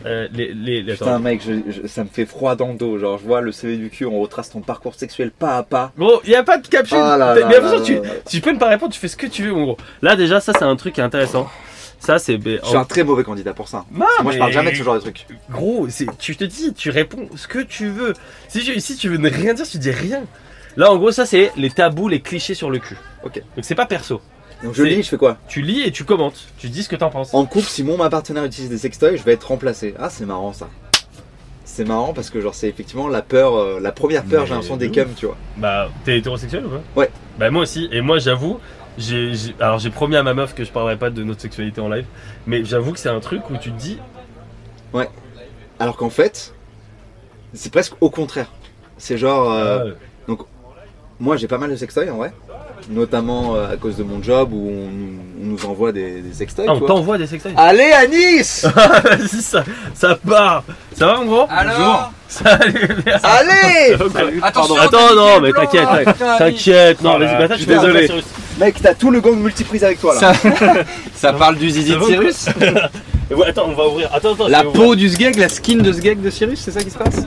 A: euh, les. les, les-
G: Mm. Putain,
A: attends.
G: mec, je- je- ça me fait froid dans le dos. Genre, je vois le CV du cul, on retrace ton parcours sexuel pas à pas.
A: Gros, il n'y a pas de caption.
G: Ah là
A: T'as-
G: là
A: mais
G: là
A: attention,
G: là
A: tu,
G: là là.
A: tu peux ne pas répondre, tu fais ce que tu veux, mon gros. Là, déjà, ça, c'est un truc qui est intéressant. Ça, c'est. ben,
G: Je suis
A: en-
G: un très mauvais candidat pour ça.
A: Non,
G: Moi, je parle
A: Ah, mais-
G: jamais de ce genre de truc.
A: Gros, c'est- tu je te dis, tu réponds ce que tu veux. Si tu, si tu veux ne rien dire, tu dis rien. Là, en gros, ça, c'est les tabous, les clichés sur le cul.
G: Ok.
A: Donc, c'est pas perso.
G: Donc, je
A: C'est-
G: lis, je fais quoi
A: Tu lis et tu commentes. Tu dis ce que t'en penses.
G: En couple, si mon ma partenaire utilise des sextoys, je vais être remplacé. Ah, c'est marrant ça. C'est marrant parce que, genre, c'est effectivement la peur, euh, la première peur,
A: Mais
G: j'ai l'impression,
A: de
G: des cums, tu vois.
A: Bah, t'es hétérosexuel ou pas
G: Ouais.
A: Bah, moi aussi. Et moi, j'avoue, j'ai, j'ai- alors j'ai promis à ma meuf que je parlerai pas de notre sexualité en live, mais j'avoue que c'est un truc où tu te dis,
G: Alors qu'en fait, c'est presque au contraire. C'est genre. euh,
A: euh,
G: Moi, j'ai pas mal de sextoys en vrai. Notamment euh, à cause de mon job où on, nous- on nous envoie des, des sextoys.
A: ah,
G: tu
A: on
G: vois.
A: t'envoie des sextoys.
G: Allez à Nice
A: Vas-y, ça, ça part. Ça va, mon gros
G: Alors
A: Salut.
G: Allez
A: Pardon. Attends, non, mais t'inquiète, t'inquiète, t'inquiète. Non,
D: Oh là
A: vas-y,
D: là,
A: bah, attends, je suis
G: putain,
A: désolé.
G: Mec, t'as tout le gang multiprise avec toi là.
D: Ça, ça parle du zizi
A: Ça
D: de
A: va ou
D: Cyrus
A: Et voilà, attends, on va ouvrir. Attends, attends,
D: La
A: je vais
D: peau
A: ouvrir.
D: du sgeg, la skin de sgeg de Cyrus
H: C'est ça qui se passe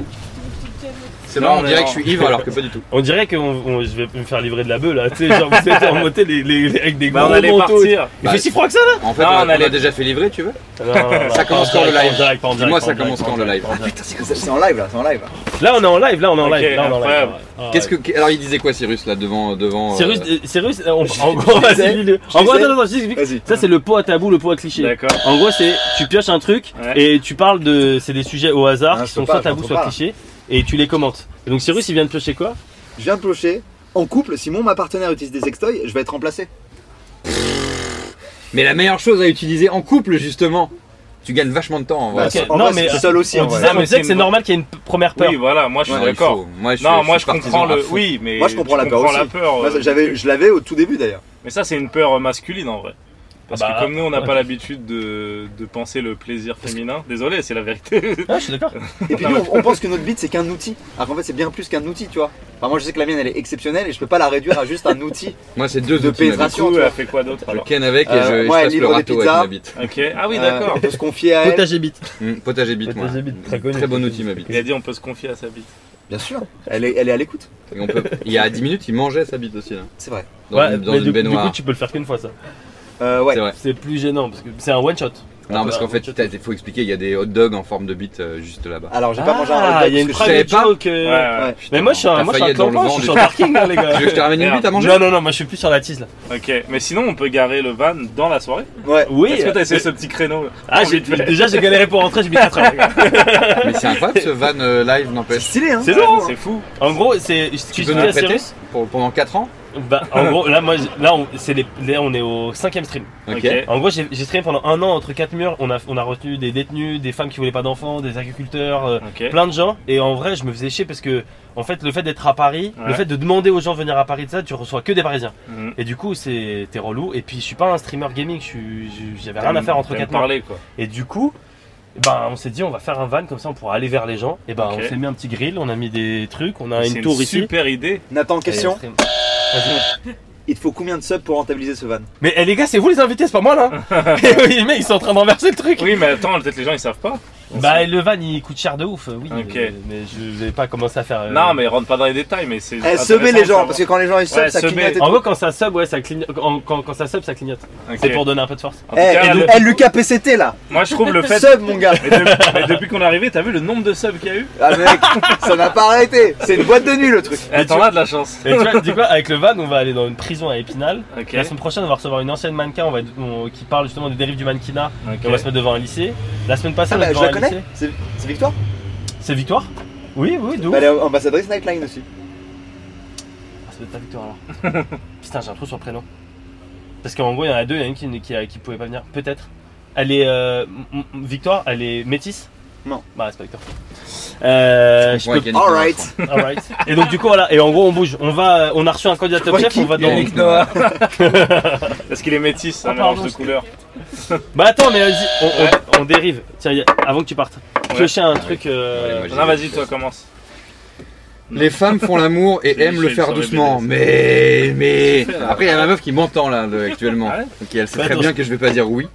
D: C'est marrant, on dirait que je suis ivre alors que pas du tout.
A: On dirait que on- on- je vais me faire livrer de la beuh là. Tu sais, genre, vous êtes en mode, tu sais, les, les, les- avec des gros manteaux. Il
D: Bah,
A: fait si froid que ça là
D: En fait,
H: Non,
D: on, a,
H: on allait-
D: on a déjà fait livrer, tu veux
A: Ça
D: commence quand le live Dis-moi, ça commence quand
A: quand
D: le live
G: Ah putain, c'est c'est- c'est en live là, c'est en live. là.
A: Là, on est en live, là, on est en
H: Ok,
A: live. Ah, Là, on est en live.
H: incroyable.
D: Qu'est-ce que. Alors, il disait quoi, Cyrus, là, devant. devant euh,
A: Cyrus, euh, Cyrus, euh, on, en gros,
G: disais,
A: vas-y, dis-le.
G: je
A: En gros,
G: disais.
A: attends, attends, je t'explique.
G: Vas-y.
A: Ça, c'est le pot à tabou, le pot à cliché.
H: D'accord.
A: En gros, c'est tu pioches un truc
H: Ouais.
A: et tu parles de. C'est des sujets au hasard
G: Ah,
A: qui
G: je
A: sont
G: peux pas,
A: soit
G: je
A: tabous,
G: comprends
A: soit
G: pas.
A: clichés et tu les commentes. Et donc, Cyrus, il vient de piocher quoi
G: Je viens de plocher. En couple, si mon ma partenaire utilise des sextoys, je vais être remplacé.
D: Mais la meilleure chose à utiliser en couple, justement. Tu gagnes vachement de temps en vrai.
A: Ok,
G: en
A: non,
G: vrai,
A: mais- euh,
G: c'est seul aussi.
A: On
G: en vrai.
A: disait,
H: Non,
A: on
H: mais
A: disait
H: c'est
A: que c'est
H: une-
A: normal qu'il y ait une p- première peur.
H: Oui, voilà, moi je suis
D: Ouais, il
H: d'accord.
D: faut. Moi, je
H: Non,
D: suis-
H: moi
D: je
H: je
D: suis
H: comprends
D: partisan à
H: le.
D: fond.
H: Oui, mais.
G: Moi, je comprends la peur
H: comprends
G: aussi.
H: peur,
G: Moi,
H: euh,
G: j'avais- je l'avais au tout début d'ailleurs.
H: Mais ça, c'est une peur euh, masculine en vrai. Parce
A: Ah bah,
H: que comme nous, on n'a
A: ouais.
H: pas l'habitude de, de penser le plaisir féminin. Désolé, c'est la vérité.
A: Ah, je suis d'accord.
D: Euh,
G: Et puis nous, on, on pense que notre bite c'est qu'un outil. Alors qu'en fait, c'est bien plus qu'un outil, tu vois. Enfin, moi, je sais que la mienne elle est exceptionnelle et je peux pas la réduire à juste un outil.
D: Moi, c'est deux outils, ma
G: de
D: bite.
G: pénétration.
H: Ou elle a fait quoi d'autre
D: Je
H: alors
D: ken avec et
G: Euh,
D: je, je
G: moi,
D: passe le
G: livre des
D: râteau avec
G: pizzas.
D: ma bite.
H: Ok. Ah oui,
G: Euh,
H: d'accord.
G: on peut se confier à elle.
A: Potage et bite.
D: Hmm, potage et bite, moi.
A: Potage et bite, très connu.
D: Très bon outil, ma bite.
H: Il a dit on peut se confier à sa bite.
G: Bien sûr. Elle est, elle est à l'écoute.
D: Et on peut- Il y a 10 minutes, il mangeait sa bite aussi, là.
G: C'est vrai.
D: Dans
A: Ouais,
D: une, dans
A: mais
D: une
A: du, du
D: baignoire.
A: coup, tu peux le faire qu'une fois, ça.
G: Euh, ouais.
D: C'est vrai.
A: C'est plus gênant parce que c'est un one shot.
D: Non,
A: Ah,
D: parce
A: bah,
D: qu'en fait,
A: je-
D: il faut expliquer, il y a des hot dogs en forme de bite euh, juste là-bas.
G: Alors, j'ai pas mangé un hot
A: Ah,
G: dog
A: il y a une
G: parce que
D: je savais
A: private
D: pas.
A: joke.
H: Ouais,
A: euh,
H: ouais.
A: Mais moi, je suis un,
D: T'as
A: moi, je suis
D: failli
A: un
D: être dans le
A: clampin,
D: vent
A: je suis
D: du
A: en parking, hein, les gars.
D: Tu veux que je te ramène une
H: Merde.
D: bite à manger
A: Non, non, non, moi je suis plus sur la tease là.
H: Ok. Mais sinon, on peut garer le van dans la soirée.
G: je- Ouais.
A: Oui.
H: Est-ce que t'as essayé
A: mais-
H: ce petit créneau
A: Ah, j'ai, déjà j'ai galéré pour rentrer, j'ai mis 4 heures. les gars.
D: Mais c'est incroyable ce van euh, live,
G: C'est
D: n'empêche.
G: stylé, hein.
A: C'est
H: Ouais,
A: lourd.
H: Ah, C'est fou.
A: En gros, c'est. ce
D: Tu
A: que
D: peux
A: je dis
D: nous
A: à
D: le prêter
A: Cyrus,
D: pour, pendant 4 ans
A: Bah, en gros, là, moi, je- là, on, c'est les, là, on est au cinquième stream.
D: Ok.
H: Ok.
A: En gros, j'ai, j'ai streamé pendant un an entre quatre murs. On a, on a retenu des détenus, des femmes qui voulaient pas d'enfants, des agriculteurs, euh,
H: Ok.
A: plein de gens. Et en vrai, je me faisais chier parce que, en fait, le fait d'être à Paris, le
H: Ouais.
A: fait de demander aux gens de venir à Paris, de ça, tu reçois que des Parisiens.
H: Mhm.
A: Et du coup, c'est, t'es relou. Et puis, je suis pas un streamer gaming. Je suis, je- j'avais rien à
H: T'aimes-
A: faire entre
H: t'aimes
A: quatre murs.
H: parler quoi.
A: Et du coup, ben, on s'est dit on va faire un van comme ça on pourra aller vers les gens. Et ben
H: Ok.
A: on s'est mis un petit grill, on a mis des trucs, on a
H: C'est
A: Ah, une tour ici.
H: super idée.
G: Nathan, question.
A: Et on stream. Vas-y.
G: Il te faut combien de subs pour rentabiliser ce van
A: Mais eh, les gars, c'est vous les invités, c'est pas moi là. Et oui, mais ils sont en train d'enverser le truc.
H: Oui, mais attends, peut-être les gens ils savent pas.
A: Bah, le van il coûte cher de ouf, euh, oui.
H: Ok.
A: Mais, mais je vais pas commencer à faire. euh,
H: Non, mais rentre pas dans les détails, mais c'est.
A: Ah,
G: Eh,
H: intéressant
G: Sebez
H: de
G: les gens,
H: savoir.
G: parce que quand les gens ils sub,
H: Ouais,
G: ça
H: sebez.
G: clignote et
A: En
G: tout.
A: gros, quand ça sub, ouais, ça clignote. en- Quand, quand ça sub, ça clignote.
H: Ok.
A: C'est pour donner un peu de force.
H: En tout
G: Eh,
H: cas, le-
G: eh, Lucas PCT là
H: Moi, je trouve le fait.
G: Sub mon gars
H: Mais depuis, mais depuis qu'on est arrivé, t'as vu le nombre de subs qu'il y a eu
G: Ah mec, ça n'a pas arrêté C'est une boîte de nuit le truc
H: Eh, T'en as de la chance.
A: Et tu vois, tu dis quoi Avec le van, on va aller dans une prison à Épinal.
H: Ok.
A: La semaine prochaine, on va recevoir une ancienne mannequin on va être- on- qui parle justement des dérives du mannequinat.
H: Ok.
A: Et on va se mettre devant un lycée. La semaine passée,
G: Ah,
A: on est
G: bah, je
A: devant
G: la
A: un
G: connais
A: lycée.
G: C'est c'est Victoire
A: C'est Victoire Oui, oui, d'où
G: Bah, Elle est ambassadrice Nightline aussi.
A: Ah, ça doit être ta victoire alors. Putain, j'ai un trou sur le prénom. Parce qu'en gros, il y en a deux, il y en a une qui, euh, qui, qui pouvait pas venir, peut-être. Elle est. euh, m- m- victoire, elle est métisse
G: Non.
A: Bah, c'est pas Victoire. Euh, je
I: Point
A: peux...
I: gagné pour
G: Alright
A: Alright. Et donc, du coup, voilà. Et en gros, on bouge. On va, euh, on a reçu un candidat top
G: crois
A: chef,
G: qu'il
A: on va
G: y
A: dans.
I: l'instant. Yannick Noah.
H: Parce qu'il est métis, un
A: Oh,
H: mélange
A: pardon,
H: de
A: je-
H: couleurs.
A: Bah, attends, mais vas-y, on, on- on dérive. Tiens, y a- avant que tu partes, piocher un truc.
I: Ouais,
A: euh,
I: moi, j'ai-
H: Non, vas-y, toi, commence.
D: Les femmes font l'amour et
H: C'est
D: aiment le
H: Michel
D: faire
H: sur les
D: doucement. Mais, mais. Après, il y a ma meuf qui m'entend là, de- actuellement.
H: Ah ouais
D: Donc elle sait
A: Bah,
D: très
A: attends.
D: bien que je vais pas dire oui.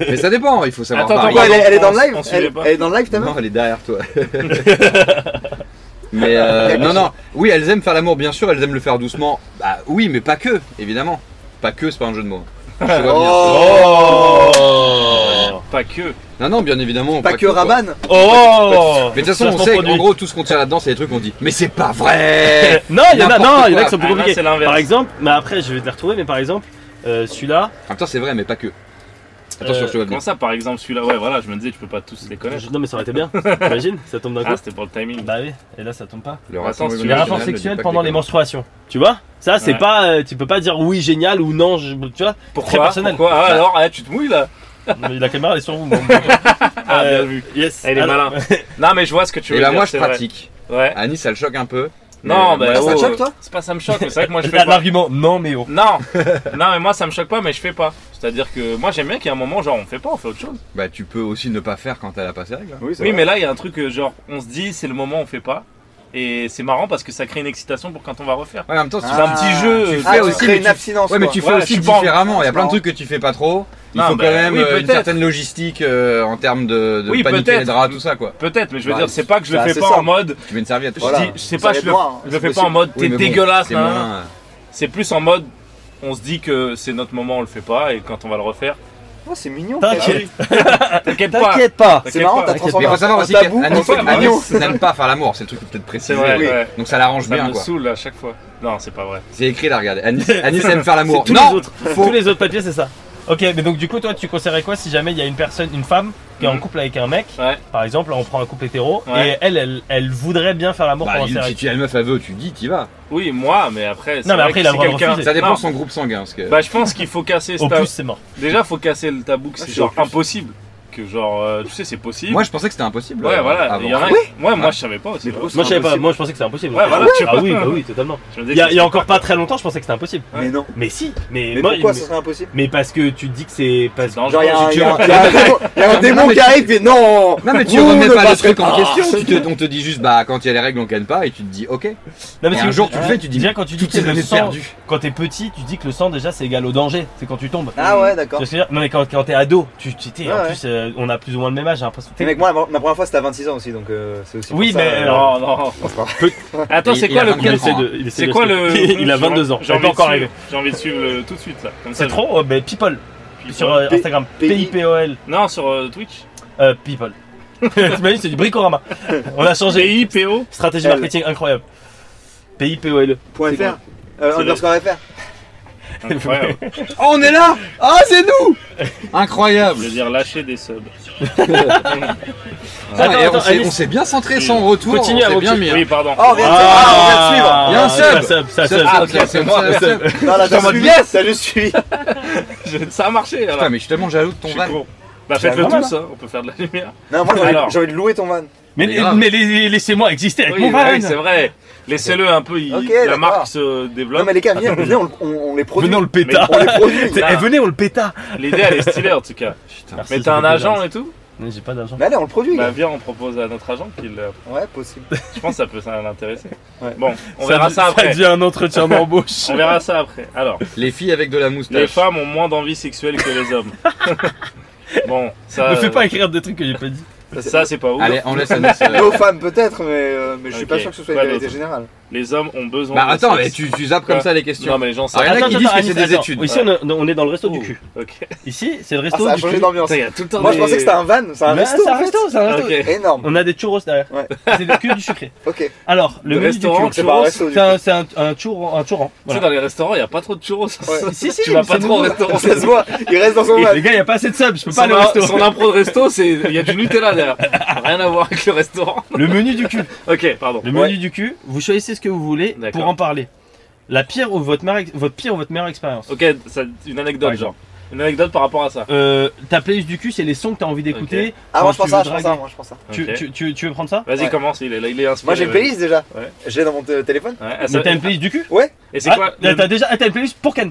D: Mais ça dépend, il faut savoir.
H: Attends,
D: varier.
G: Pourquoi elle est, elle est dans le
H: On-
G: live
H: on suivait
G: elle,
H: pas.
G: elle est dans le live ta main
D: Non, elle est derrière toi. mais euh, non, non. Oui, elles aiment faire l'amour, bien sûr, elles aiment le faire doucement. Bah oui, mais pas que, évidemment. Pas que, c'est pas un jeu de mots. Je te vois venir.
A: Oh
H: Pas que.
D: Non, non, bien évidemment.
G: Pas que
D: quoi.
G: Raban
A: Oh
D: Mais de toute façon, on
A: Placement
D: sait
A: produit. Eh,
D: qu'en gros, tout ce qu'on tire là-dedans, c'est des trucs qu'on dit. Mais c'est pas vrai
A: Non, il y en a, non, il y en a qui sont plus
H: Ah, là,
A: compliqués.
H: c'est l'inverse.
A: Par exemple, mais après, je vais te les retrouver, mais par exemple, euh, celui-là.
D: En même temps, c'est vrai, mais pas que. Attention,
A: Euh,
D: je te vois venir.
H: Comment ça, par exemple, celui-là Ouais, voilà, je me disais, tu peux pas tous les connaître.
A: Non, mais ça aurait été bien, t'imagines Ça tombe d'un coup.
H: Ah, c'était pour le timing.
A: Bah oui, et là ça tombe pas.
D: Le
H: Attends,
A: Les
H: Le
A: rapports
D: ne dit
A: sexuels
D: pas que
A: pendant
D: des
A: les
D: conneries.
A: menstruations. Tu vois Ça, c'est
H: Ouais.
A: pas. euh, tu peux pas dire oui, génial ou non, je- tu vois
H: Pourquoi
A: Très personnel.
H: Pourquoi Ah, alors, ah, tu te mouilles là
A: Mais La caméra elle est sur vous. moi.
H: Ah,
A: Euh,
H: bien vu.
A: yes.
H: Elle est
A: Alors,
H: malin. Non, mais je vois ce que tu veux
D: Et bah,
H: dire,
D: moi, je
H: c'est vrai.
D: pratique.
H: Ouais.
D: Annie, ça le choque un peu.
H: Non,
D: Mais
H: bah,
G: Ça te
H: oh,
G: choque, toi
H: C'est pas ça me choque, mais c'est vrai que moi je fais
A: là,
H: pas.
A: L'argument, non, mais oh.
H: Non, non, mais moi ça me choque pas, mais je fais pas. C'est-à-dire que moi j'aime bien qu'il y ait un moment, genre on fait pas, on fait autre chose.
D: Bah, tu peux aussi ne pas faire quand elle a pas ses règles. hein.
G: Oui, c'est
H: Oui,
G: vrai.
H: mais là il y a un truc, euh, genre on se dit c'est le moment, on fait pas. Et c'est marrant parce que ça crée une excitation pour quand on va refaire.
D: Ouais, en même temps,
H: C'est un
D: tu
H: petit jeu.
D: tu
G: Ah,
D: fais
G: tu
D: aussi,
G: crées
D: mais
G: une
D: tu-
G: abstinence
D: Ouais, mais
G: quoi.
D: tu fais
H: Ouais, je
D: aussi
H: suis pas-
D: différemment. Il y a plein de
G: Non.
D: trucs que tu fais pas trop. Il
H: Non,
D: faut
H: bah,
D: quand même
H: oui,
D: euh, une
H: peut-être.
D: certaine logistique euh, en termes de, de
H: Oui,
D: pas niquer les
H: peut-être.
D: draps, tout ça quoi.
H: Peut-être, mais je veux
G: Bah,
H: dire, c'est pas que je le
G: bah,
H: fais
G: c'est
H: pas
G: ça.
H: en mode.
D: Tu mets une serviette.
H: Je,
G: Voilà.
H: dis, je sais
G: Ça
H: pas,
G: va
H: je
G: être
H: le,
G: noir, hein,
H: je
G: c'est
H: le fais pas
G: possible.
H: en mode
D: Oui,
H: t'es
D: mais bon,
H: dégueulasse. hein.
D: c'est
H: nan, nan, nan.
D: moins-
H: C'est plus en mode on se dit que c'est notre moment, on le fait pas, et quand on va le refaire,
G: Oh, c'est mignon.
A: T'inquiète,
H: t'inquiète pas.
A: t'inquiète pas.
G: C'est marrant, t'as
H: pas.
D: Mais
G: transformé
D: faut savoir
G: un
D: aussi
G: tabou
D: qu'Annie
G: en truc
D: Annie
G: mignon.
D: n'aime pas faire l'amour, c'est le truc que peut-être préciser.
H: C'est vrai,
G: Oui.
H: ouais.
D: Donc ça l'arrange
H: Ça
D: bien
H: me
D: quoi.
H: saoule à chaque fois. Non, c'est pas vrai.
D: C'est écrit là, regarde. Annie, Annie aime faire l'amour.
A: Tous les
D: Non
A: autres,
D: faux.
A: tous les autres papiers, c'est ça. Ok, mais donc du coup, toi, tu conseillerais quoi si jamais il y a une personne, une femme qui est en
H: Mhm.
A: couple avec un mec,
H: Ouais.
A: par exemple, là, on prend un couple hétéro,
H: Ouais.
A: et elle, elle, elle voudrait bien faire l'amour
D: Bah,
A: pendant
D: il-
A: ses
D: si
A: règles.
D: tu as une meuf à vœu, tu dis, t'y vas.
H: Oui, moi, mais après. c'est
A: mais
H: vrai
A: après,
H: que
A: il a
H: si
A: le droit de
H: quelqu'un-
A: refuser.
D: Ça dépend
H: Non.
D: son groupe sanguin. Parce que...
H: Bah, je pense qu'il faut casser ce
A: Au
H: tabou.
A: plus, c'est mort.
H: Déjà, faut casser le tabou que
G: Ah,
H: c'est
G: je
H: genre
G: suis au plus.
H: impossible. Que genre, euh, tu sais, c'est possible.
D: Moi, je pensais que c'était impossible.
H: ouais,
D: euh,
H: voilà.
D: avant.
H: Il y en a.
G: Oui.
H: Ouais, moi,
D: Ouais.
H: je savais pas aussi.
G: Mais pourquoi
A: Moi, je savais pas.
G: impossible.
A: Moi, je pensais que c'était impossible.
H: Ouais, voilà, tu
A: ah
H: vois.
A: oui, bah oui, totalement.
H: Je me
A: Il
H: disais
A: y, a,
H: que
A: il y a encore pas très longtemps, je pensais que c'était impossible.
G: Mais non.
A: Mais si, mais,
G: Mais
A: moi,
G: pourquoi
A: mais,
G: ça serait impossible
A: mais parce que tu te dis que c'est parce que
H: dangereux.
G: Genre, il y a un-
D: tu-
G: il y a un- il y a un démon- il y a un démon qui arrive et non
D: Non, mais tu
G: Vous
D: remets
G: ne
D: pas le
G: passerez
D: truc en
G: pas.
D: question. tu te- on te dit juste, bah, quand il y a les règles, on gagne pas. Et tu te dis, ok.
A: Non, mais
D: Et
A: c'est
D: un
A: que-
D: jour, tu le
A: Ouais.
D: fais, tu dis,
A: Déjà, quand tu dis
D: toutes
A: que
D: ces
A: le
D: années
A: sang,
D: perdues.
A: quand t'es petit, tu dis que le sang déjà c'est égal au danger, c'est quand tu tombes.
G: Ah ouais,
A: Tu vois
G: d'accord.
A: ce que je veux dire Non, mais quand, quand t'es ado, tu, tu t'es- en
G: Ouais, ouais.
A: plus, euh, on a plus ou moins le même âge, j'ai l'impression.
G: Mais mec, moi, la- ma première fois c'était à 26 ans aussi, donc euh, c'est aussi.
A: Oui,
G: pour ça,
A: mais
G: euh,
A: alors-
H: Non, non. Attends,
D: Il-
H: c'est
D: il
H: quoi
D: a
H: le
D: vingt-quatre
A: Ah, Il
D: ans.
A: essaie
H: coup
A: de- il essaie
H: C'est
A: de-
H: quoi le.
A: Il a
H: J'ai envie-
A: 22 ans.
H: J'ai
A: J'ai
H: envie,
A: pas
H: de
A: encore
H: suivre-
A: arrivé.
H: j'ai envie de suivre le- tout de suite là. Comme ça,
A: C'est
H: je-
A: trop, euh, mais People
H: Puis-
A: sur euh,
G: P-
A: Instagram,
G: P-
A: PIPOL,
H: Non, sur euh, Twitch.
A: euh, People. T'imagines, c'est du bricorama. On a changé.
H: GIPO.
A: Stratégie
G: Elle.
A: marketing incroyable. PIPOL.
G: Point
H: C'est
G: .fr
H: quoi
G: euh,
H: C'est
G: underscore FR
H: Incroyable.
D: Oh, on est là Ah, c'est nous Incroyable
H: Je veux dire, lâcher des subs.
D: Ah,
A: Attends,
D: et
A: attends,
D: on s'est-
A: Alice.
D: on s'est bien centré sans retour.
A: Continue
D: on
A: avant
D: s'est
A: que
D: bien
A: tu-
D: mis. hein.
H: Oui, pardon.
G: Oh, viens de suivre Ah, viens de suivre
D: Il y a un
A: ça
D: sub.
A: sub, ça
D: Sub,
A: sub.
G: Ah,
D: sub,
H: ok,
D: sub,
H: c'est
D: sub,
H: moi,
D: sub.
H: sub.
G: Non, là, t'as
H: J'en mode
G: suivi,
H: yes. Ah,
G: t'as juste suivi
H: Je- Ça a marché alors.
D: Putain, mais je suis tellement jaloux de
H: Je
D: ton
H: suis
D: van.
H: con. Bah faites-le
A: pas mal,
H: tous, hein, on peut faire de la lumière.
G: Non, moi j'ai envie-
H: Alors.
G: j'ai envie de louer ton van.
A: Mais,
D: Mais grave.
A: mais les- laissez-moi exister avec
H: Oui,
A: mon
H: bah
A: van.
H: oui, c'est vrai. Laissez-le un peu, il-
G: Ok,
H: la
G: d'accord.
H: marque se développe.
G: Non, mais les gars, viens, venez, on, le- on- on les produit.
A: Venez, on le péta.
G: On les produit.
A: Eh, venez, on le péta.
H: L'idée elle est stylée en tout cas.
A: Ah,
D: Putain.
H: Mais t'as un agent et tout
A: Mais j'ai pas d'argent.
G: Mais allez, on le produit.
H: Bah
G: gars.
H: viens, on propose à notre agent qu'il. euh,
G: Ouais, possible.
H: Je pense que ça peut ça l'intéresser.
G: Ouais.
H: Bon, on verra ça après.
A: devient un entretien d'embauche.
H: On verra ça après. Alors,
D: Les filles avec de la moustache.
H: les femmes ont moins d'envie sexuelle que les hommes. bon, ça.
A: Ne fais
H: euh,
A: pas écrire des trucs que j'ai pas dit.
H: Ça, c'est pas ouf.
D: Allez, on laisse Anis. euh,
G: Mais aux femmes peut-être, mais, euh, mais je suis
H: Ok.
G: pas sûr que ce soit une
H: Ouais,
G: vérité
H: d'autres.
G: générale.
H: Les hommes ont besoin.
D: Bah
H: de
D: attends,
H: sexe.
D: mais tu, tu zappes comme
H: Ouais.
D: ça les questions.
H: Non, mais les gens savent.
D: Ah, il y en a qui disent que
A: Anis,
D: c'est des
A: attends.
D: études.
A: Ici, on est- on est dans le resto
H: Oh.
A: du cul.
H: Ok.
A: Ici, c'est le
G: Ah,
A: resto
G: ça a
A: du cul.
G: changé d'ambiance.
H: Putain, il y a tout le temps.
G: Moi je
H: des- Ah,
G: pensais que c'était un van, c'est un
A: Ouais,
G: resto.
A: c'est un
G: en fait.
A: resto, c'est un resto.
H: Ok.
G: Énorme.
A: On a des churros derrière.
G: Ouais.
A: C'est le que du sucré.
G: Ok.
A: Alors, le,
H: Le
A: menu du
H: restaurant,
A: churros,
G: c'est pas un resto, du
A: c'est un, c'est un, un churro- un churran.
H: Tu sais,
A: Voilà.
H: dans les restaurants, il n'y a pas trop de churros.
A: Si, si,
H: tu vas
A: mais
H: pas
A: c'est
H: trop au
A: nouveau.
H: restaurant.
G: Ça se voit, il reste dans son van.
A: Les gars, il n'y a pas assez de subs, je peux pas
H: Son,
A: aller au
H: im-
A: resto.
H: son impro de resto, c'est il y a du Nutella derrière. Rien à voir avec le restaurant.
A: Le menu du cul.
H: Ok, pardon.
A: Le menu du cul, vous choisissez ce que vous voulez
H: D'accord.
A: pour en parler. La pire ou votre, meilleure ex- votre pire ou votre meilleure expérience.
H: Ok, ça- une anecdote,
A: Par
H: genre. Une anecdote par rapport à ça.
A: Euh, ta playlist du cul, c'est les sons que t'as envie d'écouter.
G: Ah,
A: quand
G: moi je pense
A: tu
G: ça,
A: veux
G: je pense ça,
A: draguer.
G: moi je pense ça.
A: Tu,
H: Ok.
A: tu- tu- tu veux prendre ça
H: Vas-y,
G: Ouais.
H: commence. Il est, là, il est inspiré.
G: Moi j'ai une
H: vas-y.
G: playlist déjà.
H: Ouais.
G: J'ai dans mon t- téléphone.
H: Ouais, ah, ça-
A: Mais t'as une playlist du cul
H: Et c'est
A: Ah,
H: quoi
A: là,
H: le-
A: T'as déjà ah, t'as une playlist pour Ken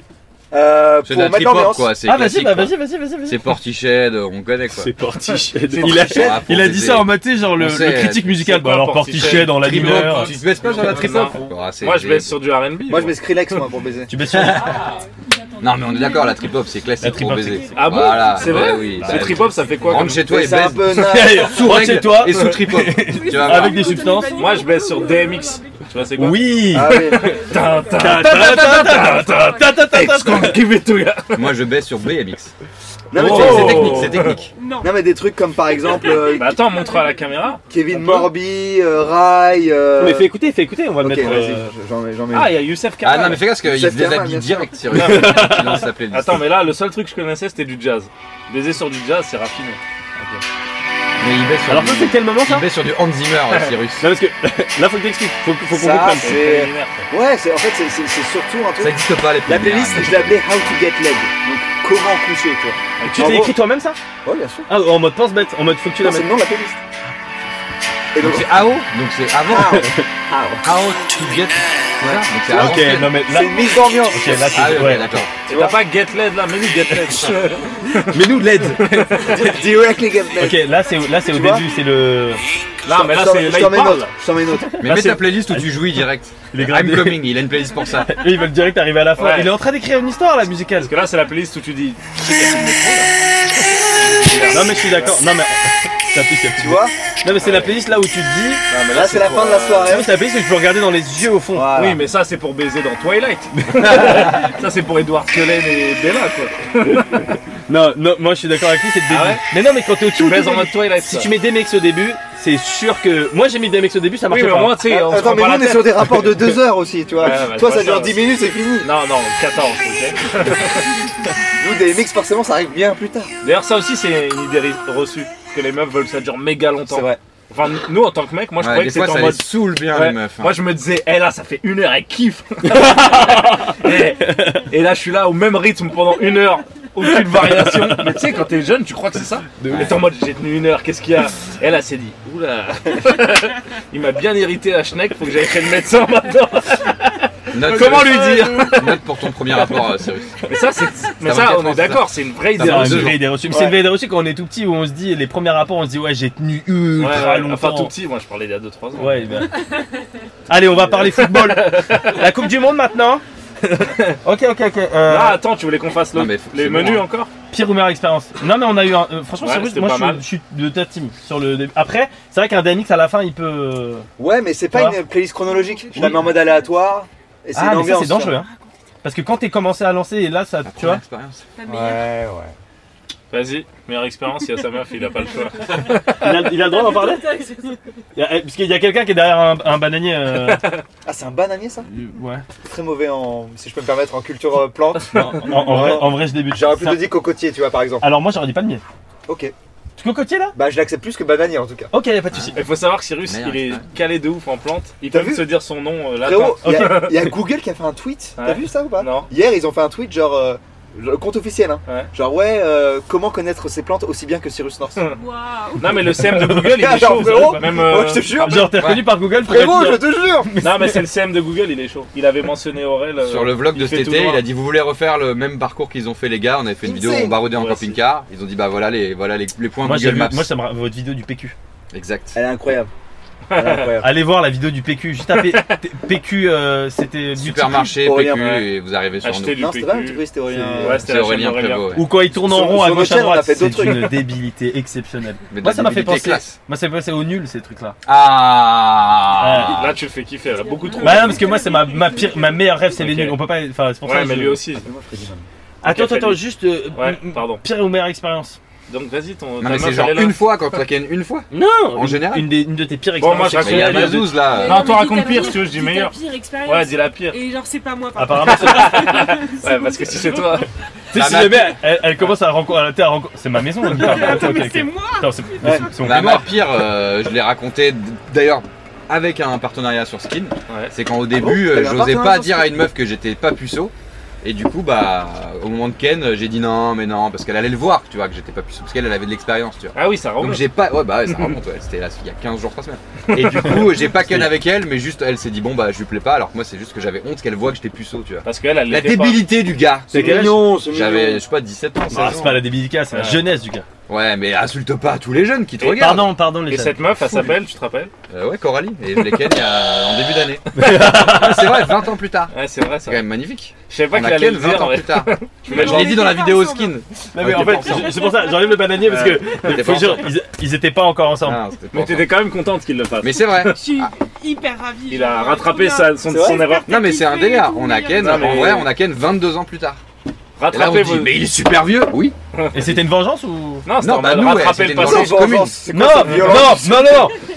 G: Euh,
D: C'est
G: pour
D: de la
G: mettre
D: trip-hop,
G: l'ambiance.
D: quoi. C'est
A: Ah vas-y,
D: classique,
A: bah
D: quoi.
A: vas-y, vas-y, vas-y, vas-y.
D: C'est Portiched, on connaît, quoi.
A: Portiched. Il a,
D: Portiched.
A: il a dit ça en maté, genre le,
D: On sait,
A: le critique
D: tu-
A: musical.
H: c'est quoi
A: Bah alors
H: Portiched
A: Portiched en la
D: Trip-hop,
A: mineur.
D: Tu te baisses pas sur la trip-hop Ah, c'est-
H: Moi, je baisse sur du RB.
G: Moi je
H: moi.
G: mets Skrillex moi pour baiser.
A: Tu baisses sur
D: Ah, Non, mais on est d'accord, la trip-hop, c'est
A: La
D: classique
A: trip-hop,
D: pour
A: c'est
D: baiser.
A: classique.
H: Ah bon
D: Voilà,
H: C'est
D: bah
H: vrai
D: oui, bah
H: Le
D: oui.
H: trip-hop, ça fait quoi comme-
D: Rentre chez toi
G: Mais
D: et
G: C'est un
D: baise.
G: peu naze.
A: Hey,
D: bah, Sous
A: rentre chez
D: règle
A: toi
D: et sous trip-hop. Tu vas voir.
A: avec des substances.
H: Moi, je baisse sur DMX. Tu vois, c'est quoi
A: Oui.
G: Ah oui.
H: Tin, tin,
A: Ta, ta, ta, ta, ta, ta, ta, ta, ta, ta,
H: It's
A: ta.
H: gonna give it to you.
D: Moi, je baisse sur BMX.
G: Non mais,
H: Oh.
G: tu vois,
D: C'est
G: c'est-
D: technique, c'est technique.
G: non, mais des trucs comme par exemple euh,
H: Bah attends, montre à la caméra.
G: Kevin Morby, euh, Rai. euh,
A: Mais fais écouter, fais écouter, on va le
G: Ok,
A: mettre. euh,
G: vas-y, j'en mets. J'en mets.
H: Ah, il y a Youssef
D: Ah
H: Kamal.
D: non, mais fais gaffe, parce qu'il
G: Youssef
D: se
G: Kamal, bien
D: déshabille
G: sûr.
D: direct, sérieux. Il lance sa playlist.
H: Attends, mais là, le seul truc que je connaissais, c'était du jazz. Baiser sur du jazz, c'est raffiné.
D: Mais il baisse sur
A: Alors
D: du-
A: ça c'est quel moment ça
D: il baisse sur du Hans Zimmer, euh, Cyrus.
A: Non parce que là faut que t'expliques, faut, faut qu'on
G: Ça,
A: comprenne.
G: c'est- Ouais, c'est- en fait, c'est- c'est c'est surtout un
D: Ça
G: truc.
D: existe pas, les
G: La
D: premières.
G: playlist, je l'avais How to Get Laid. Donc, comment coucher, tu vois.
A: Tu
G: En
A: t'es
G: gros-
A: écrit toi-même ça
G: Ouais, bien sûr.
A: Ah en mode pense bête, en mode faut que tu la
G: Non, C'est
A: mettes.
G: le nom de la playlist. Et donc,
D: Donc c'est AO, donc c'est avant.
G: Ah, ouais.
D: AO to get. Voilà, donc c'est avant.
A: Ok non mais là.
G: c'est une mise d'ambiance.
A: Ok là
D: Ah
A: c'est
D: oui,
A: ouais.
D: ok, d'accord.
H: Et t'as pas Get Led là, mais nous Get Led.
D: Mais nous, l'aide.
G: Directly Get Laid.
A: Ok là c'est là c'est au
G: Tu vois
A: début c'est le.
H: là, mais Bah là,
G: Je t'en-
H: c'est là,
G: je
H: il
G: t'en mets une
H: parle.
G: autre. Je t'en mets une autre.
D: Mais
A: Là,
D: mets
A: c'est-
D: ta playlist où tu jouis direct.
A: Il est
D: I'm
A: gradé.
D: coming, il a une playlist pour ça.
A: Et ils veulent direct arriver à la fin.
H: Ouais.
A: Il est en train d'écrire une histoire là musicale.
H: Parce que là, c'est la playlist où tu dis.
A: Non mais je suis d'accord. Non mais ça pique, ça pique.
G: Tu vois
A: Non mais c'est la playlist là où tu te dis.
H: Non, mais
G: Là, c'est la
H: pour,
G: fin de la
H: euh,
A: Ah oui,
G: soirée.
A: c'est la playlist que tu peux regarder dans les yeux au fond.
G: Voilà.
H: Oui, mais ça, c'est pour baiser dans Twilight. ça, c'est pour Edouard Cullen et Bella, quoi.
A: Non, non, moi je suis d'accord avec lui, c'est le début.
H: Ah ouais
A: mais non, mais quand t'es au tout,
H: Tu baises
A: tout
H: en mode
A: début,
H: Twilight.
A: si
H: ça.
A: tu mets des mecs au début, c'est sûr que moi j'ai mis des mecs au début, ça
H: Oui,
A: marchait
H: mais
A: pas.
H: moi, tu sais, on se
G: Attends,
H: prend
G: mais
H: pas
G: nous,
H: la
G: on est
H: tête.
G: sur des rapports de 2 heures aussi, tu vois.
H: Ouais, ouais,
G: Toi,
H: je
G: ça
H: vois
G: dure
H: ça,
G: 10
H: ouais.
G: minutes, c'est fini.
H: Non, non, 14, ok.
G: Nous, des mix, forcément, ça arrive bien plus tard.
H: D'ailleurs, ça aussi, c'est une idée reçue. Que les meufs veulent que ça dure méga longtemps.
G: C'est vrai.
H: Enfin, nous, en tant que mec, moi, je
D: Ouais,
H: croyais
D: des
H: que
D: fois,
H: c'était en
D: ça
H: mode.
D: les saoule bien,
H: Ouais.
D: les meufs. hein.
H: Moi je me disais, hé là ça fait une heure, elle kiffe et, et là je suis là au même rythme pendant une heure, aucune variation. Mais tu sais quand t'es jeune tu crois que c'est ça Mais t'es en mode j'ai tenu une heure, qu'est-ce qu'il y a Et là s'est dit, oula Il m'a bien irrité la schneck, faut que j'aille chez le médecin maintenant
D: Note-
H: Comment lui dire
J: euh,
D: Note pour ton premier rapport, euh, Cyrus.
H: Mais ça c'est. Mais
D: Ça
H: ça
D: va
H: on
D: quatre ans,
H: est d'accord, c'est une vraie
D: Ça
H: idée.
D: va
A: Non,
D: deux
A: c'est une
D: jours.
A: vraie idée reçue. Mais C'est une vraie idée reçue quand on est tout petit où on se dit les premiers rapports on se dit ouais j'ai tenu
H: Ouais,
A: ultra
H: ouais,
A: longtemps.
H: Enfin tout petit, moi je parlais il y a 2-3 ans.
A: Ouais, ben. Allez on va parler football. La Coupe du Monde maintenant. ok ok ok. Euh,
H: Ah attends, tu voulais qu'on fasse le-
D: Non, mais faut-
H: les
D: c'est
H: menus
D: bon, hein.
H: encore
A: Pire ou meilleure expérience Non mais on a eu un. euh, franchement
H: Ouais,
A: Cyrus,
H: c'était
A: moi
H: pas
A: je,
H: mal.
A: suis- je suis de ta team sur le. dé- Après c'est vrai qu'un DMX à la fin il peut. euh,
G: Ouais, mais c'est
A: Tu
G: pas
A: vois
G: une playlist chronologique. Je la
A: Oui.
G: mets en mode aléatoire. Et c'est
A: Ah
G: une
A: mais ça
G: ambiance.
A: c'est dangereux. Hein. Parce que quand t'es commencé à lancer et là ça tu vois.
D: Expérience.
G: Ouais, ouais.
H: Vas-y, meilleure expérience, il y a sa meuf, il a pas le choix.
A: Il a, il a le droit d'en parler Il y a- eh, Parce qu'il y a quelqu'un qui est derrière un, un bananier. euh,
G: Ah, c'est un bananier, ça
A: ouais.
G: Très mauvais en, si je peux me permettre, en culture euh, plante.
A: En, en vrai, en vrai, je débute.
G: J'aurais plutôt
A: Ça-
G: dit cocotier, tu vois, par exemple.
A: Alors moi, j'aurais dit palmier.
G: Ok.
A: Tu cocotier là
G: Bah, je l'accepte plus que bananier, en tout cas.
A: Ok, y a pas de soucis.
H: Il faut savoir que Cyrus,
D: Meilleure
H: il est
D: expérience.
H: calé de ouf en plante. Il
G: T'as
H: peut même
G: vu
H: se dire son nom euh, latin.
G: Frérot, il y, a- y a Google qui a fait un tweet. T'as
H: Ouais.
G: vu ça ou pas
H: Non.
G: Hier, ils ont fait un tweet genre. euh, le compte officiel, hein.
H: Ouais.
G: Genre, ouais, euh, comment connaître ces plantes aussi bien que Cyrus North
H: Non mais le CM de Google il est
G: Genre,
H: chaud.
G: frérot,
H: ça, Même, euh,
G: Ah, bah, Ouais, je te jure.
A: Genre, t'es reconnu par Google pour
G: Frérot,
A: être-
G: je te jure
H: Non mais c'est le CM de Google il est chaud. Il avait mentionné Aurel. euh,
D: Sur le vlog
H: il
D: de
H: fait
D: cet
H: tout
D: été,
H: droit.
D: il a dit Vous voulez refaire le même parcours qu'ils ont fait, les gars On avait fait une vidéo,
G: Insane.
D: on baroudait en
H: Ouais,
D: camping-car. Ils ont dit Bah voilà les, voilà les, les points
A: Moi, j'ai
D: Google
A: vu,
D: Maps.
A: moi, ça me ra- votre vidéo du PQ.
D: Exact.
G: Elle est incroyable.
E: Incroyable.
A: Allez voir la vidéo du PQ. Juste tapez t- PQ, euh, c'était du
J: Supermarché,
E: Aurélien,
J: PQ,
E: ouais.
J: et vous arrivez sur
H: Acheter
J: nous.
H: du
E: Non, c'était pas un
H: PQ.
E: truc, c'était Aurélien. euh,
H: Ouais,
J: C'est
H: la
J: Aurélien
H: chaîne d'Aurélien.
J: Prévost. ouais.
A: Ou quand il tourne en
E: Sur-
A: rond à
E: sur
A: gauche à
E: l'hôtel, on a
A: droite,
E: fait d'autres
A: c'est une
E: trucs.
A: débilité exceptionnelle.
J: Mais de
A: Moi
J: la
A: ça m'a fait
J: débilité
A: penser.
J: classe.
A: Moi ça m'a fait penser au nul ces trucs là.
J: Ah
H: Là, tu le fais kiffer, elle a beaucoup trop.
A: Bah non parce que moi c'est ma, ma pire ma meilleure rêve c'est les
H: Ok.
A: nuls. On peut pas. Enfin c'est pour ça.
H: Ouais,
A: que
H: mais
A: je-
H: lui aussi.
A: Attends
H: Ok,
A: attends attends
H: Fabien.
A: juste. euh,
H: Ouais,
A: m-
H: pardon.
A: Pire ou meilleure expérience.
H: Donc, vas-y, ton.
J: Non
H: ta
J: mais
H: meuf,
J: c'est genre
H: elle est là.
J: une fois quand tu la ken une fois.
A: Non.
J: En général.
A: Une, des- une de tes pires
H: Bon, moi,
A: expériences.
H: je
J: Mais il y a
A: sexuelles.
H: raconte-
J: Mazouz là.
H: Non, toi,
K: dis ta
H: raconte pire,
K: meilleure-
H: si tu veux, je dis
K: ta
H: meilleure.
K: pire expérience.
H: Ouais, dis la pire.
K: Et genre, c'est pas moi, par
A: Apparemment, c'est-
K: contre.
H: Ouais, parce que si c'est toi.
A: tu sais, si
J: La
A: jamais elle- elle, elle commence à rencontrer, c'est ma maison. la guitare. Attends, ok,
K: Mais
A: ok.
K: c'est moi
A: Attends, c'est mais c'est- c'est mon
J: La
A: connard.
J: ma pire, euh, je l'ai raconté d- d'ailleurs avec un partenariat sur Skin.
H: Ouais.
J: C'est quand au
E: Ah bon
J: début, euh,
E: T'avais un
J: j'osais
E: partenariat
J: pas
E: sur
J: dire
E: Skin
J: à une meuf que j'étais pas puceau. Et du coup, bah, au moment de Ken, euh, j'ai dit non, mais non, parce qu'elle allait le voir, tu vois, que j'étais pas puceau, parce qu'elle elle avait de l'expérience, tu vois.
H: Ah oui, ça
J: Donc
H: remonte.
J: j'ai pas, ouais bah ouais, ça remonte, ouais, c'était là, il y a 15 jours, 3 semaines. Et du coup, j'ai pas Ken avec elle, mais juste elle s'est dit bon bah je lui plais pas, alors que moi c'est juste que j'avais honte qu'elle voit que j'étais puceau, tu vois.
H: Parce qu'elle, elle
J: La
H: l'était pas.
J: débilité du gars.
E: C'est mignon, c'est
J: J'avais,
E: mignon.
J: je sais pas, 17 ans, 16
A: Ah, c'est
J: ans.
A: pas la débilité, c'est la
H: Ouais.
A: jeunesse du gars.
J: Ouais, mais insulte pas tous les jeunes qui te
H: Et
J: regardent.
A: Pardon, pardon les
H: Et
A: jeunes.
H: cette meuf, elle s'appelle, tu te rappelles
J: Euh, ouais, Coralie. Et je l'ai ken il y a- en début d'année. c'est vrai, 20 ans plus tard.
H: Ouais, c'est vrai
J: C'est
H: ça.
J: quand même magnifique.
H: Je savais pas
J: On
H: qu'elle
J: a
H: allait
J: ken
H: le
J: 20
H: dire.
J: ans
H: ouais.
J: plus tard.
H: Je
J: Je l'ai dit dans la vidéo skin.
A: Non, mais
J: Ouais,
A: en fait,
J: t'es pas
A: je- c'est pour ça, j'enlève le bananier parce que
J: T'es
A: faut
J: pas
A: dire, ils, ils étaient pas encore ensemble.
J: Ah, c'était pas
H: Mais
J: ensemble.
H: t'étais quand même contente qu'il le fasse.
J: Mais c'est vrai.
K: Je suis
J: Ah.
K: hyper ravie.
H: Il a
K: genre,
H: rattrapé
K: trop
H: sa- son
E: C'est vrai
H: son erreur.
J: Non mais c'est un délire, on a Ken,
H: Non, mais-
J: en vrai on a Ken 22 ans plus tard. Et là on
H: Rattrapez vos.
J: dit, mais il est super vieux, oui.
A: Et c'était une vengeance ou
H: Non, c'était
J: Non,
H: en
J: bah
H: mode
J: nous, ouais,
H: rattraper
J: c'était
H: le
J: une
H: passé.
J: vengeance commune. Non,
A: Non, non, non, non,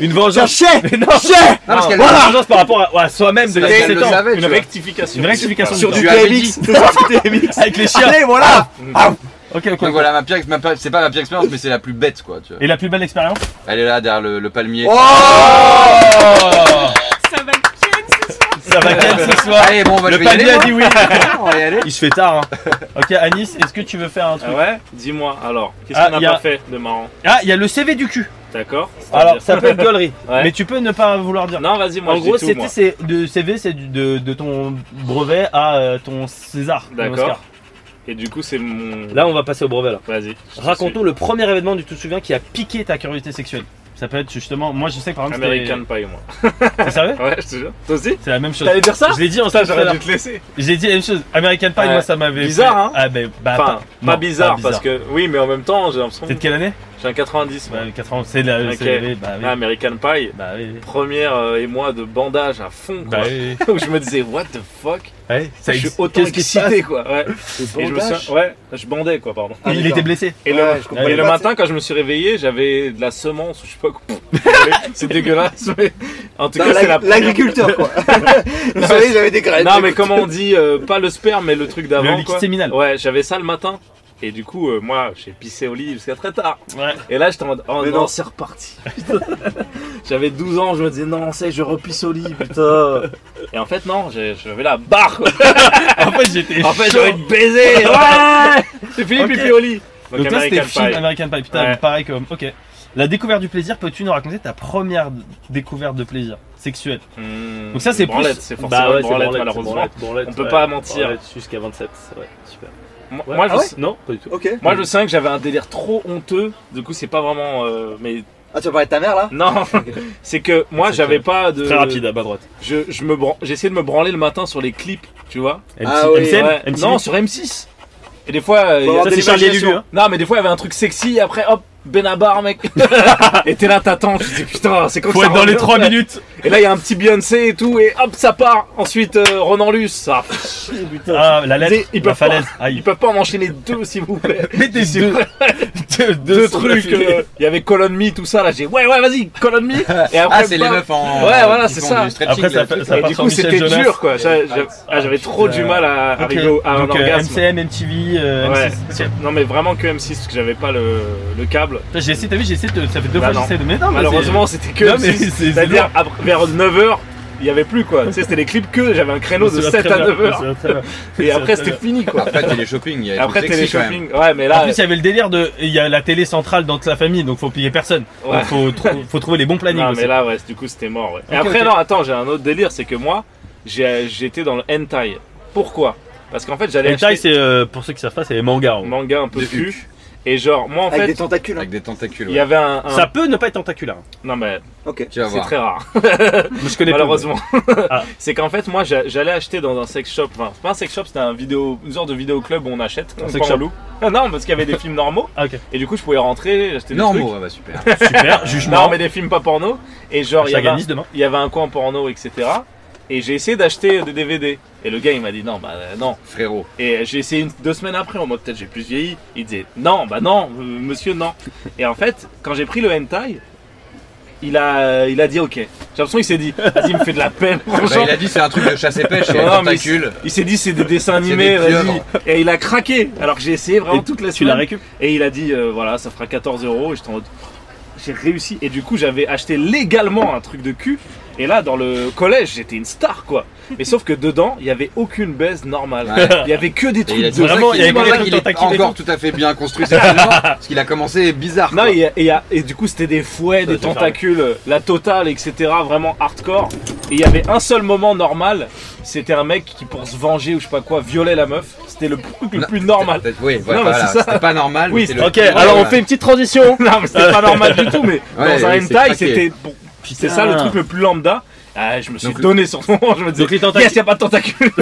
A: une vengeance. Mais non,
J: parce qu'elle
A: Voilà, une vengeance par rapport à, à soi-même de
J: parce qu'elle
A: 17
J: le
A: ans.
J: savait, tu
H: Une
J: vois.
H: rectification.
A: Une rectification
J: Sur
A: du
J: du
A: temps.
J: AMX.
A: avec les chiens.
E: voilà
A: Ok, ok.
J: Donc voilà, ma pire, ma pire- c'est pas ma pire expérience, mais c'est la plus bête quoi. Tu vois.
A: Et la plus belle expérience
J: Elle est là derrière le, le palmier.
K: Ça va être Ken, ce soir.
A: Ça va Ken ce soir.
J: Allez, bon, on va
A: Le
J: je vais y aller,
A: panier a
J: moi.
A: dit oui.
J: On va y aller.
A: Il se fait tard. Hein. Ok, Anis, est-ce que tu veux faire un
H: Ah
A: truc
H: ouais Dis-moi alors, qu'est-ce
A: Ah,
H: qu'on
A: y
H: n'a
A: a-
H: pas fait de marrant
A: Ah, il y a le CV du cul.
H: D'accord
A: Alors,
H: C'est-à-dire-
A: ça peut être gaulerie.
H: Ouais.
A: Mais tu peux ne pas vouloir dire.
H: Non, vas-y, moi
A: en
H: je
A: gros,
H: dis tout, moi.
A: c'était c'est- de CV, c'est du- de, de ton brevet à euh, ton César. ton
H: D'accord.
A: Oscar.
H: Et du coup, c'est mon.
A: Là, on va passer au brevet. Là.
H: Vas-y.
A: Raconte-nous le premier événement du tout souviens qui a piqué ta curiosité sexuelle. Ça peut être justement. Moi, je sais que par exemple. c'était-
H: American Pie, moi.
A: T'es sérieux
H: Ouais, je te jure. Toi aussi
A: C'est la même chose.
H: T'allais dire ça
A: Je l'ai dit en
H: Ça,
A: stage.
H: j'aurais dû te laisser.
A: J'ai dit la même chose. American Pie,
H: Ouais.
A: moi, ça m'avait.
H: Bizarre,
A: fait-
H: hein
A: Ah, ben, bah,
H: Enfin,
A: pas- non,
H: pas bizarre, parce que. Oui, mais en même temps, j'ai l'impression.
A: C'est de quelle année
H: J'ai un 90. moi.
A: Bah, 80. C'est la.
H: Ok.
A: c'est- Bah, oui.
H: Ah, American Pie.
A: Bah oui. oui.
H: Première euh, et moi de bandage à fond, quoi.
A: Bah oui.
H: Où je me disais, what the fuck
A: oui. Ouais, ça
H: Je suis
A: existe.
H: autant
A: Qu'est-ce qui se passe
H: excité, quoi. Ouais. Et je me
E: Bandage
H: souviens- ouais, je bandais, quoi, pardon.
E: Ah,
A: Il
E: d'accord.
A: était blessé.
H: Et le,
E: Ouais, je comprends
H: et le
E: pas,
H: matin, quand je me suis réveillé, j'avais de la semence, ou je sais pas quoi. c'est dégueulasse, mais en tout
E: Non,
H: cas, c'est la
E: l'ag- L'agriculteur quoi Vous savez, j'avais des graines.
H: Non, mais comment on dit, euh, pas le sperme, mais le truc
A: Le
H: d'avant.
A: liquide
H: quoi.
A: séminal.
H: Ouais, j'avais ça le matin. Et du coup, euh, moi, j'ai pissé au lit jusqu'à très tard.
A: Ouais.
H: Et là, j'étais en mode, oh
E: Mais
H: non,
E: non.
H: c'est reparti. j'avais 12 ans, je me disais, non, c'est, je repisse au lit, putain. Et en fait, non, j'ai- j'avais la barre, quoi.
A: En fait, j'étais.
H: En fait,
A: chaud.
H: j'aurais été baisé. Ouais J'ai fini
A: Ok.
H: pipi au lit. Donc,
A: Donc, là, c'était
H: American
A: film
H: Pie.
A: American Pie. Putain,
H: Ouais.
A: pareil comme. Ok. La découverte du plaisir, peux-tu nous raconter ta première d- découverte de plaisir sexuel
H: Hmm,
A: Donc ça, c'est
H: une branlette,
A: plus-
H: c'est
A: Bah
H: forcément une branlette, malheureusement. On peut pas mentir.
A: Jusqu'à 27. Ouais, super.
H: Moi, moi,
A: Ah
H: je, sais-
A: Non, pas du tout.
E: Ok.
H: moi, je sais que j'avais un délire trop honteux. Du coup, c'est pas vraiment. euh, mais
E: Ah, tu vas parler de ta mère là
H: non, c'est que moi,
A: C'est
H: j'avais
A: très-
H: pas de.
A: Très rapide à bas droite.
H: Je, je me bran- j'essayais de me branler le matin sur les clips, tu vois.
E: Ah
A: MC
E: oui,
A: MCN?
H: Ouais.
A: MCN?
H: Non, sur M6. Et des fois, euh, il y a
E: avoir
A: Ça, c'est Charlie
H: l'imagination.
A: Lulu, hein.
H: Non, mais des fois, il y avait un truc sexy. Et après, hop, Benabar, mec. et t'es là, t'attends. Tu dis putain, c'est comme
A: Faut
H: ça.
A: être dans les 3
H: Ouais.
A: minutes.
H: Et là, il y a un petit Beyoncé et tout, et hop, ça part. Ensuite, euh, Ronan Luce, ça.
A: Ah, la lettre,
H: Ils
A: la
H: peuvent
A: falaise.
H: Ils
A: Aïe.
H: peuvent pas m'enchaîner deux, s'il vous plaît.
A: Mettez
H: C'est
A: deux,
H: vrai.
A: deux,
H: deux
A: sur
H: trucs.
A: l'affilée.
H: euh, Il y avait Colon Me, tout ça. Là, j'ai ouais, ouais, vas-y, Colon Me. Et après,
J: Ah, c'est les
H: bam.
J: meufs en.
H: Ouais, voilà,
J: qui
H: c'est
J: font
H: ça.
J: du stretching,
A: Après, ça,
J: là,
A: fait-
J: tout
A: ça
H: Et
A: part
H: du
A: sur
H: coup,
A: Michel
H: c'était
A: Jonas.
H: dur, quoi. J'a- j'a- ah, J'avais trop du mal à
A: Ok,
H: arriver au- à un
A: donc, euh,
H: orgasme.
A: MCN, MTV, euh,
H: Ouais.
A: M6.
H: Non, mais vraiment que M6, parce que j'avais pas le, le câble.
A: Putain, J'ai essayé, t'as vu, j'ai essayé de. Ça fait deux
H: Bah
A: fois que
H: non.
A: j'essaie de. Mais non, mais
H: Malheureusement, c'était que
A: Non, mais c'est-
H: M6.
A: c'est
H: C'est-à-dire, après- vers 9h, il y avait plus, quoi. Tu sais, c'était les clips que j'avais un créneau de 7 à 9h. Et après, c'était fini, quoi.
J: Après, télé-shopping. il y a des
H: Après,
J: trucs sexy, quand même.
H: télé-shopping. Ouais, mais
A: En
H: là.
A: plus, il y avait le délire de. Il y a la télé centrale dans toute la famille, donc faut payer personne.
H: Ouais.
A: Donc, faut, trou- faut trouver les bons plannings.
H: Non,
A: aussi.
H: mais là, ouais, du coup, c'était mort, ouais. Et
A: Ok,
H: après,
A: ok.
H: non, attends, j'ai un autre délire, c'est que moi, j'ai- j'étais dans le hentai. Pourquoi Parce qu'en fait, j'allais
A: Hentai,
H: acheter
A: c'est euh, pour ceux qui savent pas, c'est les mangas. en
H: un
A: gros.
H: manga un peu
J: De
H: cul. Et genre, moi en
E: Avec
H: fait.
E: des tentacules, hein.
J: Avec des tentacules.
H: Il y avait un. un-
A: Ça peut ne pas être tentaculaire. hein.
H: Non mais
E: Ok.
J: Tu vas
H: c'est
J: voir.
H: très rare.
A: Je connais pas,
H: Malheureusement.
A: Ah.
H: c'est qu'en fait, moi, j'a- j'allais acheter dans un sex shop. Enfin, c'est pas un sex shop, c'était un vidéo, une sorte de vidéo club où on achète.
A: Un
H: on
A: sex
H: pas on
A: shop.
H: loue. Ah non, parce qu'il y avait des films normaux.
A: Ah, ok.
H: Et du coup, je pouvais rentrer, acheter des
J: Normaux,
E: euh,
H: trucs.
J: ah bah super.
A: Super,
H: Non,
A: jugement.
H: mais des films pas porno. Et genre, il
A: Ah,
H: y,
A: Ça
H: avait un,
A: gagne demain.
H: il y avait un coin porno, etc. Et j'ai essayé d'acheter des DVD. Et le gars, il m'a dit non, bah euh, non.
J: Frérot.
H: Et euh, j'ai essayé une, deux semaines après, en mode peut-être j'ai plus vieilli. Il disait non, bah non, euh, monsieur, non. Et en fait, quand j'ai pris le hentai, il a, il a dit ok. J'ai l'impression qu'il s'est dit, vas-y, il me fait de la peine.
J: Bah,
H: Franchement,
J: il a dit c'est un truc de chasse et pêche, il y a
H: Non,
J: des
H: mais
J: tentacules.
H: il s'est dit c'est des dessins
J: C'est
H: animés,
J: des
H: vas-y.
J: pieuvres.
H: Et il a craqué. Alors que j'ai essayé vraiment
A: Et
H: toute la
A: Tu la
H: semaine.
A: récup
H: Et il a dit euh, voilà, ça fera 14 euros. Et j'étais en mode j'ai réussi. Et du coup, j'avais acheté légalement un truc de cul. Et là, dans le collège, j'étais une star quoi. Mais sauf que dedans, il n'y avait aucune baisse normale.
J: Ouais.
H: Il y avait que des
J: Et
H: trucs
J: il a
H: de
J: dit
A: Vraiment,
J: vraiment,
A: il y avait
J: il,
A: des
J: il est pas
A: tentacules et
J: encore tout à fait bien construit cet élément, parce qu'il a commencé bizarre.
H: Non,
J: quoi.
H: il y a- et, il y a- et du coup, c'était des fouets, des
A: c'est ça.
H: tentacules, la totale, etc. Vraiment hardcore. Et il y avait un seul moment normal. C'était un mec qui, pour se venger ou je sais pas quoi, violait la meuf. C'était le truc le
J: Non,
H: plus normal.
J: Peut-être- Oui,
H: mais
J: voilà, voilà,
H: c'est ça.
J: c'était pas normal.
H: Oui,
J: mais c'est le-
A: Ok, alors on fait une petite transition.
H: Non, mais c'était pas normal du tout, mais
J: Ouais,
H: dans un
J: oui, c'est
H: hentai,
J: craqué.
H: c'était. bon, c'est ça le truc le plus lambda. Ah, je me suis
J: Donc le-
H: donné sur ce moment, je me disais.
A: Donc les tentacules-
H: Yes, y a pas de tentacules!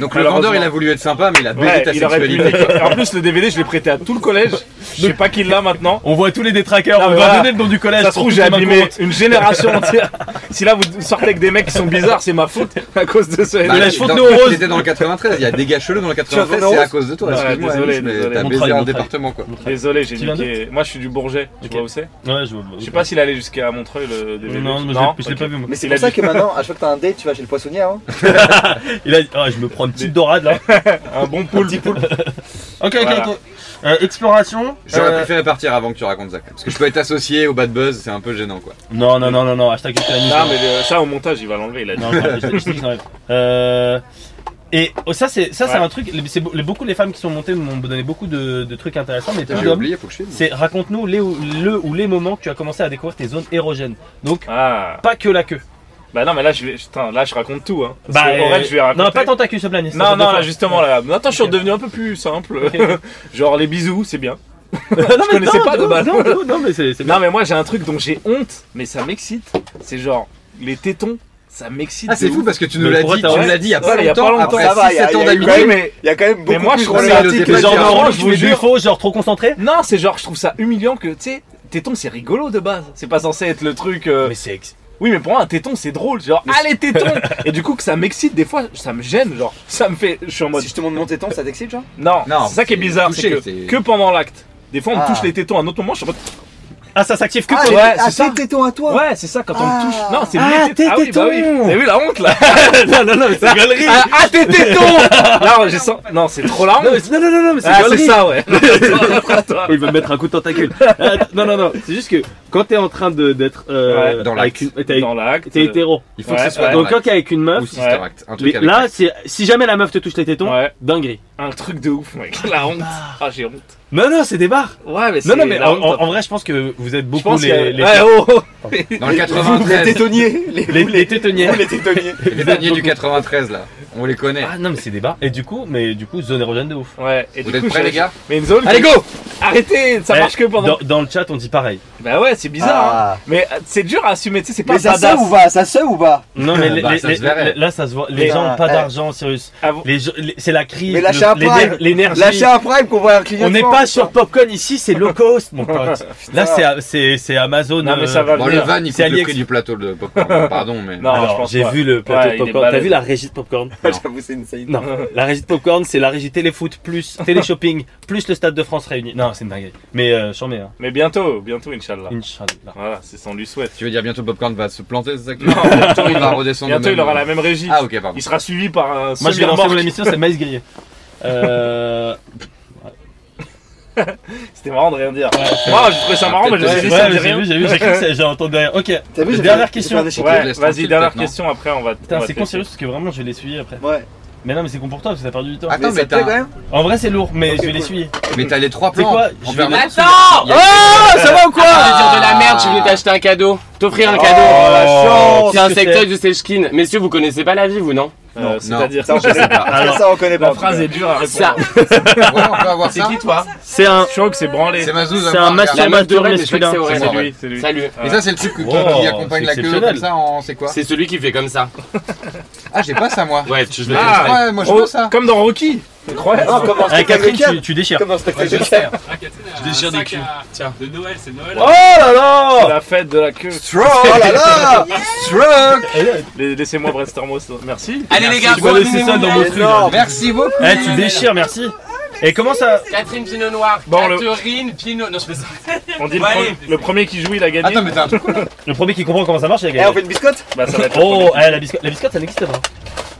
J: Donc le vendeur,
H: Malheureusement.
J: il a voulu être sympa, mais il a baisé
H: Ouais,
J: ta
H: il aurait pu.
J: sexualité. quoi.
H: Et En plus, le DVD, je l'ai prêté à tout le collège. Je sais pas qui l'a maintenant.
A: On voit tous les détraqueurs,
H: Non,
A: on
H: mais
A: va
H: voilà.
A: donner le nom du collège.
H: Ça se trouve,
A: pour
H: j'ai
A: toutes les
H: abîmé
A: macontes.
H: une génération entière. Si là, vous sortez avec des mecs qui sont bizarres, c'est ma faute à cause de ce.
J: Bah,
A: la
J: dans-
A: fontenay aux roses.
J: C'était dans le 93, il y a des gâcheleux dans le 93, c'est à cause de toi.
H: Ouais,
J: Excuse-moi,
H: désolé,
J: Amish, mais
H: désolé.
J: t'as
A: Mon
J: baisé
A: travail,
J: un
A: mon
J: département quoi.
H: Désolé, j'ai
A: Tu viens
H: niqué. Moi, je suis du Bourget. Tu
A: Ok.
H: vois où c'est
A: Ouais, je vois.
H: Je sais pas s'il allait jusqu'à Montreuil le DVD.
A: Non, mais je l'ai- je l'ai
H: Ok.
A: pas vu moi.
E: Mais c'est
H: Il
E: pour
H: a
E: ça
H: dit-
E: que maintenant, à chaque fois que t'as un date, tu vas chez le poissonnier. Hein.
A: Il a dit, ah, je me prends une petite dorade là.
H: Un bon poule.
A: Ok, ok,
H: Voilà.
A: ok. Euh, exploration.
J: J'aurais
A: euh,
J: préféré partir avant que tu racontes ça. Parce que je peux être associé au bad buzz, c'est un peu gênant quoi.
A: Non, non, non, non, non, hashtag
H: Non, mais le- ça, au montage, il va l'enlever. Il a dit.
A: Non, je l'enlève, je- je dis que je l'enlève. Euh, Et oh, ça, c'est ça, c'est
H: Ouais.
A: un truc. les- c'est beau- les- beaucoup les femmes qui sont montées m'ont donné beaucoup de, de trucs intéressants, mais
J: Putain,
A: tout
J: J'ai
A: d'homme,
J: oublié, faut que je filme.
A: c'est raconte-nous les, ou- le ou les moments que tu as commencé à découvrir tes zones érogènes. Donc
H: Ah,
A: pas que la queue.
H: bah non, mais là, je, vais... putain, là, je raconte tout. Hein. Parce que
A: euh,
H: Aurel, je vais raconter.
A: non, pas tant ta queue se plaigne. ça,
H: Non,
A: c'est deux
H: non, là,
A: fois.
H: justement, là. Mais Attends, je suis redevenu un peu plus simple. Genre, les bisous, c'est bien.
A: non, mais
H: connaissais
A: non,
H: pas de
A: non,
H: base.
A: Non, non, non, mais c'est c'est bien.
H: Non, mais moi, j'ai un truc dont j'ai honte, mais ça m'excite. C'est genre, les tétons, ça m'excite.
J: Ah, c'est
H: de
J: fou
H: ouf.
J: parce que tu nous
A: Mais
J: l'as
A: pourquoi
J: dit, tu
A: t'as-
J: nous
A: ouais,
J: l'as dit il y a
H: ça,
J: pas
H: il y a pas
J: longtemps,
H: longtemps.
J: après
H: Ça
J: 6-7 ans
H: va,
E: il y a eu
J: d'amitié.
E: quand
H: Oui,
E: même-
H: mais
E: Il y a quand même beaucoup
H: Mais moi, je
E: plus
H: trouve
E: qu'on
H: ça
E: a
A: Les
E: dit
H: article-
E: que les
A: gens
H: genre,
E: gens.
A: orange,
H: je
A: vous
H: vous jure.
A: faux, genre trop concentré.
H: Non, c'est genre, je trouve ça humiliant que, tu sais, téton, c'est rigolo de base. C'est pas censé être le truc. euh,
A: Mais c'est ex-
H: Oui, mais pour moi, un téton, c'est drôle. Genre, ah, les tétons Et du coup, que ça m'excite, des fois, ça me gêne. Genre, ça me fait. Je suis en mode.
E: Si je te montre mon téton, ça t'excite, genre
H: Non,
J: Non,
H: c'est ça qui est
J: c'est
H: bizarre,
J: touché,
H: c'est que,
J: c'est-
H: que pendant l'acte. Des fois, on me
E: Ah.
H: touche les tétons à un autre moment, je suis en mode.
A: Ah, ça s'active que
E: Ah,
A: quand-
H: ouais, c'est
E: ah,
H: ça.
E: tes tétons à toi
H: Ouais, c'est ça, quand on me touche. Non, c'est
A: Ah,
H: mes
A: tes
H: tétons. Ah oui, bah oui.
A: tétons.
H: Vous avez vu la honte là
A: Non, non, non, mais c'est galerie.
H: Ah, ah, tes tétons Non, j'ai sens- Non, c'est trop la honte.
A: Non, mais c'est- non, non, non, non, mais c'est
H: Ah, c'est
A: galerie.
H: ça, ouais.
A: Il va me mettre un coup de tentacule. Euh, non, non, non. C'est juste que quand t'es en train de- d'être euh,
H: Ouais,
J: dans
A: avec une,
J: l'acte.
A: t'es,
H: Dans l'acte. euh,
A: t'es hétéro.
J: Il faut que
H: Ouais,
J: ce soit
A: Donc
J: un
A: quand t'es avec une
J: acte ou
A: meuf,
J: sister act, un truc
A: les-
J: avec
A: là, c'est, si jamais la meuf te touche les tétons,
H: Ouais,
A: dinguerie.
H: un truc de ouf, mec. La honte. Ah, j'ai honte.
A: Non, non, c'est des barres.
H: Ouais, mais c'est.
A: Non, non, mais
H: la
A: en,
H: honte.
A: en- en vrai, je pense que vous êtes
H: Je
A: beaucoup
H: pense qu'il y a-
A: les, les,
H: Ouais, oh, oh.
J: Dans le
E: Les
J: 93,
E: tétonniers Les,
A: les- les tétonniers.
E: les tétonniers
J: les derniers du 93 là, on les connaît.
A: Ah non, mais c'est des barres. Et du coup, mais du coup, zone érogène de ouf.
H: Ouais, et
J: Vous
H: du
J: êtes
H: coup,
J: prêts
H: j'ai-
J: les gars
H: Mais une zone.
J: Allez go
H: Arrêtez, ça
A: Eh,
H: marche que pendant.
A: Dans, dans le chat, on dit pareil.
H: Bah ouais, c'est bizarre. hein.
E: Ah.
H: Mais euh, c'est dur à assumer, tu sais, c'est pas
E: Mais ça se
H: badass.
E: ou va Ça se ou va
A: Non, mais les-
J: Bah,
A: les-
J: ça se
A: les-
J: verrait.
A: les- là, ça se voit. Les
E: Mais,
A: gens,
E: euh,
A: pas
E: eh.
A: d'argent, Sirius.
H: Ah bon
A: Les, gens- les- c'est la crise.
E: Mais lâchez
A: le-
E: un
A: l'éner-
E: prime.
A: L'énergie.
E: Lâchez un prime qu'on voit un client.
A: On n'est pas sur Popcorn ici, c'est low cost, mon pote. Là, c'est- c'est c'est Amazon.
H: Non, mais
A: euh,
H: ça va
J: Bon, le
H: venir.
J: van, il
A: C'est
J: coûte le
A: AliEx.
J: prix du plateau de popcorn, pardon, mais.
H: Non, je
A: Alors,
H: pense
A: j'ai
H: pas.
A: vu le plateau
H: Ouais, il
A: de
H: est
A: popcorn. T'as
H: balèze.
A: vu la régie de popcorn
E: J'avoue, c'est insane.
A: Non, la régie de popcorn, c'est la régie téléfoot plus téléshopping plus le Stade de France réuni. Non, c'est une dinguerie. Mais euh, j'en mets, hein.
H: Mais bientôt, bientôt, Inch'Allah.
A: Inch'Allah.
H: Voilà, c'est sans lui souhaite.
J: Tu veux dire bientôt popcorn va se planter, c'est ça que tu veux dire Bientôt il va redescendre. au
H: Bientôt,
J: même
H: il aura
J: niveau.
H: la même régie.
J: Ah ok, pardon.
H: Il sera suivi par un
A: Moi, je vais lancer
H: semi-remorque.
A: mon émission, c'est Maïs Grillé. Euh.
H: C'était marrant de rien dire. Moi, je trouvais ça marrant, mais je me
A: ouais,
H: suis dit,
A: j'ai
H: ça me dit rien.
A: vu, j'ai vu, j'ai cru que ça- j'ai entendu derrière. Ok,
E: T'as vu j'ai
A: dernière
E: fait-
A: question.
E: j'ai fait un échec.
H: Ouais,
J: laisse
H: vas-y,
J: tranquille,
H: dernière
J: peut-être, non
H: question, après, on va. on
A: Putain,
H: va
A: c'est
H: te
A: con,
H: laisser.
A: sérieux, parce que vraiment, je vais l'essuyer après.
E: Ouais. Ah,
A: Mais non, mais c'est con pour toi, parce que t'as perdu du temps.
J: Attends,
E: mais ça
J: mais
E: te plaît quand
J: t'as
E: même
A: En vrai, c'est lourd, mais je
E: c'est
A: vais
E: cool.
A: l'essuyer.
J: mais t'as les trois
A: C'est
J: plans.
A: quoi Je vais
J: envers
A: mettre-
J: moi.
D: Attends
J: Il y a- Ah.
D: Ça va ou quoi Je vais dire de la merde, je voulais t'acheter un cadeau. T'offrir un
A: Oh, la
D: cadeau.
A: chance
D: C'est un
A: Oh, que
D: secteur du Sechkin. Messieurs, vous connaissez pas la vie, vous, non
H: Euh,
G: Non.
H: C'est-à-dire
G: Ça, on connaît pas.
H: Alors,
G: Ça, on connaît pas, en
H: La
G: tout
H: phrase
G: cas.
H: est dure à répondre.
G: Ça. Ouais, on peut avoir
H: C'est
G: ça.
H: qui toi
A: C'est un.
H: Je crois que c'est branlé.
G: C'est Mazou,
H: C'est
G: on va
H: un
G: voir, regarde.
H: masturbateur
G: La meuf d'Aurel, mais je crois que
H: masculin.
G: c'est
H: C'est
G: Aurel.
H: lui, c'est lui.
D: Salut.
G: Et ça, c'est le truc qui,
D: Wow,
G: qui accompagne la
D: c'est
G: queue comme
D: exceptionnel.
G: ça en. C'est quoi
D: C'est celui qui fait comme ça.
G: Ah, j'ai pas ça moi.
D: Ouais, tu je l'ai
G: Ah,
D: fait.
G: ouais, moi, je veux ça.
H: Comme dans Rocky. Incroyable.
D: Non, comme dans
A: Ah, Catherine, tu, tu déchires. Bah.
C: Je
D: déchire des culs. Tiens.
C: De Noël, c'est Noël.
A: Oh là là
H: C'est la fête de la queue.
G: Stroke Oh là là Stroke
H: La- Laissez-moi Brest Thermos. Merci.
D: Allez, les gars,
A: Tu vas laisser ça dans mon truc. là.
G: Merci beaucoup
A: Eh, tu déchires, merci. Et comment ça
D: Catherine Pinot Noir.
H: Bon, le-
D: Catherine Pinot. Non, je fais ça.
H: On dit le,
D: Bon,
H: pre-
D: allez.
H: le premier qui joue, il a gagné.
G: Attends, mais t'as un truc là
A: Le premier qui comprend comment ça marche, il a
E: Eh, on fait
A: gagné.
E: une biscotte
H: Bah, ça va être.
A: Oh, eh, la biscotte, la biscotte, ça n'existe pas.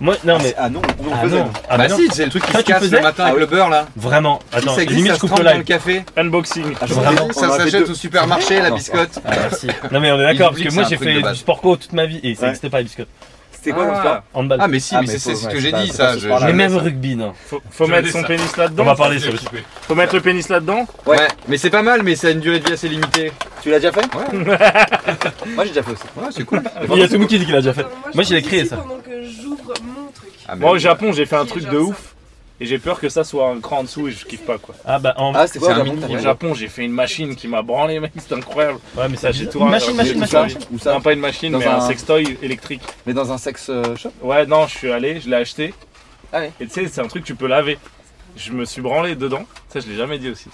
A: Moi, non mais.
E: Ah non, on
A: Ah
E: faisait.
A: non. Ah
G: Bah
A: non.
G: si, c'est le truc qui
A: Ça,
G: se
A: tu
G: casse
A: faisais
G: le matin avec le beurre là.
A: Vraiment.
G: Si
A: Attends,
G: ça existe,
A: limite
G: ça
A: je
G: se
A: coupe
G: trempe
A: le
G: dans le
A: live.
G: café.
H: Unboxing.
E: Ah, je
A: Vraiment.
E: vous ai dit,
G: Ça
E: en a fait
G: s'achète
E: deux.
G: au supermarché la biscotte.
A: Ah, merci. Non mais on est d'accord, parce
G: Ils oublient que
A: que
G: c'est
A: moi
G: un
A: j'ai
G: truc
A: fait
G: de
A: du
G: base.
A: sport co toute ma vie et ça
E: Ouais.
A: n'existait pas les biscottes.
E: C'était quoi
G: Ah.
E: l'histoire
A: Handball.
G: Ah mais si,
E: Ah,
G: mais
E: mais
G: c'est c'est
E: faut-
G: ce
E: ouais,
G: que j'ai
E: c'est
G: dit
E: pas-
G: ça.
E: c'est
G: je-
E: pas
A: mais
E: mais
A: même rugby, non.
H: Faut, faut
C: Je
H: mettre
C: laisse
H: son
C: ça.
H: pénis là-dedans.
A: On va parler sur
H: Faut mettre le pénis là-dedans.
E: Ouais.
G: Ouais, mais c'est pas mal, mais ça a une durée de vie assez limitée.
E: Tu l'as déjà fait
G: Ouais,
E: Moi j'ai déjà fait aussi.
G: ouais c'est cool.
A: Il y a tout le kid qui l'a déjà fait.
B: je
A: Moi, je l'ai
B: pense
A: créé,
B: ici
A: ça.
B: Pendant que j'ouvre mon truc.
G: Ah, mais
H: Moi, au
G: oui.
H: Japon, j'ai fait un truc
B: Genre
H: de
B: ça.
H: ouf. Et j'ai peur que ça soit un cran en dessous et je kiffe pas quoi.
A: Ah bah en
E: Ah, c'était quoi
G: C'est un
E: au Japon,
G: mini-
E: t'as
H: Au
E: fait
H: Japon, j'ai fait une machine qui m'a branlé, mec, c'est incroyable.
A: Ouais mais ça
H: J'ai
A: j'ai
H: tout
A: tout. Machine,
H: un-
A: machine,
H: j'ai
E: Où
H: tout
A: machine.
E: ça
H: machine.
E: Où ça
H: Non, pas une machine,
E: Dans
H: mais un
E: un-
H: sextoy électrique.
E: Mais dans un sex euh, shop
H: Ouais, non, je suis allé, je l'ai acheté.
E: Ah ouais.
H: Et tu sais, c'est un truc que tu peux laver. Je me suis branlé dedans, ça je l'ai jamais dit aussi.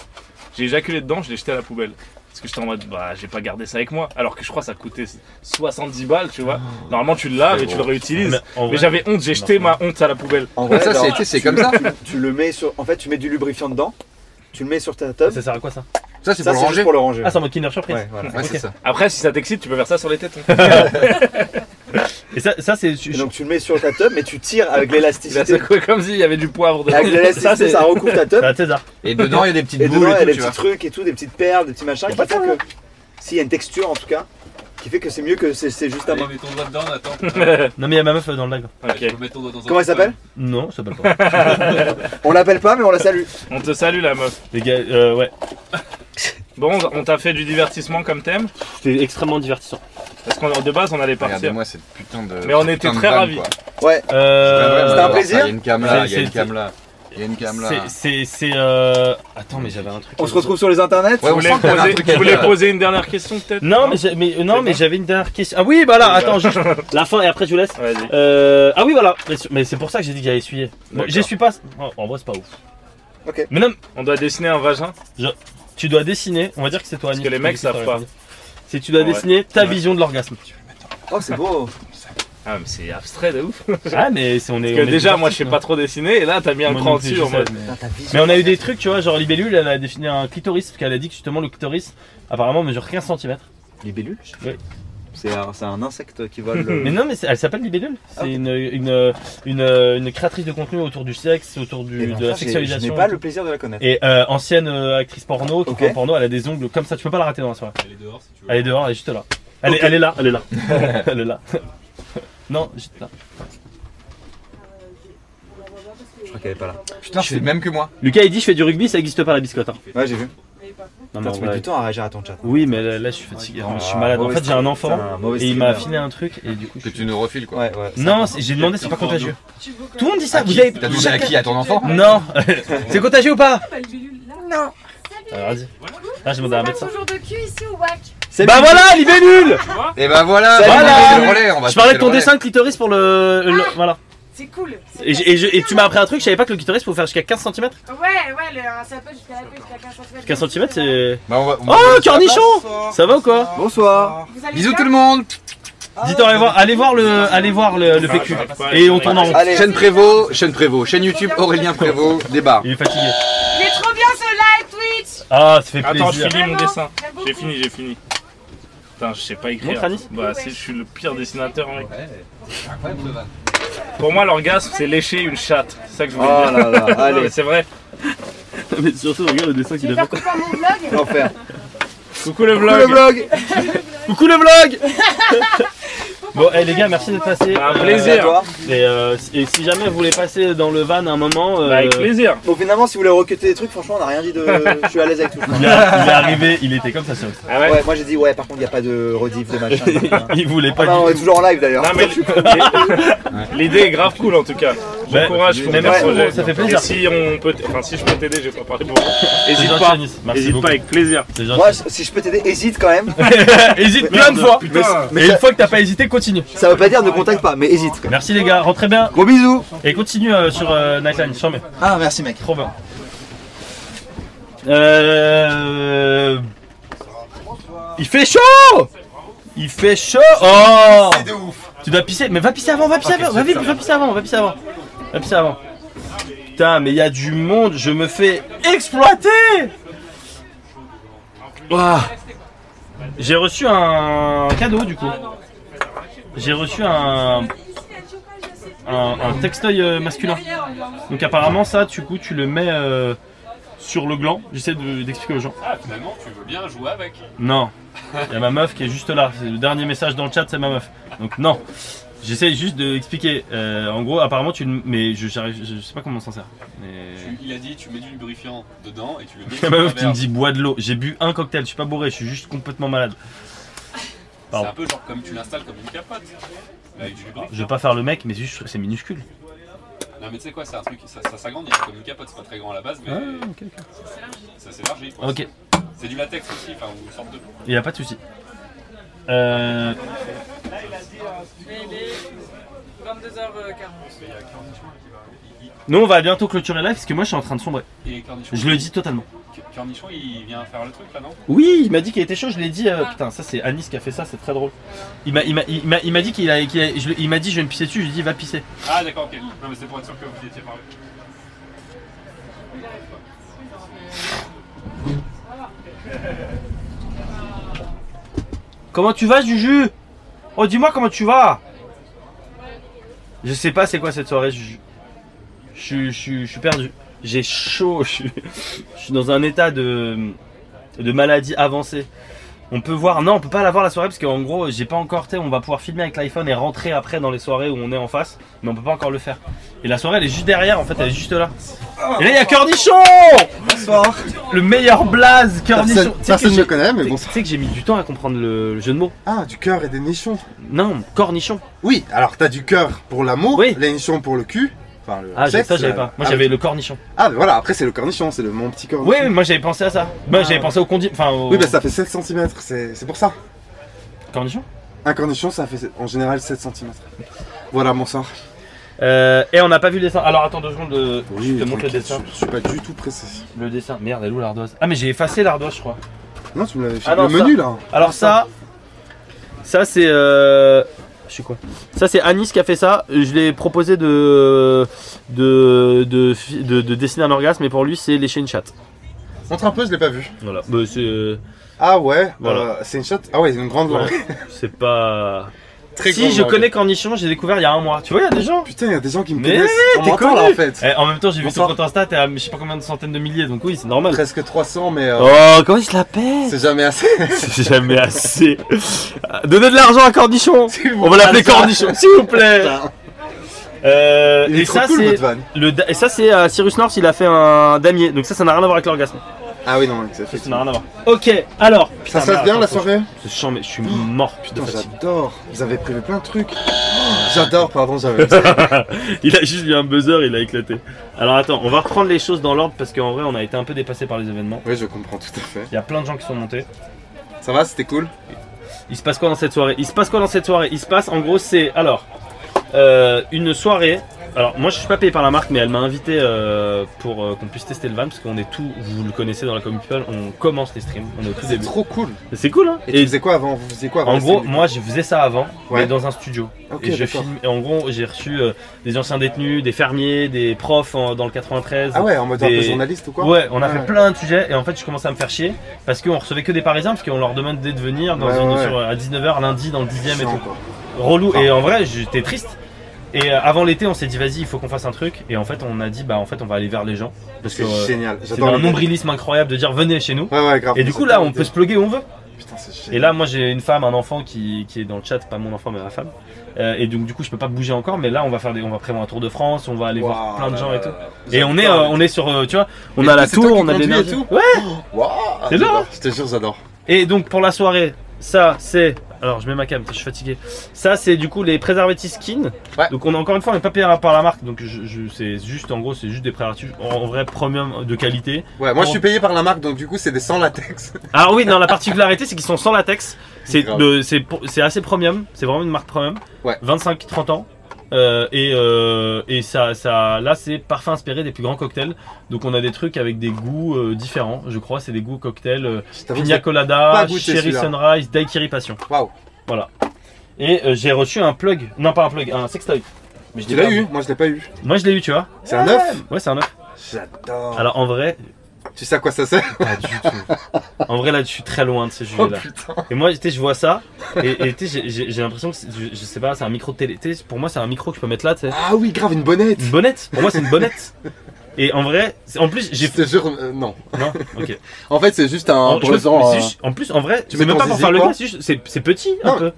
H: J'ai éjaculé dedans, je l'ai jeté à la poubelle. Parce que j'étais en mode, bah j'ai pas gardé ça avec moi. Alors que je crois que ça coûtait 70 balles, tu vois. Normalement tu le laves et tu le réutilises. Mais,
A: en vrai,
H: j'avais honte, j'ai jeté ma
A: marche
H: honte à la poubelle.
E: En
G: Mais ça,
E: genre,
G: c'est- c'est
E: tu-
G: comme ça.
E: tu- Tu le mets sur. En fait, tu mets du lubrifiant dedans, tu le mets sur ta tub.
A: Ça sert à quoi ça
G: Ça c'est
E: Ça,
G: pour
E: c'est
G: le
E: juste
G: ranger.
E: pour le ranger.
A: Ah c'est en mode Kinder Surprise.
E: Ouais, voilà.
G: Ouais, c'est
A: Ok.
G: ça.
H: Après, si ça t'excite, tu peux faire ça sur les hein. tétons.
A: Et ça, ça c'est.
E: Et donc tu le mets sur ta tub, mais tu tires avec
H: Il a
E: l'élasticité.
H: secoué comme s'il y avait du poivre dedans.
E: Avec
H: Ça,
E: l'élasticité,
H: c'est-
E: ça recouvre ta
A: C'est
E: tub.
A: à César.
G: Et dedans, il y a des petites
E: Et
G: boules
E: dedans, il y a
G: et
E: des
G: tout, tu vois.
E: petits trucs et tout, des petites perles, des petits machins qui font que. S'il y a une texture en tout cas, qui fait que c'est mieux que c'est c'est juste à
C: Allez,
E: main.
C: mets ton doigt dedans, attends.
A: Non mais il y a ma meuf euh, dans le live.
H: Ok,
C: Je peux mettre ton doigt dans un
E: Comment elle
C: truc,
E: s'appelle
A: Non, ça s'appelle pas.
E: On l'appelle pas, mais on la salue.
H: on te salue la meuf.
A: Les gars, euh, ouais.
H: Bon, on t'a fait du divertissement comme thème.
A: C'était extrêmement divertissant.
H: Parce qu'on de base, on allait partir.
G: Regardez-moi cette putain de.
H: Mais on
G: cette
H: était
G: putain de
H: très
G: vanne,
H: ravis.
G: quoi.
E: Ouais,
A: Euh,
E: C'était un plaisir
G: Il y a une cam là, il y a une
A: C'est-
G: cam là. Il y a une cam là.
A: C'est, c'est, c'est, euh... Attends, mais j'avais un truc.
E: on se retrouve sur les internets.
G: Ouais,
H: Vous
G: on
H: voulez
G: sent que t'avais un
H: poser-
G: truc
H: vous
G: à
H: voulez
G: dire.
H: poser une dernière question peut-être
A: Non, mais, j'ai- mais, euh, non,
H: C'est
A: mais
H: bon
A: j'avais une dernière question. Ah oui, voilà,
H: Oui,
A: attends, juste la fin et après je vous laisse.
H: Vas-y.
A: Euh... Ah oui, voilà. Mais, mais c'est pour ça que j'ai dit que j'allais essuyer. Bon,
H: D'accord.
A: J'essuie pas. oh, en vrai, c'est pas ouf.
E: Ok.
A: Mais non,
H: On doit dessiner un vagin.
A: tu dois dessiner. On va dire que c'est toi,
H: Parce
A: Annie,
H: que les
A: qui
H: mecs
A: dessine
H: savent
A: toi,
H: pas.
A: Annie. C'est tu dois
H: Ouais.
A: dessiner ta
H: Ouais.
A: vision de l'orgasme.
E: Oh, c'est beau.
H: Ah, mais c'est abstrait de ouf.
A: Ah, mais c'est, on est.
H: Parce
A: on
H: que
A: est
H: déjà,
A: des
H: moi, je sais
A: artistes,
H: pas trop dessiner. Et là, t'as mis
A: hein.
H: un
A: Moi
H: cran
A: non plus,
H: dessus
A: je
H: en
A: sais,
H: mode.
A: mais-
E: Putain, ta vision.
A: Mais on a eu des trucs, tu vois, genre Libellule, elle a défini un clitoris, parce qu'elle a dit que justement le clitoris, apparemment, mesure 15 cm.
E: Les bellules
A: Oui.
E: C'est un, c'est un insecte qui vole. euh, le-
A: Mais non, mais c'est- elle s'appelle Libellule. C'est
E: Ah, ok.
A: une, une, une, une créatrice de contenu autour du sexe, autour
E: Eh
A: du,
E: ben,
A: de la
E: ça, j'ai-
A: sexualisation.
E: Je n'ai
A: et
E: pas
A: tout.
E: le plaisir de la connaître.
A: Et euh, ancienne euh, actrice porno, qui
E: Ok.
A: fait un porno, elle a des ongles comme ça, tu peux pas la rater dans la soirée.
C: quoi. Elle est dehors si tu veux.
A: Elle est dehors, elle est juste là. Elle, est, elle est là, elle est là. elle est là. non, juste là.
E: Je crois qu'elle est pas là.
G: Putain, c'est même que moi.
A: Lucas, il dit je fais du rugby, ça existe pas la biscotte. hein.
E: Ouais, j'ai vu.
A: Non, mais
E: Putain,
A: en
E: tu mets
A: vrai- Ah,
E: du temps à réagir à ton chat.
A: Oui, mais là, là, je suis fatigué, hein. je suis malade. En
E: Mauvais
A: fait, j'ai un enfant
E: streamer. Putain, mauvais
A: et il m'a
E: streamer.
A: filé un truc et du coup. je
G: Que
A: suis-
G: tu nous refiles quoi.
E: Ouais, ouais.
A: Non, c'est- j'ai demandé, c'est pas contagieux.
B: Tu veux
A: Tout le monde dit ça,
G: À
A: vous
G: qui
A: avez.
G: T'as touché à qui À ton enfant
A: Non C'est contagieux ou pas
J: Ah, bah,
B: Non.
A: Alors, Euh, vas-y. Là, j'ai demandé à un médecin.
B: toujours de cul ici ou wack
E: C'est
A: Bah
E: bien.
A: voilà, libellule
G: Et bah voilà,
E: Salut,
G: on va
A: voilà.
G: passer le relais, on va
A: Je parlais de
G: passer
A: ton
G: le relais.
A: dessin de clitoris pour le. le-
H: Ah.
A: voilà.
B: C'est cool. c'est
A: Et,
B: pas-
A: je- et je- et tu m'as appris un truc, je savais pas que le clitoris pouvait faire jusqu'à 15 cm.
B: Ouais, ouais, le, un sapin jusqu'à la jusqu'à 15 cm.
A: 15 cm, c'est.
G: Bah, on va- on va-
A: Oh, cornichon Ça va ou quoi
E: Bonsoir.
B: Vous allez
G: Bisous
B: bien
G: tout le monde
H: Ah,
A: Dites, allez voir, allez voir le, allez voir le, le PQ.
H: j'arrive Ah, pas à
A: Et
H: aller
A: on
H: sur
A: tourne en rond.
E: Allez.
G: Chaîne Prévost, chaîne Prévost, chaîne YouTube Aurélien Prévost, débat.
A: Il est fatigué.
B: Il est trop bien ce live Twitch
A: Ah, ça fait
H: Attends, je
A: plaisir.
H: finis mon
B: Vraiment,
H: dessin.
B: j'aime beaucoup.
H: J'ai fini, j'ai fini. Putain, je sais pas écrire.
A: Montre, Anis.
H: Bah, si, je suis le pire dessinateur, mec.
C: Incroyable, Levan.
H: Pour moi, l'orgasme, c'est lécher une chatte. C'est ça que je
E: Oh
H: voulais
E: là
H: dire.
E: là,
H: Non, mais
E: allez,
H: c'est vrai.
A: Mais surtout, regarde le dessin
B: Je vais faire couper à mon vlog.
E: l'enfer.
H: Coucou le
E: Le
H: vlog.
E: vlog
A: Coucou le vlog
B: Faut
A: Bon, eh, les gars, merci d'être passés. Euh,
H: Un Ah, plaisir.
A: et, euh, et si jamais vous voulez passer dans le van un moment,
H: Bah,
A: euh,
E: Donc finalement, si vous voulez recruter des trucs, franchement, on n'a rien dit de. Je suis à l'aise avec tout.
A: Il, a- il est arrivé, il était comme ça sur le site.
E: ouais, moi j'ai dit ouais par contre il n'y a pas de rediff de machin.
A: hein. Il voulait pas
H: bah,
E: Ah non,
A: du
E: on est
A: tout.
E: toujours en live d'ailleurs.
H: Non, mais L'idée est grave cool en tout cas. Bon
A: Ouais.
H: courage, faut
A: Mais
H: faire
A: merci
H: ce projet.
A: beaucoup, ça fait plaisir.
H: Et si on peut, enfin si je peux t'aider, j'ai pas parlé pour. Hésite
A: gentil,
H: pas,
A: Anis. Merci
H: hésite
A: beaucoup.
H: pas avec plaisir.
A: C'est gentil.
E: Moi si je peux t'aider, hésite quand même.
A: Hésite plein de fois.
H: Putain.
A: Mais une fois que t'as pas hésité, continue.
E: Ça veut pas dire ne contacte pas, mais hésite. quand même.
A: Merci les gars, rentrez bien.
E: Gros bisous.
A: Et continue euh, sur euh, Nightline, j'en mets.
E: Ah merci mec.
A: Trop bien. Euh... Il fait chaud Il fait chaud Oh Tu dois pisser, mais va pisser avant, va pisser avant, va vite, va pisser avant, va pisser avant. Va pisser avant. Putain, mais il y a du monde, je me fais exploiter Ouah. J'ai reçu un cadeau du coup. J'ai reçu un... Un, un texteuil euh, masculin. Donc apparemment ça, du coup, tu le mets euh, sur le gland. J'essaie de- d'expliquer aux gens.
C: Ah, finalement, tu veux bien jouer avec.
A: Non, il y a ma meuf qui est juste là. C'est le dernier message dans le chat, c'est ma meuf. Donc non, j'essaie juste d'expliquer. Euh, en gros, apparemment tu, le- mais je, j'arrive- je, je sais pas comment on s'en sert. Mais...
C: Tu- il a dit, tu mets du lubrifiant dedans et tu le mets
A: Il y a
C: sur
A: ma
C: un
A: meuf qui me
C: verre.
A: dit bois de l'eau. J'ai bu un cocktail, je suis pas bourré, je suis juste complètement malade.
C: C'est
A: Pardon.
C: un peu genre comme tu l'installes comme une capote. Mais avec du lubrifiant.
A: Je vais pas faire le mec, mais c'est juste c'est minuscule.
C: Non, mais tu sais quoi, c'est un truc, ça, ça s'agrandit c'est comme une capote, c'est pas très grand à la base, mais
A: Ah,
C: ça s'élargit. quoi.
A: Ok.
C: C'est du latex aussi, enfin, ou une sorte de.
A: Il n'y a pas de souci. Euh,
K: 22h40.
A: Nous, on va bientôt clôturer live parce que moi, je suis en train de sombrer.
C: Et Cornichon.
A: Je le dis totalement.
C: Cornichon, il vient faire le truc là, non
A: Oui, il m'a dit qu'il était chaud, je l'ai dit. euh, putain, ça c'est Anis qui a fait ça, c'est très drôle. Il m'a, il m'a, il m'a, il m'a dit qu'il a, qu'il a- je, il m'a dit je vais me pisser dessus, je lui ai dit va pisser.
C: Ah, d'accord, ok. Non, mais c'est pour être sûr que vous étiez parlé.
A: Comment tu vas, Juju Oh, dis-moi comment tu vas Je sais pas c'est quoi cette soirée, Juju. Je, suis- je, suis- je suis perdu. J'ai chaud, je suis, je suis dans un état de, de maladie avancée. On peut voir, non, on peut pas la voir la soirée parce qu'en gros, j'ai pas encore, tu sais, on va pouvoir filmer avec l'iPhone et rentrer après dans les soirées où on est en face, mais on peut pas encore le faire. Et la soirée, elle est juste derrière, en fait, elle est juste là. Et là, il y a Cornichon
E: Bonsoir.
A: Le meilleur blaze, Cornichon
G: Personne,
A: Tu sais que
G: personne ne
A: j'ai-
G: connaît, mais
A: tu
G: bon.
A: sais- tu sais que j'ai mis du temps à comprendre le, le jeu de mots.
G: Ah, du cœur et des nichons.
A: Non, cornichon.
G: Oui, alors t'as du cœur pour l'amour,
A: Oui.
G: les nichons pour le cul. Enfin, le
A: Ah, j'ai-
G: sexe,
A: ça j'avais
G: euh,
A: pas. Moi
G: ah,
A: j'avais le cornichon.
G: Ah, mais voilà, après c'est le cornichon, c'est le mon petit cornichon.
A: Oui, oui, moi j'avais pensé à ça. Moi j'avais pensé au condi. Enfin, au
G: Ah. Oui, bah ça fait 7 cm, c'est c'est pour ça.
A: cornichon.
G: Un cornichon, ça fait en général 7 cm. Voilà mon sort.
A: Euh, et on n'a pas vu le dessin. Alors attends deux secondes, euh,
G: Oui,
A: je te montre le
G: tranquille,
A: dessin.
G: Je, je suis pas du tout pressé.
A: Le dessin. Merde, elle est où l'ardoise Ah, mais j'ai effacé l'ardoise, je crois.
G: Non, tu me l'avais fait.
A: Ah non,
G: le
A: ça.
G: menu là.
A: Alors ça, ça c'est. Euh... Je suis quoi Ça c'est Anis qui a fait ça. Je l'ai proposé de de, de de de dessiner un orgasme, mais pour lui c'est lécher une chatte.
G: Montre un peu, je l'ai pas vu.
A: Voilà. Bah, c'est euh,
G: Ah ouais,
A: Voilà.
G: euh, c'est une shot. Ah ouais, une grande
A: Ouais.
G: langue.
A: c'est pas.
G: Très
A: si
G: grande
A: je
G: langue.
A: connais Cornichon, j'ai découvert il y a un mois. Tu vois, il y a des gens.
G: Putain, il y a des gens qui me
A: Mais
G: connaissent. On
A: t'es
G: m'entend là
A: connu.
G: en fait.
A: Eh, en même temps, j'ai vu ton
G: Bonsoir.
A: compte Insta, t'es à je sais pas combien de centaines de milliers, donc oui, c'est normal.
G: Presque 300, mais euh,
A: Oh, comment il se la pète
G: c'est jamais assez.
A: C'est jamais assez. Donnez de l'argent à Cornichon On va l'appeler Cornichon, s'il vous plaît Euh,
G: Il est
A: et,
G: trop
A: ça,
G: cool
A: c'est
G: votre van.
A: le, da- et ça, c'est euh, Cyrus North, il a fait un damier, donc ça, ça n'a rien à voir avec l'orgasme.
G: Ah oui, non, c'est
A: Ça n'a rien à voir. Ok, alors.
G: Ça se passe bien la soirée
A: Je sens, mais je suis mort, putain,
G: Putain,
A: de fatigue.
G: j'adore. Vous avez prévu plein de trucs. Oh, J'adore, pardon, j'avais.
A: Il a juste eu un buzzer, il a éclaté. Alors attends, on va reprendre les choses dans l'ordre parce qu'en vrai, on a été un peu dépassé par les événements.
G: Oui, je comprends tout à fait.
A: Il y a plein de gens qui sont montés.
G: Ça va, c'était cool.
A: Il se passe quoi dans cette soirée Il se passe quoi dans cette soirée Il se passe, en gros, c'est alors euh, une soirée. Alors moi, je suis pas payé par la marque, mais elle m'a invité euh, pour euh, qu'on puisse tester le van parce qu'on est tout. Vous le connaissez dans la commune people, on commence les streams, on est au tout début.
G: Trop cool.
A: C'est cool, hein
G: Et, tu faisais quoi avant Vous faisiez quoi avant
A: en
G: le
A: gros,
G: stream
A: moi, je faisais ça avant, mais
G: Ouais.
A: dans un studio.
G: Ok,
A: et je
G: d'accord.
A: filme. Et en gros, j'ai reçu euh, des anciens détenus, des fermiers, des profs en- dans le 93.
G: Ah ouais, en mode un
A: des-
G: peu journaliste ou quoi
A: Ouais, on a
G: Ouais.
A: fait plein de sujets et en fait je commençais à me faire chier parce qu'on recevait que des Parisiens parce qu'on leur demandait de venir dans
G: Ouais,
A: une-
G: ouais.
A: sur- à 19h lundi dans le 10ème et
G: Chiant,
A: tout.
G: quoi.
A: Relou et en vrai j'étais triste. Et euh, avant l'été on s'est dit vas-y il faut qu'on fasse un truc et en fait on a dit bah en fait on va aller vers les gens parce que
G: C'est
A: euh,
G: génial.
A: c'est
G: J'adore.
A: un
G: l'idée.
A: nombrilisme incroyable de dire venez chez nous.
G: Ouais, ouais, grave.
A: Et du coup là on peut se plugger où on veut.
G: Putain, c'est chiant.
A: Et là, moi, j'ai une femme, un enfant qui, qui est dans le chat, pas mon enfant, mais ma femme. Euh, et donc, du coup, je peux pas bouger encore. Mais là, on va faire des, on va prévoir un tour de France, on va aller voir
G: Waouh,
A: plein de gens et tout.
G: Vous
A: Et
G: êtes
A: on est,
G: pas,
A: euh,
G: mais-
A: on est sur, euh, tu vois, on
G: Mais
A: a la
G: c'est toi
A: tour,
G: qui
A: on a des
G: conduis et
A: merdes.
G: tout
A: Ouais.
G: Waouh,
A: C'est là,
G: j'adore.
A: hein.
G: Je te jure, j'adore.
A: Et donc pour la soirée, ça c'est. Alors je mets ma cam, je suis fatigué. Ça c'est du coup les préservatifs skin. Donc on a encore une fois, on n'est pas payé par la marque. Donc je, je- c'est juste, en gros, c'est juste des préservatifs en, en vrai premium de qualité.
G: Ouais, moi je
A: En-
G: suis payé par la marque, donc du coup c'est des sans latex.
A: Alors oui, non, la particularité c'est qu'ils sont sans latex. C'est
G: Grave.
A: de- c'est pour- c'est assez premium. C'est vraiment une marque premium. 25-30 ans. Euh, et euh, et ça, ça, là, c'est parfum inspiré des plus grands cocktails. Donc, on a des trucs avec des goûts euh, différents. Je crois, c'est des goûts cocktails euh,
G: t'avoue que
A: pina
G: j'ai pas
A: colada,
G: goûté
A: cherry
G: celui-là.
A: sunrise, daiquiri passion.
G: Waouh.
A: Voilà. Et euh, j'ai reçu un plug, non pas un plug, un sextoy. Mais je l'ai
G: Tu l'as
A: pas
G: eu Moi je l'ai pas eu.
A: Moi, je l'ai eu, tu vois.
G: C'est un
A: Ouais. Ah.
G: œuf
A: Ouais, c'est un œuf.
G: J'adore.
A: Alors en vrai.
G: Tu sais à quoi ça sert
A: Pas du tout. En vrai, là, je suis très loin de ces
G: Oh,
A: sujets-là.
G: putain.
A: et moi, tu sais, je vois ça, et et, tu sais, j'ai- j'ai j'ai l'impression que, c'est- je, je sais pas, c'est un micro de télé. Tu sais, pour moi, c'est un micro que je peux mettre là, tu sais.
G: Ah oui, grave, une bonnette.
A: Une bonnette Pour moi, c'est une bonnette. Et en vrai, c'est- en plus, j'ai.
G: Je te jure, euh, non.
A: Non Ok.
G: En fait, c'est juste un
A: En- je me-
G: brosant,
A: mais
G: euh,
A: c'est juste- en plus, en vrai,
G: tu
A: tu
G: mets
A: même
G: ton
A: pas pour
G: zizi,
A: faire le
G: quoi.
A: gars, c'est juste- c'est c'est petit un
G: Non.
A: peu.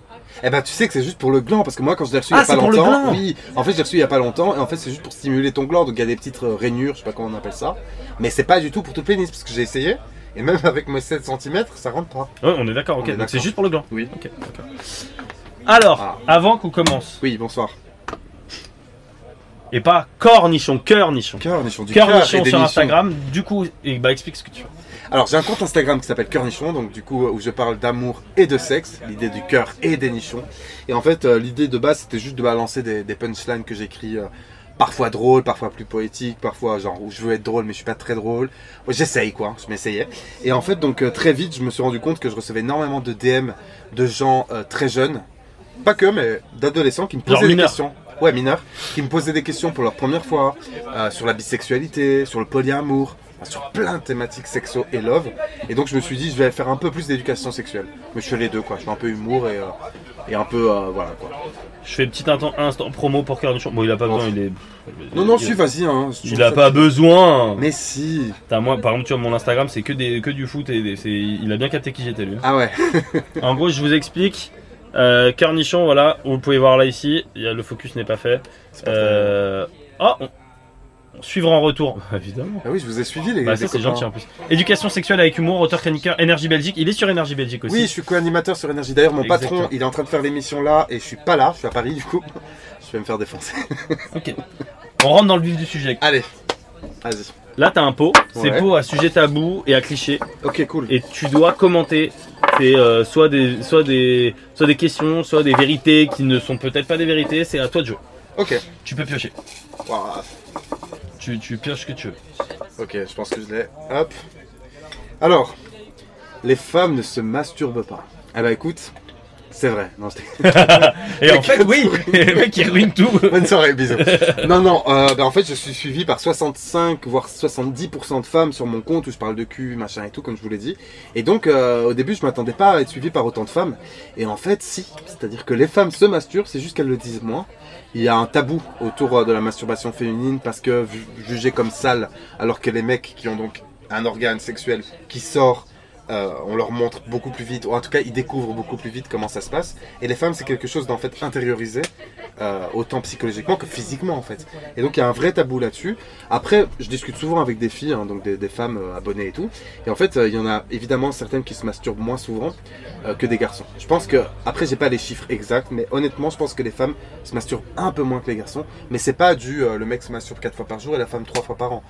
G: Eh ben, tu sais que c'est juste pour le gland, parce que moi, quand je l'ai reçu il
A: Ah,
G: y a pas
A: c'est pour le
G: longtemps,
A: gland.
G: oui, en fait, j'ai reçu il y a pas longtemps, et en fait, c'est juste pour stimuler ton gland, donc il y a des petites euh, rainures, je sais pas comment on appelle ça, mais c'est pas du tout pour tout le pénis, parce que j'ai essayé, et même avec mes 7 cm, ça rentre pas.
A: Ouais, on est d'accord, ok.
G: On est
A: Donc c'est
G: d'accord.
A: juste pour le gland.
G: Oui. Ah.
A: Ok, d'accord. Alors, avant qu'on commence.
G: Oui, bonsoir.
A: Et pas cornichon, cœur nichon.
G: Cœur nichon, du
A: cœur
G: cœur et
A: nichon
G: des
A: sur
G: nichons.
A: Instagram. Du coup, et bah explique ce que tu veux.
G: Alors, j'ai un compte Instagram qui s'appelle Cœur Nichon, donc du coup, euh, où je parle d'amour et de sexe, l'idée du cœur et des nichons. Et en fait, euh, l'idée de base, c'était juste de balancer des, des punchlines que j'écris. euh, Parfois drôles, parfois plus poétiques, parfois genre où je veux être drôle mais je suis pas très drôle. Ouais, J'essaye quoi, je m'essayais. Et en fait donc euh, très vite je me suis rendu compte que je recevais énormément de DM de gens euh, très jeunes, pas que mais d'adolescents qui me
A: Genre
G: posaient des
A: mineurs.
G: questions. Ouais mineurs, qui me posaient des questions pour leur première fois euh, sur la bisexualité, sur le polyamour, enfin, sur plein de thématiques sexo et love. Et donc je me suis dit je vais faire un peu plus d'éducation sexuelle. Mais je fais les deux quoi, je fais un peu humour et, euh, et un peu euh, voilà quoi.
A: Je fais petit instant, instant promo pour cœur nichon. Bon, il a pas besoin, il est.
G: Non non
A: il-
G: suis vas-y hein.
A: Il a pas besoin.
G: Mais si.
A: moi, par exemple, tu vois mon Instagram, c'est que des que du foot et des- c'est- il a bien capté qui j'étais lui.
G: Ah ouais.
A: en gros, je vous explique. Euh, Carnichon, voilà, vous pouvez voir là ici. Il y a- le focus n'est pas fait. Euh, oh, on- on suivre en retour. Évidemment.
G: Ah oui je vous ai suivi les,
A: Bah,
G: les
A: ça c'est
G: copains.
A: gentil en plus. Éducation sexuelle avec humour, auteur chroniqueur, Énergie Belgique. Il est sur Énergie Belgique aussi.
G: Oui, je suis co-animateur sur Énergie. D'ailleurs, mon
A: Exactement.
G: patron, il est en train de faire l'émission là et je suis pas là, je suis à Paris du coup. Je vais me faire défoncer.
A: Ok. On rentre dans le vif du sujet.
G: Allez. Vas-y.
A: Là, t'as un pot. C'est
G: Ouais.
A: pot à sujet tabou et à cliché.
G: Ok, cool.
A: Et tu dois commenter. C'est euh, soit, des, soit, des, soit des questions, soit des vérités qui ne sont peut-être pas des vérités. C'est à toi de jouer.
G: Ok.
A: Tu peux piocher.
G: Waouh.
A: Tu, tu pioches ce que tu veux.
G: Ok, je pense que je l'ai. Hop. Alors, les femmes ne se masturbent pas. Ah bah écoute, c'est vrai. Non, je t'ai-
A: Et en fait, oui, le mec il ruine tout.
G: Bonne soirée, bisous. Non, non, euh, bah, en fait, je suis suivi par 65 voire 70% de femmes sur mon compte où je parle de cul, machin et tout, comme je vous l'ai dit. Et donc, euh, au début, je m'attendais pas à être suivi par autant de femmes. Et en fait, si. C'est-à-dire que les femmes se masturbent, c'est juste qu'elles le disent moins. Il y a un tabou autour euh, de la masturbation féminine parce que ju- jugée comme sale, alors que les mecs qui ont donc un organe sexuel qui sort euh, on leur montre beaucoup plus vite, ou en tout cas ils découvrent beaucoup plus vite comment ça se passe. Et les femmes, c'est quelque chose d'en fait intériorisé, euh, autant psychologiquement que physiquement en fait. Et donc il y a un vrai tabou là-dessus. Après, je discute souvent avec des filles, hein, donc des, des femmes euh, abonnées et tout. Et en fait, euh, il y en a évidemment certaines qui se masturbent moins souvent euh, que des garçons. Je pense que, après, j'ai pas les chiffres exacts, mais honnêtement, je pense que les femmes se masturbent un peu moins que les garçons. Mais c'est pas du euh, le mec se masturbe 4 fois par jour et la femme 3 fois par an.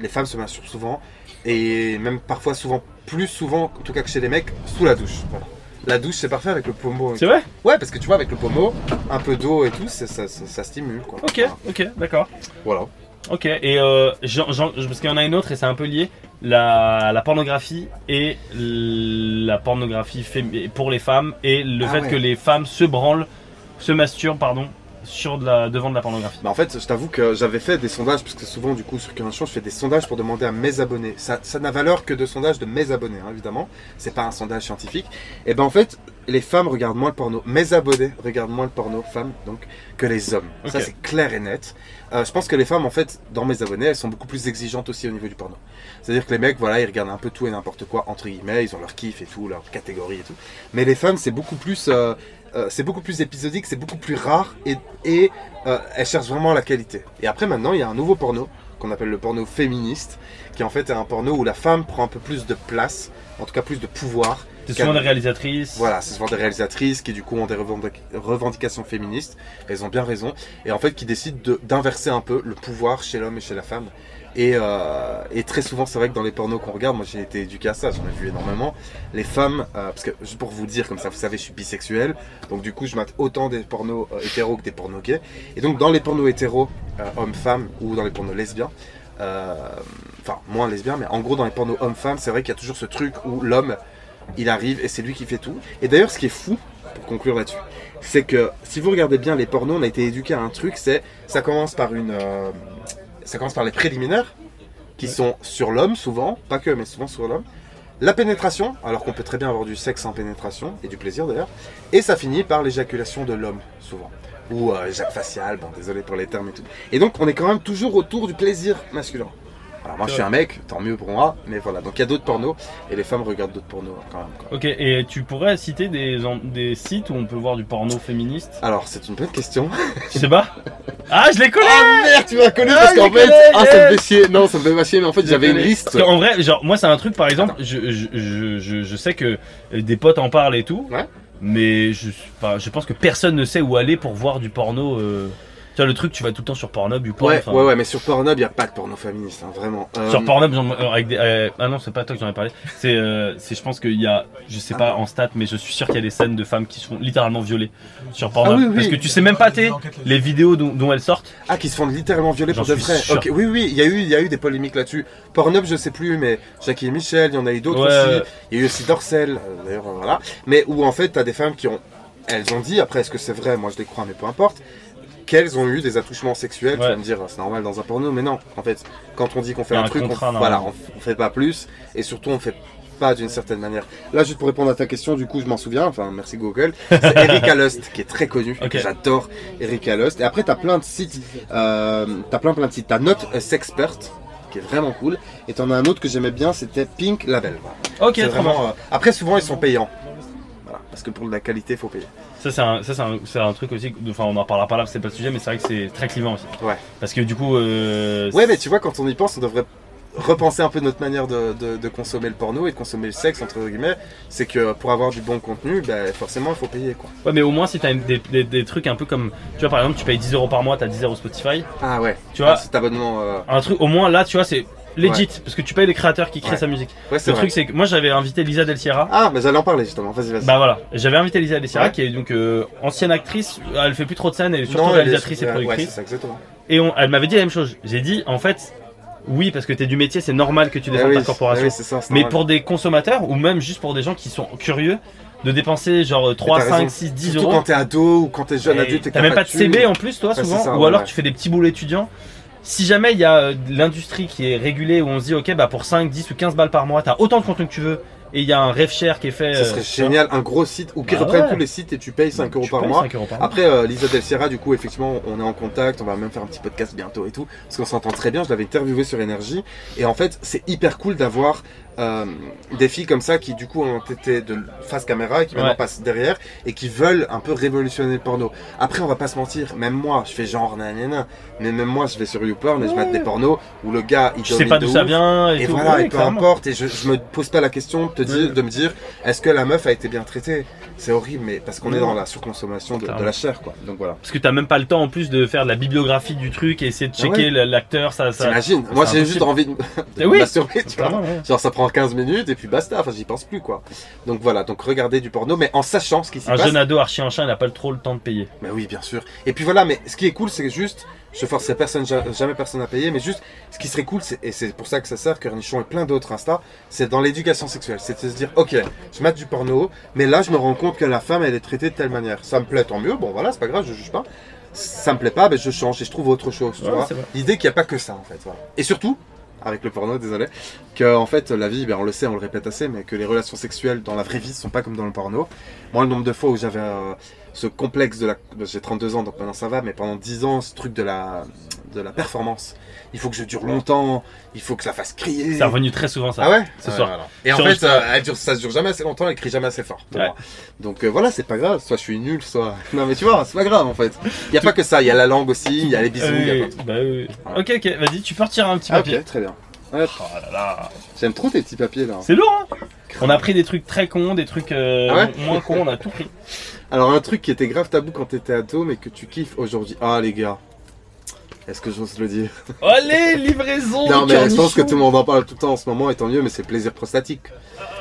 G: Les femmes se masturbent souvent et même parfois souvent plus souvent en tout cas que chez les mecs sous la douche. Voilà. La douche c'est parfait avec le pommeau.
A: C'est vrai
G: Ouais parce que tu vois avec le pommeau, un peu d'eau et tout, ça, ça- ça- ça stimule quoi.
A: Ok, ok, d'accord.
G: Voilà.
A: Ok, et euh, j'en- j'en- parce qu'il y en a une autre et c'est un peu lié, la, la pornographie et la pornographie fémi- pour les femmes et le
G: Ah
A: fait
G: ouais.
A: que les femmes se branlent, se masturbent, pardon, sur de la, devant de la pornographie.
G: Bah en fait, je t'avoue que j'avais fait des sondages, parce que souvent, du coup, sur Curious Chance, je fais des sondages pour demander à mes abonnés. Ça, ça n'a valeur que de sondages de mes abonnés, hein, évidemment. C'est pas un sondage scientifique. Et ben en fait, les femmes regardent moins le porno. Mes abonnés regardent moins le porno, femmes, donc, que les hommes. Ça,
A: Ok.
G: c'est clair et net. Euh, je pense que les femmes, en fait, dans mes abonnés, elles sont beaucoup plus exigeantes aussi au niveau du porno. C'est-à-dire que les mecs, voilà, ils regardent un peu tout et n'importe quoi, entre guillemets, ils ont leur kiff et tout, leur catégorie et tout. Mais les femmes, c'est beaucoup plus. euh, euh, c'est beaucoup plus épisodique, c'est beaucoup plus rare et, et euh, elles cherchent vraiment la qualité. Et après, maintenant, il y a un nouveau porno qu'on appelle le porno féministe, qui en fait est un porno où la femme prend un peu plus de place, en tout cas plus de pouvoir.
A: C'est
G: qu'elle-
A: souvent des réalisatrices.
G: Voilà, c'est souvent des réalisatrices qui du coup ont des revendic- revendications féministes, elles ont bien raison, et en fait qui décident de- d'inverser un peu le pouvoir chez l'homme et chez la femme. Et, euh, et très souvent, c'est vrai que dans les pornos qu'on regarde, moi j'ai été éduqué à ça, j'en ai vu énormément, les femmes, euh, parce que juste pour vous dire comme ça, vous savez, je suis bisexuel, donc du coup je mate autant des pornos euh, hétéros que des pornos gays, et donc dans les pornos hétéros, euh, hommes-femmes, ou dans les pornos lesbiens, euh, enfin moins lesbiens, mais en gros dans les pornos hommes-femmes, c'est vrai qu'il y a toujours ce truc où l'homme il arrive et c'est lui qui fait tout. Et d'ailleurs, ce qui est fou, pour conclure là-dessus, c'est que si vous regardez bien les pornos, on a été éduqué à un truc, c'est ça commence par une, euh, ça commence par les préliminaires qui sont sur l'homme souvent, pas que, mais souvent sur l'homme. La pénétration, alors qu'on peut très bien avoir du sexe en pénétration et du plaisir d'ailleurs, et ça finit par l'éjaculation de l'homme souvent ou euh, Jacques facial, bon désolé pour les termes et tout. Et donc on est quand même toujours autour du plaisir masculin. Alors moi je suis un mec, tant mieux pour moi, mais voilà, donc il y a d'autres pornos et les femmes regardent d'autres pornos hein, quand même. quoi.
A: Ok, et tu pourrais citer des, en- des sites où on peut voir du porno féministe
G: Alors, c'est une bonne question.
A: Je sais pas. Ah, je l'ai collé
G: merde, tu m'as collé
A: Ah,
G: parce
A: je l'ai
G: qu'en fait,
A: collé,
G: ah, ça me fait
A: yes.
G: chier, non, ça me fait pas chier, mais en fait j'avais une liste.
A: Parce qu'en vrai, genre, moi, c'est un truc, par exemple, je, je, je, je, je sais que des potes en parlent et tout, mais je, suis pas- je pense que personne ne sait où aller pour voir du porno. euh, Tu vois, le truc, tu vas tout le temps sur Pornhub, du porno.
G: Ouais,
A: enfin,
G: ouais, ouais, mais sur Pornhub, il a pas de porno féministe, hein, vraiment. Euh,
A: Sur Pornhub, j'en- euh, avec des, euh, ah non, c'est pas toi que j'en ai parlé. C'est, euh, c'est, je pense qu'il y a, je sais pas en stats, mais je suis sûr qu'il y a des scènes de femmes qui se font littéralement violer sur Pornhub.
G: Ah oui, oui.
A: Parce que tu sais même pas, t'es, les vidéos dont, dont elles sortent.
G: Ah, qui se font littéralement violer pour
A: J'en
G: de
A: suis
G: vrai.
A: sûr.
G: Ok, oui, oui, il y a eu, il y a eu des polémiques là-dessus. Pornhub, je sais plus, mais Jackie et Michel, il y en a eu d'autres
A: Ouais,
G: aussi.
A: ouais.
G: Il y a eu aussi Dorsel, euh, d'ailleurs, euh, voilà. Mais où en fait, t'as des femmes qui ont, elles ont dit, après, est-ce que c'est vrai Moi, je les crois, mais peu importe. Qu'elles ont eu des attouchements sexuels, tu
A: Ouais.
G: vas me dire c'est normal dans un porno, mais non. En fait, quand on dit qu'on fait
A: Il y a
G: un,
A: un
G: truc, on,
A: contrat,
G: voilà,
A: normalement.
G: on, on fait pas plus, et surtout on fait pas d'une certaine manière. Là, juste pour répondre à ta question, du coup, je m'en souviens. Enfin, merci Google. C'est Erika Lust qui est très connu. que J'adore Erika Lust. Et après, t'as plein de sites. Euh, t'as plein plein de sites. T'as Not a Sexpert qui est vraiment cool. Et t'en as un autre que j'aimais bien, c'était Pink Label. Voilà.
A: Ok,
G: C'est
A: trop
G: vraiment.
A: bien.
G: euh, Après, souvent, ils sont payants. Voilà, parce que pour de la qualité, faut payer.
A: Ça c'est un, ça, c'est un, c'est un truc aussi, que- enfin on en parlera pas là, parce que c'est pas le sujet, mais c'est vrai que c'est très clivant aussi.
G: Ouais.
A: Parce que du coup, euh,
G: Ouais, mais tu vois, quand on y pense, on devrait repenser un peu notre manière de, de- de consommer le porno et de consommer le sexe, entre guillemets. C'est que euh, pour avoir du bon contenu, ben, forcément, il faut payer, quoi.
A: ouais, mais au moins si t'as une- des, des, des trucs un peu comme, tu vois par exemple, tu payes 10 euros par mois, t'as 10 euros Spotify.
G: Ah ouais.
A: Tu vois,
G: Ah, cet abonnement. euh,
A: un truc au moins là, tu vois, c'est legit,
G: Ouais.
A: parce que tu payes les créateurs qui créent
G: Ouais.
A: sa musique.
G: Ouais,
A: le
G: c'est vrai.
A: truc c'est que moi j'avais invité Lisa Del Sierra.
G: Ah, mais j'allais en parler justement, vas-y, vas-y.
A: Bah voilà, j'avais invité Lisa Del Sierra
G: Ouais.
A: qui est donc euh, ancienne actrice, elle fait plus trop de scènes, elle est surtout
G: Non, elle est-
A: réalisatrice et
G: ouais,
A: productrice.
G: ouais, c'est ça, exactement.
A: Et on- elle m'avait dit la même chose. J'ai dit en fait, oui parce que t'es du métier, c'est normal que tu
G: Ah
A: défends
G: oui,
A: ta corporation.
G: ah oui, c'est ça, c'est
A: mais
G: normal.
A: pour des consommateurs ou même juste pour des gens qui sont curieux de dépenser genre
G: Mais
A: 3,
G: t'as
A: 5,
G: raison.
A: 6, 10
G: Surtout
A: euros.
G: quand t'es ado ou quand t'es jeune
A: Et
G: adulte et que
A: T'as même pas de
G: thunes.
A: CB en plus, toi,
G: Ouais,
A: souvent.
G: c'est ça,
A: ou
G: ouais,
A: alors
G: ouais.
A: tu fais des petits boulots étudiants. Si jamais il y a euh, l'industrie qui est régulée où on se dit, ok, bah pour 5, 10 ou 15 balles par mois, t'as autant de contenu que tu veux et il y a un rêve share qui est fait.
G: Ça
A: euh,
G: serait
A: tu vois.
G: génial, un gros site où qu'ils
A: Bah
G: reprennent
A: ouais.
G: tous les sites et tu payes 5 euros par
A: payes
G: mois.
A: 5 euros par mois.
G: Après, euh, Lisa Del Sierra, du coup, effectivement, on est en contact, on va même faire un petit podcast bientôt et tout, parce qu'on s'entend très bien. Je l'avais interviewé sur Énergie, et en fait, c'est hyper cool d'avoir euh, des filles comme ça qui, du coup, ont été de face caméra et qui maintenant
A: Ouais.
G: passent derrière et qui veulent un peu révolutionner le porno. Après, on va pas se mentir, même moi, je fais genre nanana, mais même moi, je vais sur YouPorn et je mate des pornos où le gars, il
A: Je sais pas
G: domine de
A: d'où ça
G: ouf.
A: vient et
G: et
A: tout.
G: voilà,
A: Ouais,
G: et peu
A: clairement.
G: importe, et je, je me pose pas la question de, te dire, de me dire est-ce que la meuf a été bien traitée C'est horrible, mais parce qu'on est dans la surconsommation de, de la chair, quoi. Donc voilà.
A: Parce que t'as même pas le temps en plus de faire de la bibliographie du truc et essayer de
G: Ah ouais.
A: checker l- l'acteur, ça. ça
G: T'imagines Moi
A: c'est
G: j'ai juste
A: impossible. Eh
G: envie de, de
A: oui.
G: masturber, tu vois.
A: Clairement, ouais.
G: Genre ça prend 15 minutes et puis basta, enfin j'y pense plus quoi. Donc voilà, donc regardez du porno, mais en sachant ce qui s'y
A: Un
G: passe.
A: jeune ado archi en chien, il a pas trop le temps de payer.
G: Mais oui, bien sûr. Et puis voilà, mais ce qui est cool, c'est que juste, je forcerai personne, ja- jamais personne à payer, mais juste, ce qui serait cool, c'est- et c'est pour ça que ça sert, que Nichon et plein d'autres Insta, c'est dans l'éducation sexuelle. C'est de se dire, ok, je mate du porno, mais là, je me rends compte que la femme, elle est traitée de telle manière. Ça me plaît, tant mieux, bon voilà, c'est pas grave, je juge pas. ça me plaît pas, ben je change et je trouve autre chose. tu
A: Ouais,
G: vois.
A: c'est vrai.
G: L'idée qu'il n'y a pas que ça en fait. voilà. Et surtout, avec le porno, désolé, que en fait la vie, ben, on le sait, on le répète assez, mais que les relations sexuelles dans la vraie vie sont pas comme dans le porno. Moi, le nombre de fois où j'avais euh, ce complexe de la, ben, j'ai 32 ans donc maintenant ça va, mais pendant 10 ans ce truc de la, de la performance. Il faut que je dure longtemps, il faut que ça fasse crier.
A: C'est revenu très souvent, ça,
G: Ah ouais
A: ce soir.
G: voilà. Et en
A: Sur
G: fait,
A: Insta.
G: euh, elle dure- ça se dure jamais assez longtemps, elle crie jamais assez fort. pour
A: Ouais.
G: moi. Donc euh, voilà, c'est pas grave, soit je suis nul, soit. Non mais tu vois, c'est pas grave en fait. Il y a pas que ça, il y a la langue aussi, il y a les bisous,
A: Ah oui,
G: il y a plein de
A: bah oui. Ok, ok, vas-y, tu peux retirer un petit
G: Ah,
A: papier. Oh
G: ok, très bien. Hop. J'aime trop tes petits papiers là.
A: C'est lourd, hein On a pris des trucs très cons, des trucs euh,
G: Ah ouais
A: moins cons, on a tout pris.
G: Alors un truc qui était grave tabou quand t'étais ado mais que tu kiffes aujourd'hui. Ah les gars, est-ce que j'ose le dire
A: Allez, livraison
G: Non mais je pense que
A: cornichon.
G: tout le monde en parle tout le temps en ce moment et tant mieux mais c'est plaisir prostatique.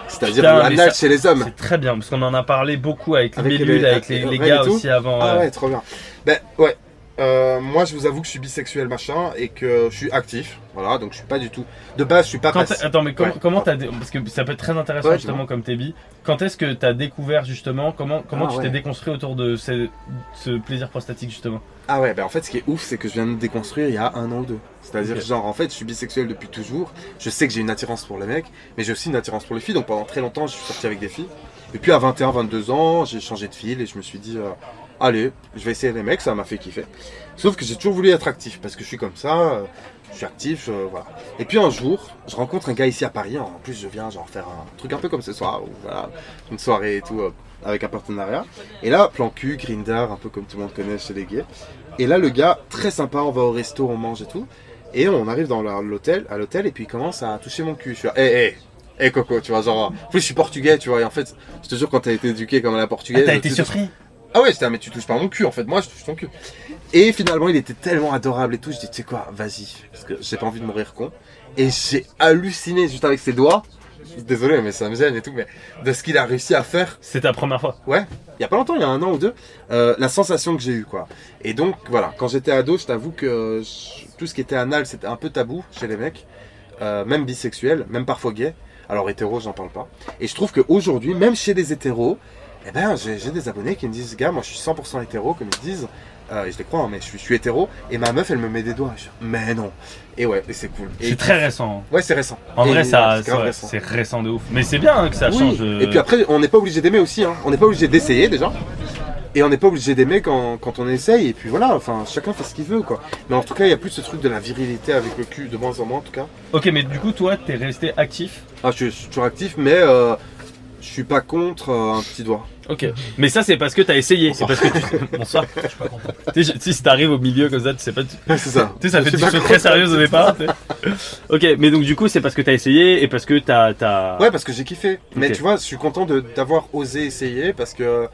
G: C'est-à-dire
A: Putain, mais
G: l'anal
A: ça-
G: chez les hommes.
A: C'est très bien, parce qu'on en a parlé beaucoup avec,
G: Avec
A: les mélules, avec les, les
G: ouais,
A: gars
G: et tout.
A: aussi avant.
G: Ah
A: euh,
G: ouais, trop bien. Ben ouais. Euh, moi, je vous avoue que je suis bisexuel machin et que je suis actif. Voilà, donc je suis pas du tout. De base, je suis pas.
A: Quand
G: passif.
A: t'as- attends, mais comment,
G: Ah, Ouais.
A: comment t'as dé- parce que ça peut être très intéressant
G: Ouais,
A: justement
G: dis-moi.
A: comme t'es bi. Quand est-ce que t'as découvert justement comment comment
G: Ah,
A: tu
G: ouais.
A: t'es déconstruit autour de ce, ce plaisir prostatique justement
G: Ah ouais, ben en fait, ce qui est ouf, c'est que je viens de me déconstruire il y a un an ou deux. C'est-à-dire,
A: Ok.
G: genre, en fait, je suis bisexuel depuis toujours. Je sais que j'ai une attirance pour les mecs, mais j'ai aussi une attirance pour les filles. Donc pendant très longtemps, je suis sorti avec des filles. Et puis à 21, 22 ans, j'ai changé de fil et je me suis dit, euh, allez, je vais essayer les mecs, ça m'a fait kiffer. Sauf que j'ai toujours voulu être actif parce que je suis comme ça, euh, je suis actif, euh, voilà. Et puis un jour, je rencontre un gars ici à Paris. En plus, je viens genre faire un truc un peu comme ce soir, où, voilà, une soirée et tout, euh, avec un partenariat. Et là, plan cul, Grindr, un peu comme tout le monde connaît chez les gays. Et là, le gars, très sympa, on va au resto, on mange et tout. Et on arrive dans la- l'hôtel, à l'hôtel, et puis il commence à toucher mon cul. Je suis là, hé, hé, hé, Coco, tu vois, genre, en plus, je suis portugais, tu vois, et en fait, je te jure, quand t'as été éduqué comme à la portugaise.
A: Ah, t'as été
G: tu-
A: surpris
G: Ah ouais, j'étais, ah, mais tu touches pas mon cul, en fait, moi, je touche ton cul. Et finalement, il était tellement adorable et tout, je dis, tu sais quoi, vas-y, parce que j'ai pas envie de mourir con. Et j'ai halluciné juste avec ses doigts. Désolé, mais ça me gêne et tout, mais de ce qu'il a réussi à faire.
A: C'est ta première fois
G: Ouais, il y a pas longtemps, il y a un an ou deux, euh, la sensation que j'ai eue, quoi. Et donc, voilà, quand j'étais ado, je t'avoue que je- tout ce qui était anal, c'était un peu tabou chez les mecs, euh, même bisexuels, même parfois gays. Alors, hétéro, j'en parle pas. Et je trouve qu'aujourd'hui, même chez les hétéros, eh ben, j'ai j'ai des abonnés qui me disent, gars, moi je suis 100% hétéro, comme ils disent, euh, et je les crois, hein, mais je suis, je suis hétéro, et ma meuf, elle me met des doigts. Je dis, mais non. Et ouais, et c'est cool. Et-
A: C'est très récent. hein.
G: Ouais, c'est récent.
A: En
G: Et
A: vrai, ça
G: c'est
A: c'est
G: grave
A: ouais,
G: récent.
A: c'est récent de ouf. Mais c'est bien hein, que ça
G: Oui.
A: change. euh,
G: Et puis après, on n'est pas obligé d'aimer aussi. hein. On n'est pas obligé d'essayer déjà. Et on n'est pas obligé d'aimer quand, quand on essaye. Et puis voilà, enfin, chacun fait ce qu'il veut, quoi. Mais en tout cas, il y a plus ce truc de la virilité avec le cul, de moins en moins, en tout cas.
A: Ok, mais du coup, toi, t'es resté actif.
G: Ah, je, je suis toujours actif, mais euh, je suis pas contre euh, un petit doigt.
A: Ok. Mais ça, c'est parce que t'as essayé. C'est parce que tu... Bonsoir. Je suis pas content. Tu sais, je- si t'arrives au milieu comme ça, tu sais pas. tu-
G: Ouais, c'est ça.
A: Tu sais, ça
G: Je
A: fait
G: suis
A: des
G: pas
A: choses
G: content.
A: très sérieuses au départ. tu sais. ok, mais donc du coup, c'est parce que t'as essayé et parce que t'as. t'as-
G: Ouais, parce que j'ai kiffé. Mais
A: Ok.
G: tu vois, je suis content de- d'avoir osé essayer parce que,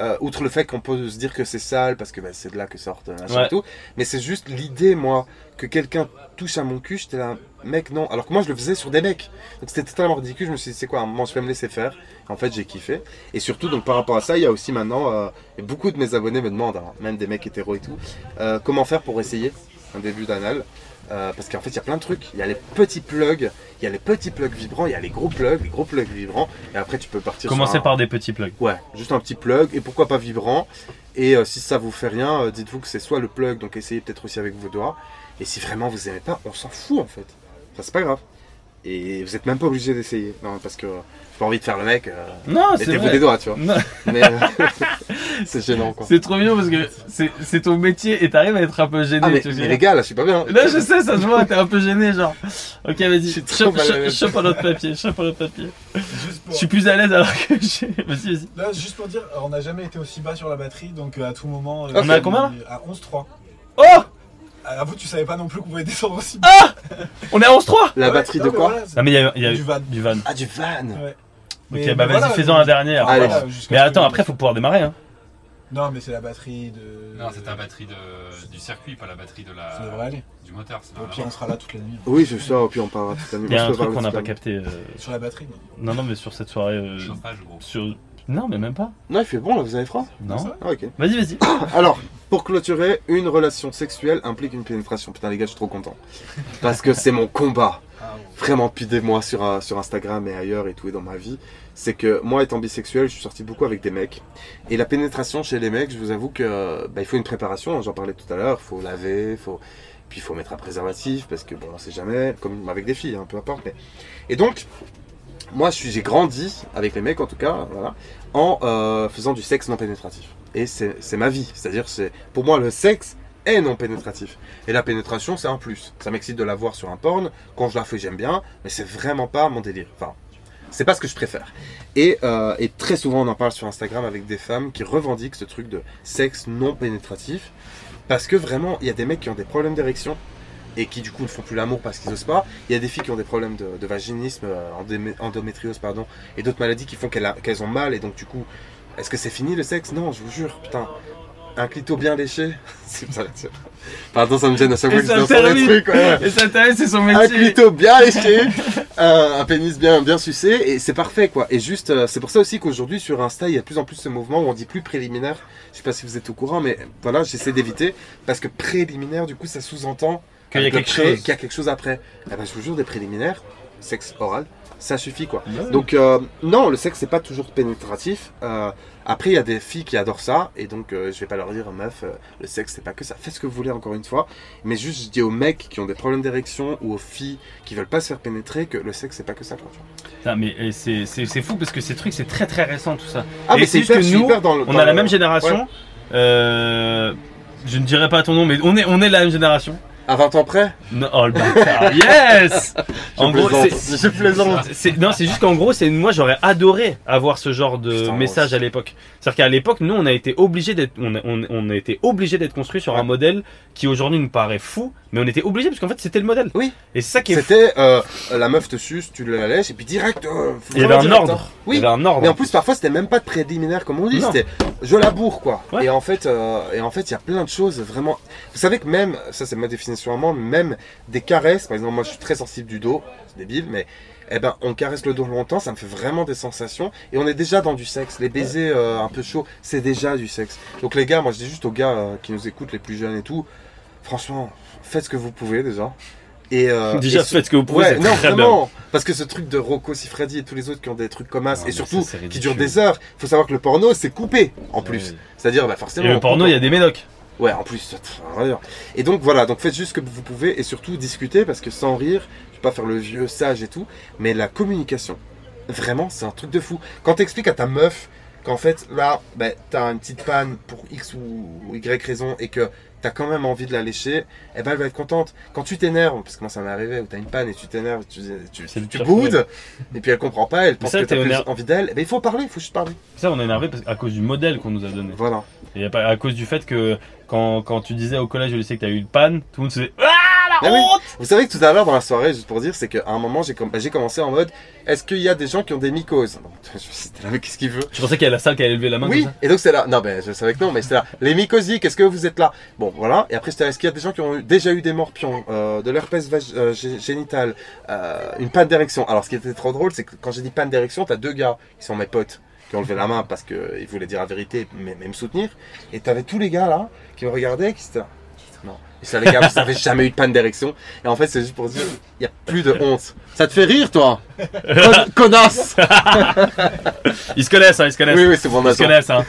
G: euh, outre le fait qu'on peut se dire que c'est sale, parce que bah, c'est de là que sortent euh, machin
A: Ouais.
G: et tout, mais c'est juste l'idée, moi, que quelqu'un touche à mon cul, j'étais là, mec, non. Alors que moi, je le faisais sur des mecs. Donc c'était totalement ridicule. Je me suis dit, c'est quoi, à un moment, je vais me laisser faire. En fait, j'ai kiffé. Et surtout, donc par rapport à ça, il y a aussi maintenant, euh, et beaucoup de mes abonnés me demandent, hein, même des mecs hétéros et tout, euh, comment faire pour essayer un début d'anal. Euh, parce qu'en fait, il y a plein de trucs. Il y a les petits plugs, il y a les petits plugs vibrants, il y a les gros plugs, les gros plugs vibrants. Et après, tu peux partir
A: Commencez
G: sur un-
A: par des petits plugs.
G: Ouais, juste un petit plug et pourquoi pas vibrant. Et euh, si ça vous fait rien, euh, dites-vous que c'est soit le plug, donc essayez peut-être aussi avec vos doigts. Et si vraiment vous aimez pas, on s'en fout en fait. Enfin, c'est pas grave. Et vous êtes même pas obligé d'essayer. Non, parce que euh, j'ai pas envie de faire le mec. euh,
A: Non, Ah, c'est
G: Mettez-vous
A: vrai.
G: des doigts, tu vois.
A: Non.
G: Mais euh, c'est gênant quoi.
A: C'est trop mignon parce que c'est- c'est ton métier et t'arrives à être un peu gêné.
G: Ah, mais,
A: tu vois ce que
G: mais
A: je veux
G: les
A: dire.
G: gars, là, je suis pas bien. hein.
A: Là, je sais, ça se voit, t'es un peu gêné, genre. Ok, vas-y, chope,
G: trop mal à
A: chope-
G: l'aise.
A: chope un autre papier, chope un autre papier. Je suis plus à l'aise alors que j'ai. Vas-y, vas-y.
L: Là, juste pour dire, on n'a jamais été aussi bas sur la batterie, donc euh, à tout moment. euh,
A: On a combien, là
L: À 11-3.
A: Oh
L: Ah, Avoue, tu savais pas non plus qu'on pouvait descendre aussi bas.
A: Ah On est à 11-3
G: La batterie de quoi
A: Non, mais il y a, il y a
L: Du van.
A: Du van.
G: Ah, du van
L: Ouais.
A: Ok,
L: Mais-
A: bah
L: mais
A: vas-y,
L: voilà,
A: fais-en un dernier. après.
L: Allez. Voilà, jusqu'à
A: mais
L: ce
A: attends,
L: que-
A: après, faut pouvoir démarrer. Hein.
L: Non, mais c'est la batterie de.
C: Non, c'est ta batterie de, du circuit, pas la batterie de la,
L: Ça devrait aller.
C: du moteur. c'est
L: Au pire, on sera là toute la nuit.
G: Oui, je sors, puis on parlera tout à l'heure.
A: Il y a
G: Je
A: un
G: peux
A: truc
G: parler
A: qu'on n'a
G: tout à
A: pas
G: l'heure.
A: capté. euh,
L: Sur la batterie,
A: Non, non, mais sur cette soirée. euh, Sur... Non, mais même pas.
G: Non, il fait bon là, vous avez froid
A: Non.
G: Ah, ok.
A: Vas-y, vas-y.
G: Alors, pour clôturer, une relation sexuelle implique une pénétration. Putain, les gars, je suis trop content. Ah, Parce que c'est mon combat. Vraiment, pidez-moi sur, euh, sur Instagram et ailleurs et tout, et dans ma vie. c'est que moi, étant bisexuel, je suis sorti beaucoup avec des mecs. Et la pénétration chez les mecs, je vous avoue que bah, il faut une préparation. hein, J'en parlais tout à l'heure. Faut laver, faut puis il faut mettre un préservatif parce que bon, on sait jamais. Comme avec des filles, hein, peu importe. mais- Et donc, moi, je suis- j'ai grandi avec les mecs, en tout cas, voilà, en euh, faisant du sexe non pénétratif. Et c'est c'est ma vie. C'est-à-dire, c'est pour moi le sexe est non pénétratif. Et la pénétration, c'est un plus. Ça m'excite de la voir sur un porn. Quand je la fais, j'aime bien, mais c'est vraiment pas mon délire. Enfin, c'est pas ce que je préfère. Et, euh, et très souvent, on en parle sur Instagram avec des femmes qui revendiquent ce truc de sexe non pénétratif. Parce que vraiment, il y a des mecs qui ont des problèmes d'érection et qui du coup ne font plus l'amour parce qu'ils n'osent pas. Il y a des filles qui ont des problèmes de, de vaginisme, euh, endémé- endométriose, pardon, et d'autres maladies qui font qu'elles a- qu'elles ont mal et donc du coup, est-ce que c'est fini le sexe Non, je vous jure, putain. Un clito bien léché, c'est ça. c'est- Pardon, ça me gêne à chaque
A: Et
G: fois que je
A: ça
G: viens sur les
A: termine.
G: trucs, ouais.
A: Et
H: é
A: ça termine, c'est son
G: Un
A: métier.
G: clito bien léché, un, un pénis bien, bien sucé, et c'est parfait quoi. Et juste, euh, c'est pour ça aussi qu'aujourd'hui sur Insta, il y a de plus en plus ce mouvement où on dit plus préliminaire. Je sais pas si vous êtes au courant, mais voilà, j'essaie d'éviter parce que préliminaire, du coup, ça sous-entend
A: Qu'il y a
G: avec le
A: quelque
G: pré-
A: chose.
G: qu'il y a quelque chose après. Eh ben, je vous jure, des préliminaires, sexe oral, ça suffit quoi.
L: Bah
A: Ouais.
G: Donc euh, non, le sexe c'est pas toujours pénétratif. Euh, après, il y a des filles qui adorent ça et donc euh, je vais pas leur dire meuf, euh, le sexe c'est pas que ça. Faites ce que vous voulez encore une fois, mais juste je dis aux mecs qui ont des problèmes d'érection ou aux filles qui veulent pas se faire pénétrer que le sexe c'est pas que ça. quoi, tu vois.
A: Putain, mais euh, c'est- c'est c'est fou parce que ces trucs, c'est très très récent tout ça.
G: Ah,
A: Et
G: mais c'est
A: juste
G: hyper-
A: que
G: je suis
A: nous,
G: hyper dans le-
A: on
G: dans
A: a la
G: le-
A: même génération.
G: Ouais.
A: Euh, je ne dirais pas ton nom, mais on est, on est de la même génération.
G: À 20 ans près
A: non, Oh le bâtard, yes
G: Je
A: En gros,
G: plaisante.
A: c'est-
G: Je plaisante.
A: c'est- Non, c'est juste qu'en gros, c'est moi j'aurais adoré avoir ce genre de message à l'époque. C'est-à-dire qu'à l'époque, nous on a été obligé d'être, on, a- on, on a été obligé d'être construit sur un modèle qui aujourd'hui nous paraît fou, mais on était obligé parce qu'en fait c'était le modèle.
G: Oui.
A: Et c'est ça qui est fou.
G: C'était euh, la meuf te suce, tu la laisses et puis direct. euh,
A: Il y
G: vraiment
A: avait un
G: direct,
A: ordre.
G: hein. Oui.
A: Il y avait un ordre.
G: Mais en plus parfois c'était même pas préliminaire comme on dit,
A: Non.
G: c'était je la bourre quoi. Et en fait euh, et en fait il y a plein de choses vraiment. Vous savez que même ça c'est ma définition à moi, même des caresses par exemple moi je suis très sensible du dos, c'est débile mais eh ben on caresse le dos longtemps, ça me fait vraiment des sensations et on est déjà dans du sexe. Les baisers euh, un peu chauds, c'est déjà du sexe. Donc les gars, moi je dis juste aux gars euh, qui nous écoutent les plus jeunes et tout, franchement, faites ce que vous pouvez déjà. Et, euh,
A: Déjà,
G: et ce-
A: faites ce que vous pouvez,
G: Ouais,
A: c'est
G: non,
A: très
G: vraiment,
A: bien.
G: parce que ce truc de Rocco Siffredi et tous les autres qui ont des trucs comme as, et surtout
A: ça, c'est
G: qui
A: ridicule.
G: durent des heures, faut savoir que le porno c'est coupé en plus. C'est-à-dire, bah, forcément.
A: Et le
G: on
A: porno,
G: coupe-
A: il y a des médocs.
G: Ouais, en plus, pff, un rire. Et donc voilà, donc faites juste ce que vous pouvez et surtout discuter parce que sans rire, je vais pas faire le vieux sage et tout, mais la communication, vraiment, c'est un truc de fou. Quand t'expliques à ta meuf qu'en fait, là, bah, t'as une petite panne pour X ou Y raison et que t'as quand même envie de la lécher, eh ben elle va être contente. Quand tu t'énerves, parce que moi ça m'est arrivé, où t'as une panne et tu t'énerves, tu, tu, tu, tu boudes, et puis elle comprend pas, elle pense
A: ça,
G: que t'as
A: t'es
G: plus
A: honnête.
G: envie d'elle, eh ben, il faut parler, il faut juste parler.
A: Ça, on est énervé parce- à cause du modèle qu'on nous a donné.
G: Voilà.
A: Et à à cause du fait que quand, quand tu disais au collège, au lycée que t'as eu une panne, tout le monde se euh, disait
G: Ah oui. Vous savez que tout à l'heure dans la soirée, juste pour dire, c'est qu'à un moment j'ai com- j'ai commencé en mode est-ce qu'il y a des gens qui ont des mycoses Donc, je me suis dit, là, mais qu'est-ce qu'il veut
A: Je pensais qu'il y a la salle qui allait lever la main.
G: Oui,
A: comme ça.
G: et donc c'est là. Non, ben je savais que non, mais c'est là. Les mycosiques, est-ce que vous êtes là Bon, voilà. Et après, c'était est-ce qu'il y a des gens qui ont eu- déjà eu des morpions, euh, de l'herpès vag- euh, gé- génital, euh, une panne d'érection Alors, ce qui était trop drôle, c'est que quand j'ai dit panne d'érection, t'as deux gars qui sont mes potes qui ont levé la main parce qu'ils voulaient dire la vérité, mais, mais me soutenir. Et t'avais tous les gars là qui me regardaient, qui étaient là, Non. Et ça, les gars, vous n'avez jamais eu de panne d'érection. Et en fait, c'est juste pour dire, il n'y a plus de honte. Ça te fait rire, toi Con- Connasse
A: Ils se connaissent, hein, ils se connaissent.
G: Oui, oui, c'est bon,
A: Ils se
G: attends.
A: connaissent. Hein.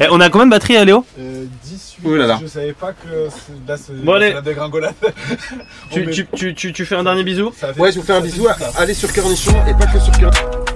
A: Eh, on a combien de batterie, hein, Léo
L: Euh, 18.
A: Ouh là là.
L: Je savais pas que c'est- là c'est
A: Bon, allez.
L: c'est la dégringolade.
A: tu, tu, tu, tu, tu fais un dernier bisou
G: Ouais, je vous fais un bisou. Allez sur Cornichon et pas que sur Cornichon.